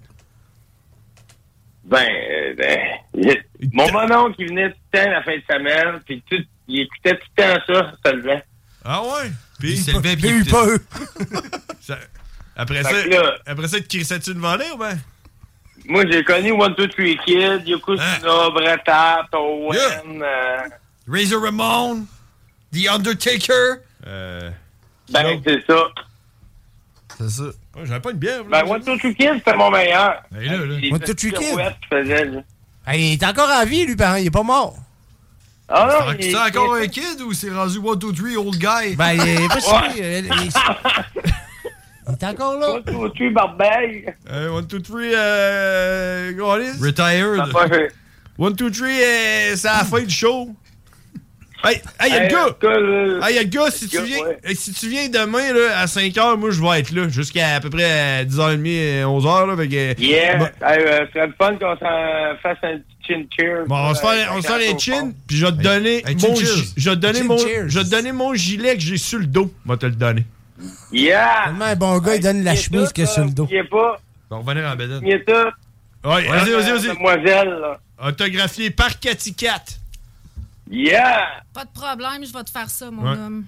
Speaker 2: Ben, euh, ben, mon monon qui venait tout le temps la fin de semaine, puis tout, il écoutait tout le temps ça, seulement.
Speaker 6: Ah ouais? Puis,
Speaker 7: il s'est levé, puis
Speaker 6: eu
Speaker 7: il
Speaker 6: peur. Ça- après,
Speaker 2: Fait
Speaker 6: ça,
Speaker 2: que là-
Speaker 6: après ça, tu crissais-tu devant lui ou ben?
Speaker 2: Moi, j'ai connu One, Two, Three Kid,
Speaker 6: Hein?
Speaker 2: Yokozuna, Bret Hart, Owen, euh,
Speaker 7: Razor Ramon, The Undertaker.
Speaker 6: Euh,
Speaker 2: ben, c'est ça.
Speaker 17: C'est ça.
Speaker 6: Ouais, J'avais pas une bière.
Speaker 2: Ben, One Two Three Kids, c'était mon meilleur.
Speaker 6: Ben, là, là.
Speaker 2: Les
Speaker 9: One Two Three
Speaker 2: petites
Speaker 9: Kids?
Speaker 2: pirouettes qu'il faisait, là.
Speaker 9: Hey, il est encore en vie, lui, par il est pas mort.
Speaker 2: Ah
Speaker 7: C'est
Speaker 2: non,
Speaker 7: en- C'est encore un kid ou c'est rendu 1, 2, 3, old guy?
Speaker 9: Ben, il est pas si-
Speaker 7: Ouais.
Speaker 9: euh, il-
Speaker 7: Il est encore là.
Speaker 2: tu barbeille.
Speaker 6: Euh, one, two, three, euh. Gaulis.
Speaker 7: Retired.
Speaker 6: One, two, three, euh, c'est à la fin du show. Hey, hey, y'a
Speaker 2: Hey,
Speaker 6: le
Speaker 2: en
Speaker 6: gars!
Speaker 2: tout cas, là,
Speaker 6: Hey, y'a le gars, si
Speaker 2: le
Speaker 6: tu
Speaker 2: gars,
Speaker 6: viens,
Speaker 2: ouais.
Speaker 6: hey, si tu viens demain, là, à 5h, moi, je vais être là, jusqu'à à peu près euh, à 10h30, 11h, là, fait que...
Speaker 2: Yeah.
Speaker 6: Bon,
Speaker 2: Hey, euh, ce serait le fun qu'on s'en fasse un petit Euh, chin cheer.
Speaker 6: Bon, on se fait, on se fait les chins, puis je vais te donner mon,
Speaker 2: chin cheers.
Speaker 6: gi- je vais te donner
Speaker 2: Chin
Speaker 6: mon,
Speaker 2: cheers.
Speaker 6: je vais te donner mon gilet que j'ai sur le dos. Je vais te le donner.
Speaker 2: Yeah!
Speaker 9: Tellement un bon gars, il donne la chemise que sur le dos.
Speaker 2: N'oubliez pas,
Speaker 6: On va revenir en bédaine.
Speaker 2: n'oubliez tout.
Speaker 6: Ouais, vas-y, vas-y, vas-y.
Speaker 2: Mademoiselle, là.
Speaker 6: Autographié par Cathy Cat.
Speaker 2: Yeah!
Speaker 8: Pas de problème, je vais te faire ça, mon
Speaker 6: Ouais.
Speaker 8: homme.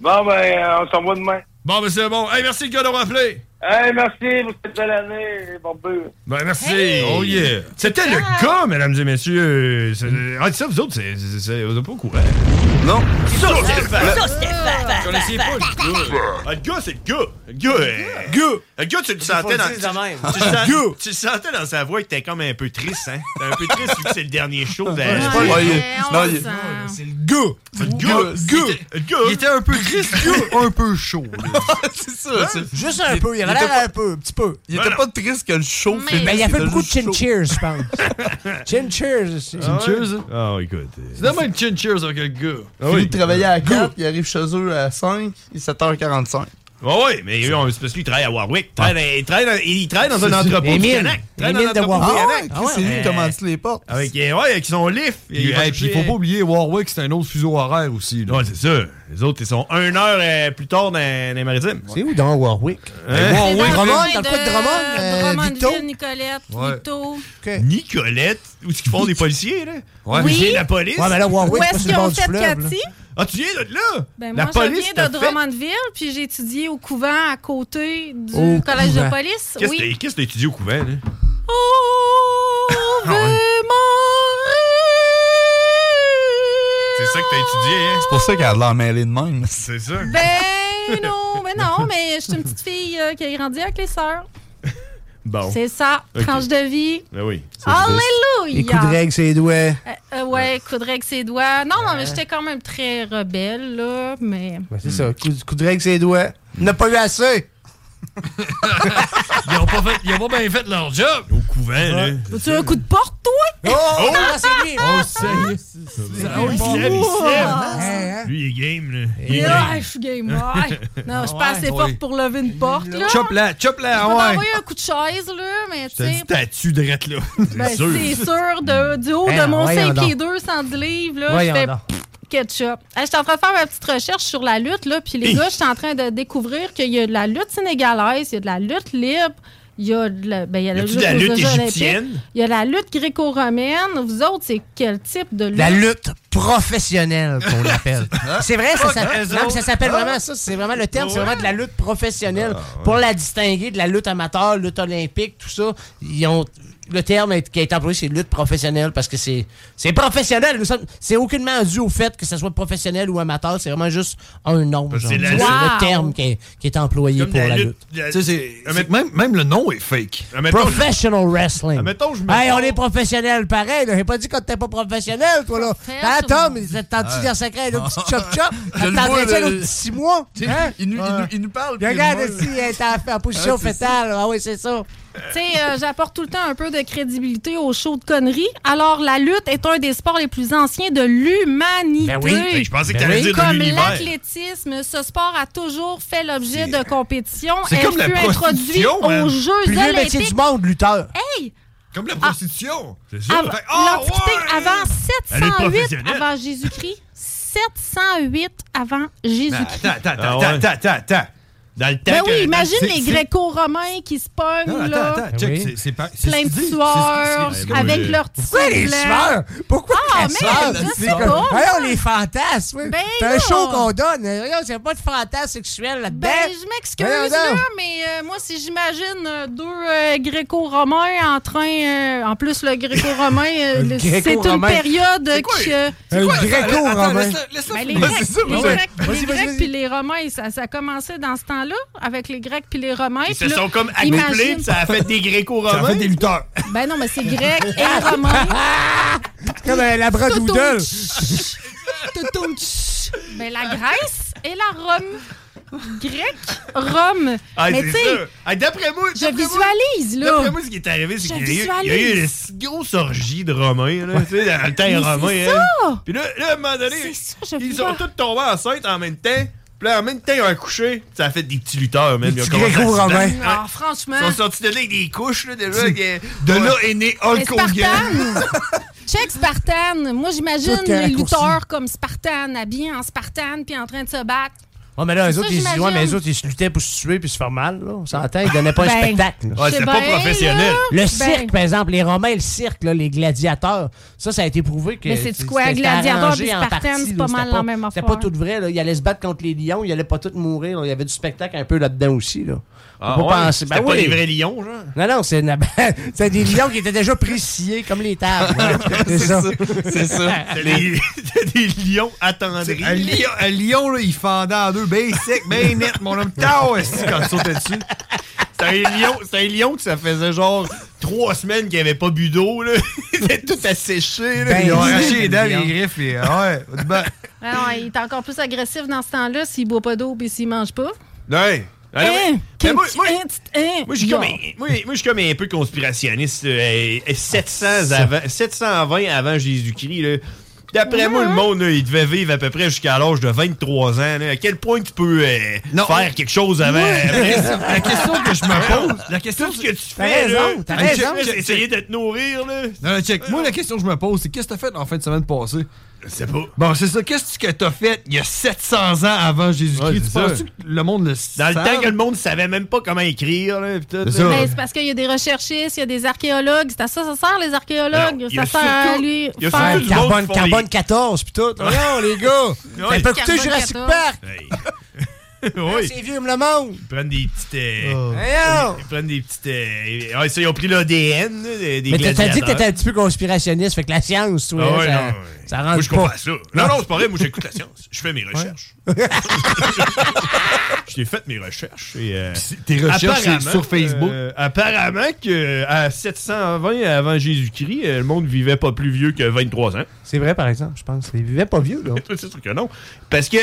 Speaker 2: Bon, ben, euh, on s'en va demain.
Speaker 6: Bon, ben, c'est bon. Hey, merci, le gars, d'avoir appelé.
Speaker 2: Hey, merci pour cette belle année, barbu.
Speaker 6: Ben, merci.
Speaker 2: Hey!
Speaker 6: Oh, yeah. C'était le gars, mesdames et messieurs. C'est- Ah, ça, vous autres, c'est, c'est- c'est- vous êtes pas au courant. Non. Ça, c'est le fait.
Speaker 11: Bah,
Speaker 6: Vous connaissiez pas le gars. Ah, le gars, c'est le gars. Le gars, euh, Le gars, tu le sentais
Speaker 11: faut
Speaker 6: dans...
Speaker 11: le dire de même.
Speaker 6: Tu, le sens- tu le sentais dans sa voix que t'es comme un peu triste, hein? T'es un peu triste vu que c'est le dernier show. de la-
Speaker 11: Ouais,
Speaker 6: C'est pas le-
Speaker 11: ouais,
Speaker 6: Non,
Speaker 11: on
Speaker 6: il-
Speaker 11: le sent.
Speaker 6: C'est le gars. C'est le gars. Le gars.
Speaker 7: Il était un peu triste, un peu chaud.
Speaker 17: c'est ça. c'est-
Speaker 9: Juste un
Speaker 17: Il-
Speaker 9: peu, il avait
Speaker 17: il était
Speaker 9: l'air un
Speaker 17: pas-
Speaker 9: peu, un petit peu.
Speaker 17: Il était pas triste que le show
Speaker 9: Mais
Speaker 17: finisse,
Speaker 9: Ben, il a fait
Speaker 17: était
Speaker 9: beaucoup de
Speaker 17: juste chaud.
Speaker 9: chin cheers, je pense. Chin cheers aussi.
Speaker 17: Chin cheers, hein?
Speaker 6: Ah, ouais, écoute. euh,
Speaker 7: C'est même chin cheers avec le gars.
Speaker 17: Il finit de travailler à 4, il arrive chez eux à 5, il est 7h45.
Speaker 6: Ouais, Ah ouais, mais lui, on- c'est parce qu'il travaille à Warwick. Il
Speaker 11: Ah.
Speaker 6: travaille- Il travaille dans, il travaille dans un entrepôt du Canac. Il travaille dans un entrepôt du Canac.
Speaker 9: Ah
Speaker 11: Ah
Speaker 17: c'est
Speaker 11: Euh,
Speaker 17: lui qui commandite les portes.
Speaker 6: Avec, euh, ouais, avec son lift.
Speaker 7: Il, hey, puis il faut pas oublier Warwick, c'est un autre fuseau horaire aussi. là.
Speaker 6: Ouais, c'est ça. Les autres, ils sont un heure euh, plus tard dans dans les maritimes. Hein? C'est où dans Warwick?
Speaker 9: Hey, Warwick, Drummond,
Speaker 8: Dans
Speaker 9: t'as le quoi de Drummond? Euh, Victo?
Speaker 8: Drummondville, Nicolette,
Speaker 6: Ouais.
Speaker 8: Victo.
Speaker 6: Nicolette, où est-ce qu'ils font des policiers, là?
Speaker 8: Ouais.
Speaker 6: Où
Speaker 8: Oui.
Speaker 6: est la police.
Speaker 9: Ouais, mais là, Warwick,
Speaker 8: Où est-ce
Speaker 9: c'est
Speaker 8: qu'ils
Speaker 9: pas
Speaker 8: ont
Speaker 9: sur
Speaker 8: fait
Speaker 9: le bord du fleuve,
Speaker 8: Cathy?
Speaker 6: Ah, tu viens de là?
Speaker 8: Ben,
Speaker 6: la
Speaker 8: moi,
Speaker 6: police
Speaker 8: je viens
Speaker 6: t'a
Speaker 8: de
Speaker 6: fait-
Speaker 8: Drummondville, puis j'ai étudié au couvent à côté du
Speaker 6: Au
Speaker 8: collège
Speaker 6: couvent.
Speaker 8: de police.
Speaker 6: Qu'est-ce
Speaker 8: oui.
Speaker 6: que t'as- qu'est-ce que t'as étudié au couvent, là? Ah,
Speaker 17: C'est
Speaker 6: ça que t'as étudié, hein?
Speaker 8: Ah.
Speaker 17: C'est pour ça qu'elle a de l'air mêlée de même.
Speaker 6: C'est ça.
Speaker 8: Ben non, ben non, mais je suis une petite fille euh, qui a grandi avec les sœurs.
Speaker 6: Bon.
Speaker 8: C'est ça,
Speaker 6: Ok.
Speaker 8: tranche de vie.
Speaker 6: Ben oui.
Speaker 8: Alléluia!
Speaker 9: Les coups de règle, c'est les doigts.
Speaker 8: Euh, euh, ouais, coup de règle ses doigts. Non, non, mais j'étais quand même très rebelle, là, mais...
Speaker 9: Ben, c'est
Speaker 7: Hmm.
Speaker 9: ça, coup, coup de règle, c'est les doigts. Il n'a pas eu assez.
Speaker 7: Ils ont pas, fait, ils ont pas bien fait leur job.
Speaker 6: Au couvent, là.
Speaker 8: Veux-tu un coup de porte, toi?
Speaker 7: Oh!
Speaker 9: Ah, c'est lui!
Speaker 7: Oh, sérieux?
Speaker 6: Oh, il se lève, il se
Speaker 9: Ah, Hein?
Speaker 6: lève. Lui, il est game, là. Il est game.
Speaker 8: Ouais, je suis game, ouais. Non, je suis pas
Speaker 17: Ah,
Speaker 6: Ouais.
Speaker 8: assez forte
Speaker 6: Ouais.
Speaker 8: pour lever une porte, là.
Speaker 7: Chope-la,
Speaker 8: Je
Speaker 7: chope-la,
Speaker 8: peux
Speaker 7: ouais.
Speaker 8: t'envoyer un coup de chaise, là, mais tu
Speaker 6: T'as
Speaker 8: sais...
Speaker 6: dit statue de rette, là.
Speaker 8: Ben, c'est sûr, de, du haut
Speaker 7: Ben,
Speaker 6: Hein,
Speaker 8: de mon
Speaker 6: voyons
Speaker 8: 5 pieds
Speaker 6: donc.
Speaker 8: 2, 110 livres, là, je
Speaker 6: Voyons
Speaker 8: fais
Speaker 6: donc.
Speaker 8: pff, ketchup. Je J'étais en train de faire ma petite recherche sur la lutte, là, puis les gars, je suis en train de découvrir qu'il y a de la lutte sénégalaise, il y a de la lutte libre, il y a de la, ben, il y a
Speaker 6: Y a-tu de la
Speaker 8: aux
Speaker 6: lutte
Speaker 8: Jeux olympiques,
Speaker 6: égyptienne?
Speaker 8: il y a la lutte gréco-romaine. Vous autres, c'est quel type de lutte?
Speaker 9: La lutte professionnelle qu'on l'appelle.
Speaker 6: Hein?
Speaker 9: c'est vrai, ça, s'appelle- non, mais ça s'appelle
Speaker 17: Ah.
Speaker 9: vraiment ça. C'est vraiment le terme, c'est
Speaker 8: Ouais.
Speaker 9: vraiment de la lutte professionnelle.
Speaker 6: Ah.
Speaker 9: Pour la distinguer de la lutte amateur, lutte olympique, tout ça, ils ont, le terme est- qui a été employé, c'est lutte professionnelle parce que c'est c'est professionnel. Nous sommes- C'est aucunement dû au fait que ce soit professionnel ou amateur. C'est vraiment juste un nom. genre.
Speaker 7: c'est
Speaker 9: C'est
Speaker 7: la
Speaker 9: le
Speaker 7: lutte.
Speaker 9: terme qui est, qui est employé pour la lutte.
Speaker 7: Tu sais,
Speaker 6: Euh,
Speaker 7: c'est- c'est- même, même le nom est fake.
Speaker 9: Professional wrestling.
Speaker 7: je me-
Speaker 9: Hey, on est professionnel pareil. là. J'ai pas dit que t'es pas professionnel, toi, là. Ah, Tom, t'entends-tu
Speaker 17: Ouais.
Speaker 9: dire secret, là, petit chop-chop?
Speaker 17: Je le vois,
Speaker 9: T'attendrais-tu
Speaker 17: le-
Speaker 9: un petit six mois?
Speaker 17: Tu sais,
Speaker 9: Hein?
Speaker 17: il nous- il
Speaker 9: Ouais.
Speaker 17: nous- il nous parle,
Speaker 9: Puis
Speaker 17: puis il
Speaker 9: Regarde,
Speaker 17: nous
Speaker 9: ici,
Speaker 17: parle.
Speaker 9: elle est en, en position
Speaker 17: Ouais, c'est
Speaker 9: fétale. Ah oui, c'est ça.
Speaker 8: Tu sais, euh, j'apporte tout le temps un peu de crédibilité au show de conneries. Alors, la lutte est un des sports les plus anciens de l'humanité.
Speaker 6: Ben oui. Ben, je pensais que
Speaker 8: Ben
Speaker 6: t'allais dire de
Speaker 8: Comme
Speaker 6: l'univers.
Speaker 8: l'athlétisme, ce sport a toujours fait l'objet de compétitions.
Speaker 9: C'est
Speaker 8: Elle
Speaker 9: comme la
Speaker 8: fut introduite
Speaker 9: prostitution, man.
Speaker 8: aux Jeux
Speaker 9: Plus vieux métier
Speaker 8: olympiques.
Speaker 9: du monde, lutteur.
Speaker 8: Hey! Ah.
Speaker 7: Comme la prostitution.
Speaker 6: C'est
Speaker 7: ça.
Speaker 8: Av-
Speaker 7: Fait- Ah,
Speaker 8: L'Antiquité
Speaker 7: Elle est
Speaker 8: avant 708
Speaker 7: professionnelle.
Speaker 8: avant Jésus-Christ. 708 avant Jésus-Christ.
Speaker 7: Attends, attends,
Speaker 6: Ah
Speaker 7: attends,
Speaker 6: ouais.
Speaker 7: attends, attends, attends.
Speaker 6: Dans le
Speaker 8: Ben
Speaker 6: temps
Speaker 8: oui,
Speaker 6: que-
Speaker 8: imagine
Speaker 6: c'est-
Speaker 8: les
Speaker 6: c'est-
Speaker 8: Gréco-Romains qui se
Speaker 7: Non,
Speaker 8: pognent,
Speaker 7: attends,
Speaker 8: là.
Speaker 7: attends, check, c'est- c'est pas. c'est
Speaker 8: plein de
Speaker 7: ce qu'il dit.
Speaker 8: sueurs,
Speaker 7: C'est- c'est- c'est-
Speaker 8: avec
Speaker 7: c'est-
Speaker 8: leur petit
Speaker 9: Pourquoi les
Speaker 8: blanc.
Speaker 9: sueurs? Hein? Pourquoi
Speaker 8: Ah,
Speaker 9: les
Speaker 8: mais
Speaker 9: sueurs?
Speaker 8: je sais
Speaker 9: C'est comme-
Speaker 8: pas.
Speaker 9: Hey, on les fantasme. oui.
Speaker 8: Ben
Speaker 9: C'est un
Speaker 8: non.
Speaker 9: show qu'on donne. Regarde, il n'y a pas de fantasme sexuel là-dedans.
Speaker 8: Ben, je m'excuse,
Speaker 9: Voyons
Speaker 8: là,
Speaker 9: donc.
Speaker 8: mais euh, moi, si j'imagine euh, deux euh, gréco-romains en train. euh, en plus, le gréco-romain, euh, le- c'est une
Speaker 9: Gréco-romain.
Speaker 8: période qui. euh, Ben,
Speaker 9: Un gréco-romain.
Speaker 8: les Grecs, les Grecs,
Speaker 9: Vas-y,
Speaker 8: les
Speaker 9: vas-y,
Speaker 8: Grecs
Speaker 9: vas-y.
Speaker 8: puis les Romains, ça, ça a commencé dans ce temps-là. temps-là, avec les Grecs puis les Romains.
Speaker 6: Ils se
Speaker 8: puis là,
Speaker 6: sont comme accouplés,
Speaker 8: imagine-
Speaker 6: puis ça a fait des gréco-romains.
Speaker 8: Ça a fait des
Speaker 6: lutteurs.
Speaker 8: Ben non, mais c'est grec et romain.
Speaker 26: Comme un labradoodle.
Speaker 8: Mais la Grèce et la Rome. Grec, Rome.
Speaker 6: Ah,
Speaker 8: mais
Speaker 6: c'est
Speaker 8: tu
Speaker 6: ça.
Speaker 8: sais,
Speaker 6: Ah, d'après moi,
Speaker 8: je
Speaker 6: d'après moi-
Speaker 8: visualise, là.
Speaker 6: D'après moi, ce qui est arrivé, c'est
Speaker 8: Je
Speaker 6: qu'il y, a eu- il y a eu une
Speaker 8: visualise.
Speaker 6: si grosse orgie de Romains, là, tu sais, dans le temps romain.
Speaker 8: c'est
Speaker 6: hein.
Speaker 8: ça.
Speaker 6: Puis là, là, à un moment donné, ils sont
Speaker 8: vois.
Speaker 6: tous tombés enceintes en même temps. Puis là, en même temps, ils ont accouché. Ça a fait des petits lutteurs, même. Ils ont
Speaker 7: petits
Speaker 6: commencé à
Speaker 7: gréco-romains.
Speaker 6: se battre.
Speaker 8: Ah, franchement.
Speaker 6: Ils sont sortis de là avec des couches, là, déjà.
Speaker 7: Tu-
Speaker 6: avec, euh,
Speaker 7: de là
Speaker 6: ouais.
Speaker 7: est né
Speaker 8: Mais
Speaker 7: Hulk Hogan.
Speaker 8: Spartan! Check Spartan! Moi, j'imagine
Speaker 9: Tout est
Speaker 8: les
Speaker 9: raccourci.
Speaker 8: lutteurs comme Spartan, habillés en Spartan, puis en train de se battre.
Speaker 9: Ouais, mais là,
Speaker 8: C'est
Speaker 9: les
Speaker 8: ça,
Speaker 9: autres, ils,
Speaker 8: j'imagine.
Speaker 9: ouais, mais les autres, ils se luttaient pour se tuer puis se faire mal. Là. On s'entend, ils donnaient pas
Speaker 8: Ben,
Speaker 9: un spectacle.
Speaker 8: Ouais, c'était c'est pas bien, professionnel. là.
Speaker 9: Le
Speaker 8: Ben.
Speaker 9: cirque, par exemple, les Romains, le cirque, là, les gladiateurs, ça, ça a été prouvé que.
Speaker 8: Mais c'est-tu quoi,
Speaker 9: c'était- c'était
Speaker 8: gladiateur
Speaker 9: arrangé
Speaker 8: puis
Speaker 9: en
Speaker 8: Spartan,
Speaker 9: partie,
Speaker 8: c'est pas
Speaker 9: là,
Speaker 8: mal
Speaker 9: c'était
Speaker 8: la même
Speaker 9: C'était pas
Speaker 8: affaire.
Speaker 9: tout vrai. Là. Ils allaient se battre contre les lions, ils allaient pas tous mourir. là. Il y avait du spectacle un peu là-dedans aussi. Là.
Speaker 6: Ah, ouais?
Speaker 9: Faut penser- Ben
Speaker 6: C'était pas
Speaker 9: oui.
Speaker 6: des vrais lions, genre?
Speaker 9: Non, non, c'est une- c'est des lions qui étaient déjà préciés comme les tables.
Speaker 6: C'est ça. C'est ça. C'est des- des lions attendris.
Speaker 7: Un lion, un lion, là, il fendait en deux, ben sec, ben net, mon homme. Tao, est-ce que quand tu sautais dessus?
Speaker 6: C'est un lion, c'est un lion que ça faisait genre trois semaines qu'il avait pas bu d'eau, là. Il était tout asséché, là.
Speaker 7: Ben,
Speaker 6: Ils ont
Speaker 7: il-
Speaker 6: arraché les dents,
Speaker 7: le lion.
Speaker 6: les griffes, et ah ouais. va te battre.
Speaker 8: Ah non, il est encore plus agressif dans ce temps-là s'il boit pas d'eau puis s'il mange pas.
Speaker 6: Ouais.
Speaker 8: Hein?
Speaker 6: Ben, Ouais, ouais. Ah, Mais
Speaker 8: Qu'est-ce
Speaker 6: moi-
Speaker 8: que-
Speaker 6: moi-
Speaker 8: hein, tu- hein?
Speaker 6: Moi, je suis comme,
Speaker 8: Bon.
Speaker 6: un- moi, moi, je suis comme un peu conspirationniste. euh, euh, 700 avant, 720 avant Jésus-Christ. là. D'après moi, le monde, là, il devait vivre à peu près jusqu'à l'âge de 23 ans. là. À quel point tu peux euh, faire quelque chose avant?
Speaker 7: Moi,
Speaker 6: après
Speaker 7: la
Speaker 6: ça?
Speaker 7: question- la question que je me pose, la question
Speaker 6: Tout ce que tu
Speaker 7: T'as
Speaker 6: fais, là,
Speaker 7: raison, t'as
Speaker 6: tu fais
Speaker 7: raison.
Speaker 6: juste essayer de te nourrir, là.
Speaker 7: Non, non, check. Moi, la question que je me pose, c'est qu'est-ce que t'as fait en fin de semaine passée?
Speaker 6: Je sais pas.
Speaker 7: Bon, c'est ça. Qu'est-ce que t'as fait il y a 700 ans avant Jésus-Christ? tu
Speaker 6: c'est
Speaker 7: penses
Speaker 6: ça.
Speaker 7: que le monde le
Speaker 6: Dans le
Speaker 7: savent?
Speaker 6: temps que le monde savait même pas comment écrire, là, pis tout,
Speaker 7: C'est
Speaker 6: là.
Speaker 8: Ben, c'est parce qu'il y a des recherchistes, il y a des archéologues. C'est à ça, ça sert les archéologues.
Speaker 6: Alors, il y
Speaker 8: ça
Speaker 6: a
Speaker 8: sert à
Speaker 6: surtout-
Speaker 8: lui.
Speaker 6: il y a
Speaker 8: faire-
Speaker 6: surtout du monde
Speaker 9: Carbone,
Speaker 6: qui font
Speaker 9: carbone
Speaker 6: les-
Speaker 9: 14 puis tout. Non, les gars.
Speaker 6: Ouais.
Speaker 9: T'as pas écouté
Speaker 6: Carbone
Speaker 9: Jurassic
Speaker 6: 14.
Speaker 9: Park.
Speaker 6: Oui.
Speaker 9: C'est vieux, me le monde.
Speaker 6: Ils prennent des petites. euh,
Speaker 7: Oh.
Speaker 9: Voyons!
Speaker 6: Ils prennent des petites. euh, ouais, ça, ils ont pris l'ADN des, des
Speaker 9: Mais t'as- t'as dit que
Speaker 6: gladiateurs.
Speaker 9: t'étais un petit peu conspirationniste, fait que la science, toi,
Speaker 6: Ah ouais,
Speaker 9: ça,
Speaker 6: non, ouais.
Speaker 9: ça rentre
Speaker 6: Moi, je
Speaker 9: pas.
Speaker 6: comprends ça. Non, non, c'est pas vrai. Moi, j'écoute la science. Je fais mes recherches. J'ai fait mes recherches. Et, euh,
Speaker 7: tes recherches, c'est
Speaker 6: apparemment,
Speaker 7: sur Facebook?
Speaker 6: euh, apparemment euh, qu'à 720 avant Jésus-Christ, euh, le monde vivait pas plus vieux que 23 ans.
Speaker 9: C'est vrai, par exemple, je pense. Ils vivaient pas vieux, là.
Speaker 6: c'est sûr que non. Parce que,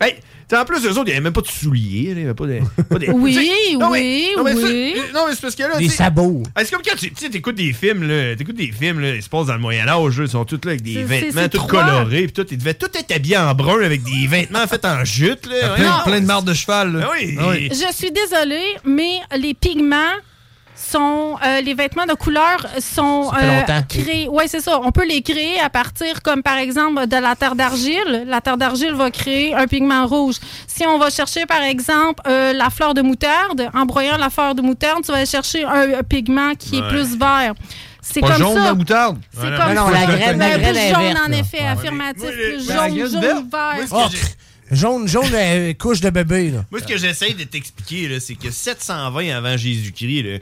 Speaker 6: hey, t'sais, en plus, eux autres, il n'y avait même pas de souliers. là, Il n'y avait pas de. pas de-
Speaker 8: Oui,
Speaker 6: T'sais, non,
Speaker 8: oui,
Speaker 6: mais- non, mais ça-
Speaker 8: oui.
Speaker 6: euh, non, mais c'est parce que là.
Speaker 9: Des
Speaker 6: t'sais-
Speaker 9: sabots.
Speaker 6: Ah, c'est comme quand tu tu sais, t'écoutes des films, là. T'écoutes des films, là. Ils se passent dans le Moyen-Âge, là, Ils sont tous là avec des
Speaker 8: C'est-
Speaker 6: vêtements
Speaker 8: c'est-
Speaker 6: tout
Speaker 8: c'est trois.
Speaker 6: colorés. Puis tout. Ils devaient tout être habillés en brun avec des vêtements faits en jute, là.
Speaker 7: Plein,
Speaker 6: Ouais.
Speaker 7: plein de marde de cheval. là.
Speaker 6: Ah oui.
Speaker 7: Ah oui.
Speaker 8: Je suis désolée, mais les pigments sont euh, les vêtements de couleur sont euh,
Speaker 9: Ça fait longtemps.
Speaker 8: créés. Ouais, c'est ça. On peut les créer à partir comme par exemple de la terre d'argile. La terre d'argile va créer un pigment rouge. Si on va chercher par exemple euh, la fleur de moutarde, en broyant la fleur de moutarde, tu vas chercher un, un pigment qui
Speaker 7: Ouais.
Speaker 8: est plus vert. C'est
Speaker 7: Pas
Speaker 8: comme
Speaker 7: jaune,
Speaker 8: ça.
Speaker 7: la moutarde?
Speaker 8: C'est
Speaker 7: Ouais,
Speaker 8: comme
Speaker 7: non,
Speaker 8: ça.
Speaker 7: mais non, la graine- la
Speaker 8: Ben,
Speaker 9: graine
Speaker 8: plus
Speaker 9: est
Speaker 8: jaune
Speaker 9: verte,
Speaker 8: en
Speaker 9: là.
Speaker 8: effet,
Speaker 9: Ouais,
Speaker 8: affirmatif, plus
Speaker 6: moi, la
Speaker 8: jaune,
Speaker 6: graine
Speaker 8: jaune,
Speaker 6: verte,
Speaker 8: vert.
Speaker 7: Ah.
Speaker 9: Oh, jaune, jaune, euh, couche de bébé, là.
Speaker 6: Moi, ce que j'essaie de t'expliquer, là, c'est que 720 avant Jésus-Christ, là,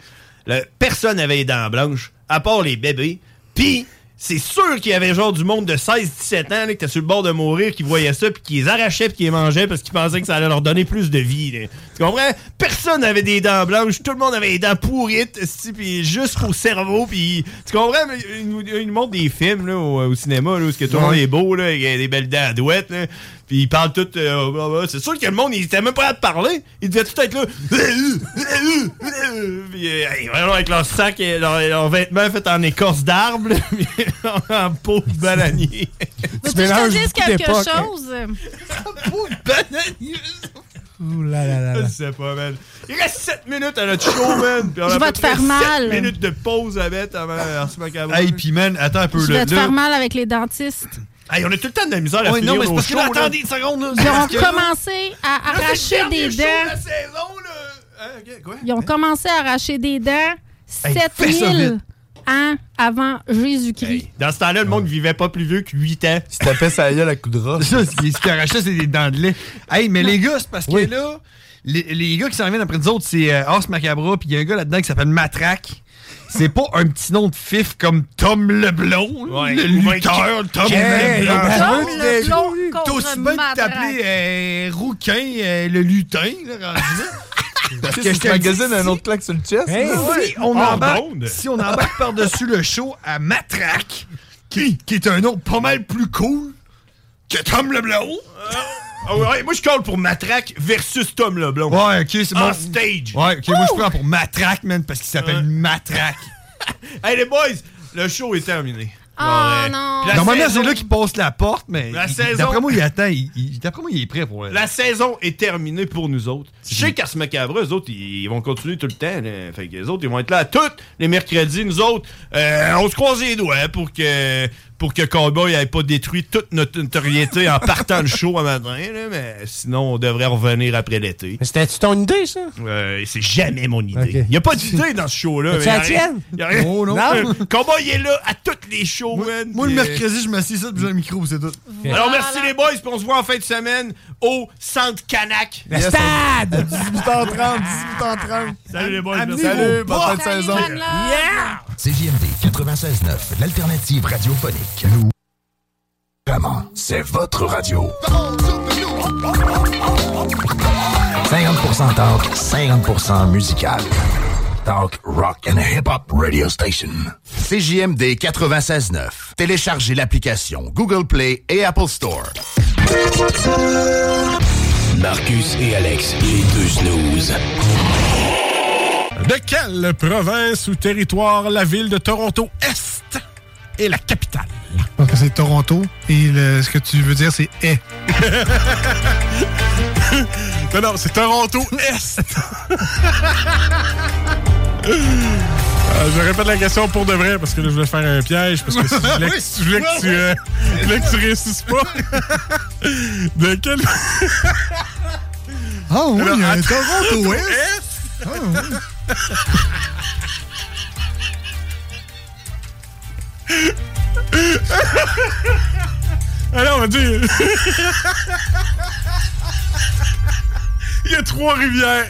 Speaker 6: là, personne n'avait les dents blanches, à part les bébés. Puis, c'est sûr qu'il y avait genre du monde de 16-17 ans là, qui était sur le bord de mourir, qui voyait ça, puis qui les arrachait, puis qui les mangeait parce qu'ils pensaient que ça allait leur donner plus de vie. là. Tu comprends? Personne n'avait des dents blanches, tout le monde avait les dents pourrites, esti, puis jusqu'au cerveau, puis... Tu comprends? Mais Ils nous ils nous montrent des films là, au, au cinéma, là, où ce que tout le monde
Speaker 7: Ouais.
Speaker 6: est beau, là, il a des belles dents à douette, là. Puis ils parlent tout. euh, blah, blah. c'est sûr que le monde, il était même pas à te parler. Ils devaient tout être là. Puis, euh, hey, vraiment, avec leur sac et leur, leur vêtement fait en écorce d'arbre, là, puis en peau de bananier.
Speaker 8: Veux-tu que je te dise quelque
Speaker 6: hein.
Speaker 8: chose?
Speaker 9: Ouh là là là.
Speaker 6: Je sais pas, man. Il reste 7 minutes à notre show, man. Puis on
Speaker 8: Je
Speaker 6: a
Speaker 8: vais
Speaker 6: à
Speaker 8: te
Speaker 6: peu près
Speaker 8: faire
Speaker 6: sept
Speaker 8: mal.
Speaker 6: minutes de pause à mettre avant Ars Macabre.
Speaker 7: Hey, puis man, attends un peu.
Speaker 8: Je
Speaker 7: là,
Speaker 8: vais te
Speaker 7: là.
Speaker 8: faire mal avec les dentistes.
Speaker 6: Hey, on a tout le temps de la misère à
Speaker 7: Ouais,
Speaker 6: finir
Speaker 7: non, mais c'est
Speaker 6: nos
Speaker 7: parce que
Speaker 6: shows,
Speaker 7: là,
Speaker 6: là.
Speaker 7: attendez une seconde. là.
Speaker 8: Ils ont
Speaker 7: Parce que là-
Speaker 8: commencé à
Speaker 6: Là, Ah, c'est
Speaker 8: arracher
Speaker 6: le
Speaker 8: des
Speaker 6: dernier show de la
Speaker 8: dents.
Speaker 6: saison, là. Hein, ok, quoi?
Speaker 8: Ils ont commencé à arracher des dents
Speaker 6: Hey, fais ça
Speaker 8: 7000
Speaker 6: vite.
Speaker 8: ans avant Jésus-Christ.
Speaker 6: Dans ce temps-là, le monde vivait pas plus vieux que 8 ans.
Speaker 17: Tu tapais sa gueule à coups de rat.
Speaker 7: Ça, ce qui ce qui arrachait, c'est des dents de lait. Hey, mais les gars, c'est parce que
Speaker 17: Oui.
Speaker 7: là, les, les gars qui s'en viennent après nous autres, c'est euh, Ars Macabra, puis il y a un gars là-dedans qui s'appelle Matraque. c'est pas un petit nom de fif comme Tom Leblon,
Speaker 6: Ouais.
Speaker 7: le
Speaker 6: Ouais.
Speaker 7: lutteur Tom
Speaker 6: Hey,
Speaker 7: Leblon.
Speaker 6: Tom
Speaker 7: Tom
Speaker 6: Leblon
Speaker 7: Leblon,
Speaker 6: contre
Speaker 7: T'as aussi bien de
Speaker 6: Matraque.
Speaker 7: t'appeler euh, Rouquin, euh, le lutin, là, rendu là. Parce
Speaker 17: Tu sais,
Speaker 7: je
Speaker 17: ce
Speaker 7: te le dis,
Speaker 17: magazine a un
Speaker 7: si-
Speaker 17: autre claque sur le chest.
Speaker 7: Hey,
Speaker 17: là.
Speaker 7: si, on
Speaker 6: Ah,
Speaker 17: Hors
Speaker 7: embarque,
Speaker 17: d'onde.
Speaker 7: si on embarque par-dessus le show à Matraque, qui, qui est un nom pas mal plus cool que Tom Leblon.
Speaker 6: Ah ouais, ouais, moi, je colle pour Matraque versus Tom Leblon.
Speaker 7: Ouais, ok, c'est
Speaker 6: En
Speaker 7: bon.
Speaker 6: Ah, stage.
Speaker 7: Ouais, ok, moi je prends pour Matraque, man, parce qu'il s'appelle Matraque.
Speaker 6: Hey, les boys, le show est terminé.
Speaker 27: Ah,
Speaker 6: Ouais.
Speaker 27: non.
Speaker 6: Puis la
Speaker 7: Normalement,
Speaker 6: saison-
Speaker 7: c'est là qu'il passe la porte, mais
Speaker 6: La
Speaker 7: il-
Speaker 6: saison-
Speaker 7: d'après moi, il attend. il- il- D'après moi, il est prêt pour
Speaker 6: La saison est terminée pour nous autres. Je sais qu'à ce macabre, eux autres, ils ils vont continuer tout le temps. là. Fait que les autres, ils vont être là tous les mercredis. Nous autres, euh, on se croise les doigts pour que pour que Cowboy n'ait pas détruit toute notre notoriété en partant le show un matin. là. Mais
Speaker 7: Euh,
Speaker 6: sinon, on devrait revenir après l'été.
Speaker 28: C'était-tu ton idée, ça?
Speaker 6: Euh, c'est jamais mon idée. Il n'y a pas d'idée dans ce show-là.
Speaker 28: C'est la
Speaker 6: Il y a rien-
Speaker 28: tienne?
Speaker 6: il y a rien.
Speaker 28: Oh, non.
Speaker 6: Euh, Cowboy est là à tous les shows, man.
Speaker 7: Moi, le
Speaker 6: Puis, euh,
Speaker 7: mercredi, je m'assis ça, puis j'ai un micro, c'est tout.
Speaker 6: Alors, merci les boys, puis on se voit en fin de semaine au Centre Canac.
Speaker 7: Le Yes, stade!
Speaker 6: 18h30, 18h30. Salut les boys, merci. Salut, bonne fin de saison.
Speaker 9: Yeah! CJMD 96.9, l'alternative radiophonique. Nous,
Speaker 29: Vraiment, c'est votre radio.
Speaker 9: 50% talk, 50% musical. Talk, rock and hip-hop radio station.
Speaker 19: CJMD 96.9. Téléchargez l'application Google Play et Apple Store.
Speaker 29: Marcus et Alex, les deux snooze.
Speaker 11: De quelle province ou territoire la ville de Toronto Est est la capitale?
Speaker 20: Je pense que c'est Toronto. Et le- ce que tu veux dire, c'est est.
Speaker 11: non, non, c'est Toronto Est. Euh, je répète la question pour de vrai parce que là, je voulais faire un piège parce que si je voulais que, je voulais que tu, euh, je voulais que tu réussisses pas. de quel.
Speaker 20: Ah oui,
Speaker 11: Alors,
Speaker 20: il y a
Speaker 11: à
Speaker 20: un Toronto
Speaker 11: Toronto
Speaker 20: Est. Ah oui.
Speaker 11: Alors, on va dire. Il y a trois rivières.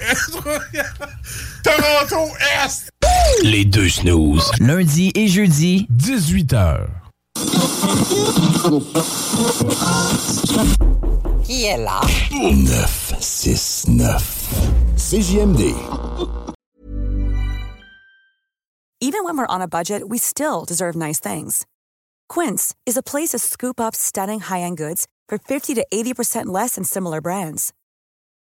Speaker 11: Toronto Est.
Speaker 29: Les deux snooze.
Speaker 9: Lundi et jeudi, 18h.
Speaker 8: Qui est là?
Speaker 11: E
Speaker 29: 969. CJMD.
Speaker 1: Even when we're on a budget, we still deserve nice things. Quince is a place to scoop up stunning high end goods for 50 to 80% less than similar brands.